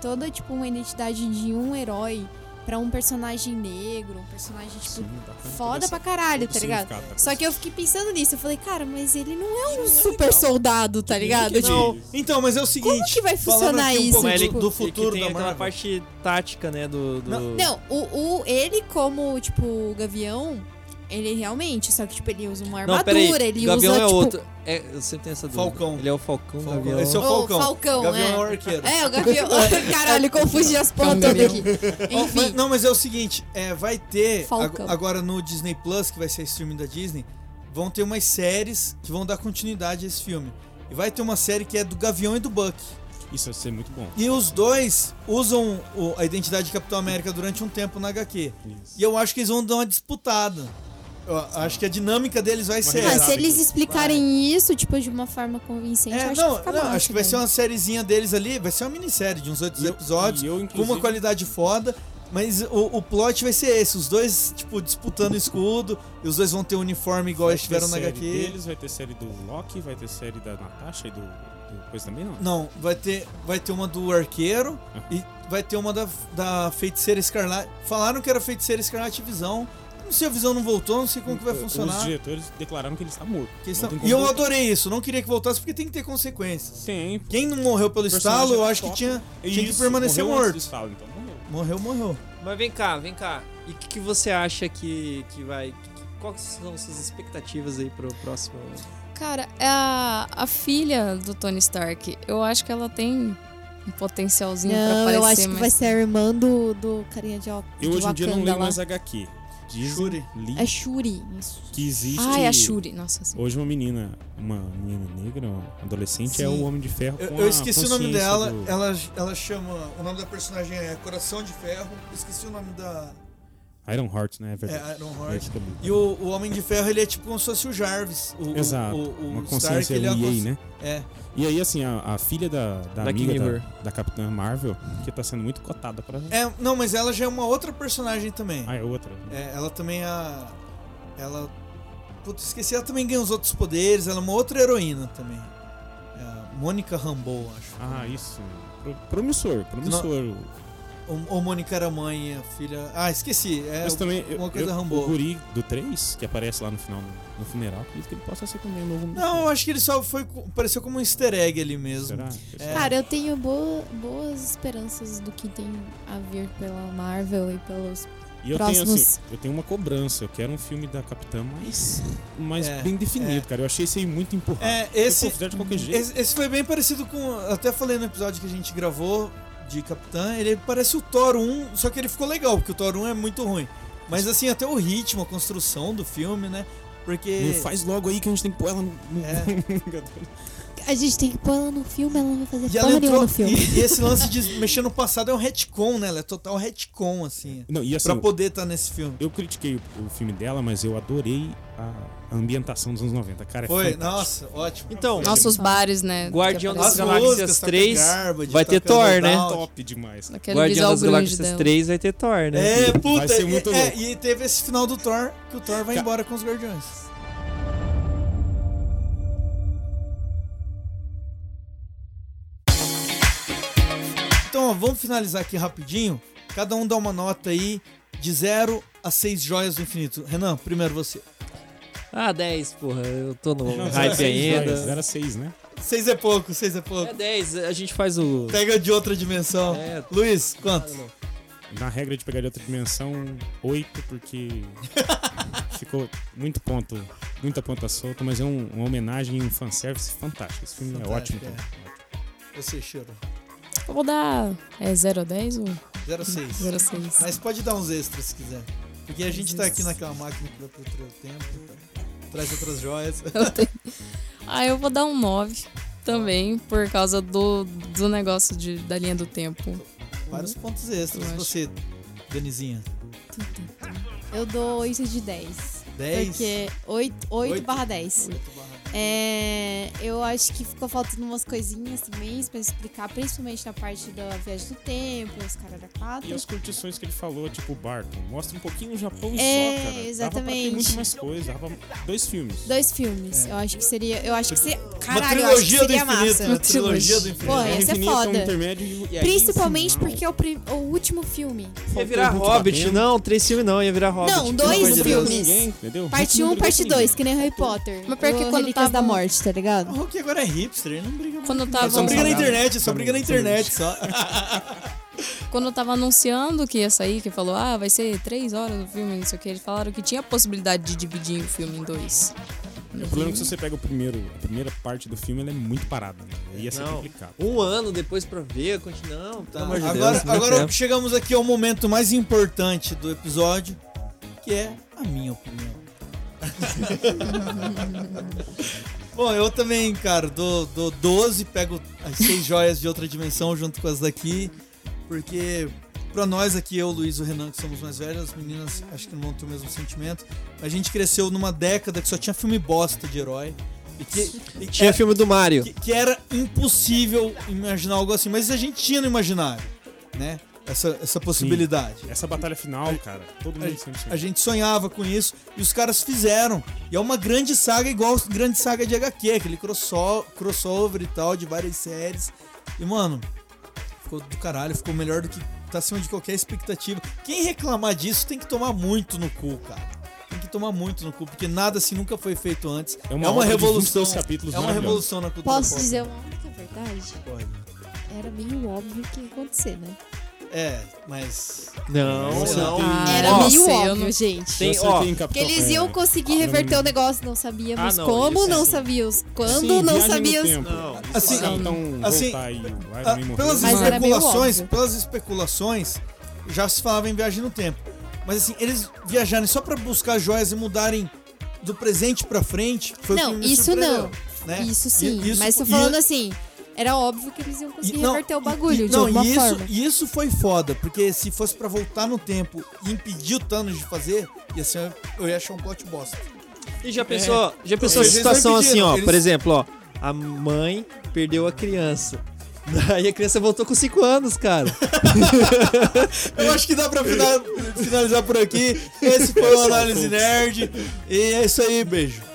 B: toda, tipo, uma identidade de um herói pra um personagem negro, um personagem, tipo,
C: Sim, é bacana. então,
B: foda
C: Todo
B: pra caralho, tá
C: significado
B: ligado?
C: da coisa.
B: Só que eu fiquei pensando nisso. Eu falei, cara, mas ele não é um super soldado, tá ligado?
C: Não.
B: Tipo,
A: Então, mas é o seguinte.
B: Como que vai
A: falando
B: funcionar
A: aqui um
E: Tipo
B: isso, tipo?
A: pouco
B: Mas
A: do-
B: ele-
A: do futuro
E: assim, é que tem
A: da
E: aquela
A: Marvel.
E: parte tática, né, do... do-
B: Não, o, o- ele como, tipo, gavião, ele realmente, só que, tipo, ele usa uma
E: Não,
B: armadura,
E: peraí.
B: ele
E: Gavião
B: usa,
E: é
B: tipo...
E: outro. É, eu sempre tenho essa dúvida.
A: Falcão.
E: Ele é o Falcão,
A: Falcão.
E: Gavião.
A: Esse é o
B: Ô,
A: Falcão.
B: Falcão,
A: Gavião
B: é.
A: é o arqueiro.
B: É, o Gavião. Caralho, confundi as porras todas aqui.
A: Ó, mas-
B: Enfim.
A: não, mas é o seguinte, é, vai ter
B: Falcão.
A: ag- agora no Disney Plus, que vai ser streaming da Disney, vão ter umas séries que vão dar continuidade a esse filme. E vai ter uma série que é do Gavião e do Buck.
C: Isso vai ser muito bom.
A: E os dois usam o- a identidade de Capitão América durante um tempo na HQ. E eu acho que eles vão dar uma disputada. Eu acho que a dinâmica deles vai ser
C: é,
B: Ah,
A: essa.
B: se
C: sabe,
B: eles
C: tipo,
B: explicarem isso, tipo, de uma forma convincente, eu
A: É,
B: acho
A: não,
B: que fica né?
A: não,
B: massa,
A: acho que vai
B: velho.
A: ser uma sériezinha deles ali, vai ser uma minissérie de uns oito
C: né? E eu-
A: episódios,
C: e eu,
A: com uma
C: inclusive-
A: qualidade foda, mas o, o plot vai ser esse, os dois, tipo, disputando escudo, e os dois vão ter um uniforme igual
C: Vai
A: eles tiveram
C: ter
A: na
C: série
A: HQ.
C: Deles, vai ter série do Loki, vai ter série da Natasha e do, do coisa também, não?
A: Não, vai ter, vai ter uma do arqueiro e vai ter uma da, da feiticeira escarlate. Falaram que era feiticeira escarlate e visão. Não sei, a visão não voltou, não sei como que vai funcionar.
C: Os diretores declararam que ele está morto.
A: Porque
C: Não
A: isso-
C: tem como
A: E eu
C: voltar.
A: adorei isso, não queria que voltasse porque tem que ter consequências.
C: Tem.
A: Quem não morreu pelo
C: personagem
A: estalo, eu
C: era
A: acho que
C: top.
A: tinha, tinha
C: Isso,
A: que permanecer
C: morreu antes
A: morto.
C: do estalo, então
A: Morreu,
C: morreu.
A: morreu.
E: Mas vem cá, vem cá. E o que, que você acha que, que vai. que- quais são suas expectativas aí pro próximo.
D: Cara, é a, a filha do Tony Stark, eu acho que ela tem um potencialzinho pra
B: Não,
D: aparecer,
B: eu acho que
D: mas...
B: vai ser a irmã do, do carinha de óculos.
C: Eu
B: de
C: hoje em dia não
B: Wakanda
C: leio
B: lá.
C: mais HQ. Dizem,
A: Shuri.
C: li,
B: né? É Shuri, isso.
C: que existe...
D: Ai, a Shuri, nossa senhora.
C: Hoje uma menina, uma menina negra, uma adolescente, é o
A: Sim.
C: Homem de Ferro
A: Eu,
C: com
A: eu
C: a
A: esqueci o nome
C: consciência
A: dela.
C: do-
A: Ela, ela chama. O nome da personagem é Coração de Ferro. Esqueci o nome da.
C: Iron Heart, né? É verdade.
A: É Iron
C: É,
A: Heart.
C: fica bom.
A: E o, o Homem de Ferro, ele é tipo como se fosse o Jarvis. O, o-
C: Exato.
A: O, o
C: uma
A: Stark,
C: consciência
A: ele é
C: do
A: uma
C: EA,
A: consci-
C: né?
A: É.
C: E aí, assim, a, a filha da, da
E: Black
C: amiga
E: Mirror.
C: da, da Capitã Marvel, que tá sendo muito cotada pra...
A: É, Não, mas ela já é uma outra personagem também.
C: Ah, é outra.
A: É, ela também é. a- Ela. Putz, esqueci, ela também ganha os outros poderes. Ela é uma outra heroína também. É a Mônica Rambeau, acho.
C: Ah, isso. Pro- promissor, promissor.
A: Ou, ou Mônica era mãe, a filha. Ah, esqueci. É,
C: Mas também,
A: uma
C: eu-
A: coisa
C: eu-
A: Rambo.
C: o guri do 3, que aparece lá no final, no funeral, acredito que ele possa ser também o novo Homem de
A: Não,
C: Ferro.
A: eu acho que ele só foi. co- Pareceu como um easter egg ali mesmo.
C: Será?
A: É.
B: Cara, eu tenho boa- boas esperanças do que tem a vir pela Marvel e pelos.
C: E eu tenho,
B: próximos-
C: assim, eu tenho uma cobrança. Eu quero um filme da Capitã mais, mais
A: É,
C: bem definido, cara. Eu achei isso aí muito empurrado.
A: É,
C: Porque,
A: esse,
C: pô, fizeram Ah, de qualquer jeito.
A: esse. esse foi bem parecido com. Até falei no episódio que a gente gravou de Capitã. Ele parece o Thor 1, só que ele ficou legal, porque o Thor 1 é muito ruim. Mas assim, até o ritmo, a construção do filme, né? Porque.
C: Não, Faz logo aí que a gente tem que pôr ela no... no-
A: É.
B: A gente tem que pôr ela no filme, ela não vai fazer
A: E ela
B: porra nenhuma
A: entrou.
B: no filme.
A: E, e esse lance de mexer no passado é um retcon, né? Ela é total retcon, assim.
C: Não, e assim,
A: Pra poder estar nesse filme.
C: eu critiquei o, o filme dela, mas eu adorei a, a ambientação dos anos 90. Cara, é
A: Foi,
C: fantástico.
A: nossa, ótimo.
E: Então,
D: Nossa, os bares, né?
E: Guardião
D: que
E: das
A: As
D: aparece.
E: Galáxias
A: músicas, Taka
E: 3,
A: Garbage,
E: vai ter
A: Taka
E: Thor, né?
A: Down.
C: Top demais.
B: é
D: Naquele
E: Guardião
D: visual
E: das
D: grunge
E: Galáxias
D: dela.
E: 3 vai ter Thor, né?
A: É, puta,
C: Vai ser
A: e-
C: muito
A: é,
C: louco.
A: e teve esse final do Thor, que o Thor vai
C: Ca-
A: embora com os Guardiões. Então, ó, vamos finalizar aqui rapidinho. Cada um dá uma nota aí de 0 a 6 joias do infinito. Renan, primeiro você.
E: Ah, 10, porra. Eu tô no
C: Não,
E: hype ainda.
C: 06, né?
A: 6 é pouco, 6 é pouco.
E: É 10, a gente faz o.
A: Pega de outra dimensão.
E: É.
A: Luiz, quanto?
C: Na regra de pegar de outra dimensão, 8, porque ficou muito ponto, muita ponta solta, mas é um- uma homenagem e um fanservice fantástico. Esse filme
A: Fantástico,
C: é ótimo.
A: é.
C: também.
A: Você, Cheiro.
D: Eu vou dar é, 0 a 10 ou
A: 06.
D: 06.
A: Mas pode dar uns extras se quiser. Porque a gente tá
D: extras.
A: aqui naquela máquina que vai pro outro tempo, tá? traz outras joias.
D: Eu tenho... Ah, eu vou dar um 9 também, por causa do, do negócio de, da linha do tempo.
A: Vários pontos extras.
D: Eu acho.
A: Você, Danizinha,
B: Eu dou 8 de 10.
A: 10?
B: Porque 8, 8,
A: É Oito?
B: barra 10. É, eu acho que ficou faltando umas coisinhas também pra explicar, principalmente na parte da viagem do tempo, os caras da
C: E
B: 4.
C: as curtições que ele falou, tipo o barco. Mostra um pouquinho o Japão e
B: É,
C: só, cara. Dava pra ter
B: exatamente.
C: muito mais coisa. Dava dois filmes.
B: Dois filmes. Eu acho que seria. Eu acho que seria. Caralho, eu acho que
A: trilogia do
B: seria
A: infinito,
B: massa.
A: né? Trilogia do infinito.
B: Porra,
C: Guerra
B: ia ser
C: Infinita, um
B: é foda.
C: intermédio e- e aí,
B: Principalmente
C: no final,
B: porque é o, prim- o último filme.
E: Ia
C: faltou
E: virar
C: muito
E: Hobbit,
C: batendo.
E: não, três filmes não, um ia virar Hobbit. pelo
B: dois
E: amor de Deus.
B: filmes.
C: Ninguém, entendeu?
B: Parte
C: Não
B: 1,
C: brigou
B: parte
C: com ninguém.
B: 2, que nem Harry Potter.
D: Mas pior que
B: O
D: quando
B: Relíquias
D: tava-
B: da Morte, tá
A: O
B: ligado?
A: Hulk agora é hipster, ele não briga.
D: Quando
A: Ele só
D: tava,
A: briga na
C: saudável.
A: internet, só briga na internet, só.
D: quando eu tava anunciando que ia sair, que falou, ah, vai ser três horas do filme, não sei o que, eles falaram que tinha a possibilidade de dividir o filme em dois.
C: O problema é que se você pega o primeiro, a primeira parte do filme, ela é muito parada. Né? Ia ser
E: Não.
C: complicado.
E: Um ano depois pra ver, continua. Não, tá. pelo amor de
A: Tá. Agora,
E: Deus.
A: agora chegamos aqui ao momento mais importante do episódio, que é a minha opinião. Bom, eu também, cara, dou, dou 12, pego as seis joias de outra dimensão junto com as daqui, porque pra nós aqui, eu, Luiz e o Renan, que somos mais velhos, as meninas acho que não vão ter o mesmo sentimento, a gente cresceu numa década que só tinha filme bosta de herói. E que, e
E: Tinha filme do Mario.
A: que, que era impossível imaginar algo assim, mas a gente tinha no imaginário, né? Essa, essa possibilidade.
C: Essa batalha final, cara, todo mundo sempre
A: A gente sonhava com isso e os caras fizeram. E é uma grande saga igual a grande saga de HQ, aquele crosso- crossover e tal, de várias séries. E, mano, ficou do caralho, ficou melhor do que tá acima de qualquer expectativa. Quem reclamar disso tem que tomar muito no cu, cara. Tem que tomar muito no cu, porque nada assim nunca foi feito antes. É uma,
C: obra de
A: revolução.
C: 22 capítulos né,
A: É uma
C: maravilhosa.
A: revolução na cultura
B: Posso
A: pop.
B: dizer uma única verdade?
A: Pode.
B: Era meio óbvio que ia acontecer, né?
A: É, mas. um
E: Não,
A: Você
E: não.
A: tem-
B: Era
E: Ó,
B: meio
D: sei, eu
B: óbvio,
D: não-
B: gente.
E: Tem-
C: Eu
E: ó,
C: acertei em Capitão
B: Que
A: Então, é.
B: eles
C: Pérez.
B: iam conseguir
C: Ah,
B: reverter
C: não-
B: o negócio, não sabíamos
E: Ah, não,
B: como,
E: isso
B: não
E: sim.
B: sabíamos
C: Sim,
B: quando, não
C: viagem no
B: sabíamos.
C: tempo.
E: Não,
A: Assim,
C: Sim, então
A: assim,
C: voltar e o Iron
A: Ah,
C: Man morreu.
A: pelas
B: Mas era meio
A: especulações,
B: óbvio.
A: pelas especulações, já se falava em viagem no tempo. Mas assim, eles viajarem só pra buscar joias e mudarem do presente pra frente, foi o
B: Não,
A: que me
B: isso
A: surpreendeu,
B: não.
A: Né?
B: Isso
A: E-
B: sim.
A: isso-
B: Mas tô
A: e-
B: falando assim, era óbvio que eles iam
A: e-
B: conseguir
A: não,
B: reverter o
A: e-
B: bagulho
A: e-
B: de
A: não,
B: alguma
A: e isso,
B: forma.
A: e isso foi foda, porque se fosse pra voltar no tempo e impedir o Thanos de fazer, ia ser, eu ia achar um plot bosta.
E: E já pensou, já pensou a
A: Eles
E: situação
A: não
E: assim,
A: impediram,
E: ó,
A: eles-
E: por exemplo, ó, a mãe perdeu a criança. Aí a criança voltou com 5 anos, cara.
A: Eu acho que dá pra fina- finalizar por aqui. Esse foi o Análise Nerd. E é isso aí, beijo.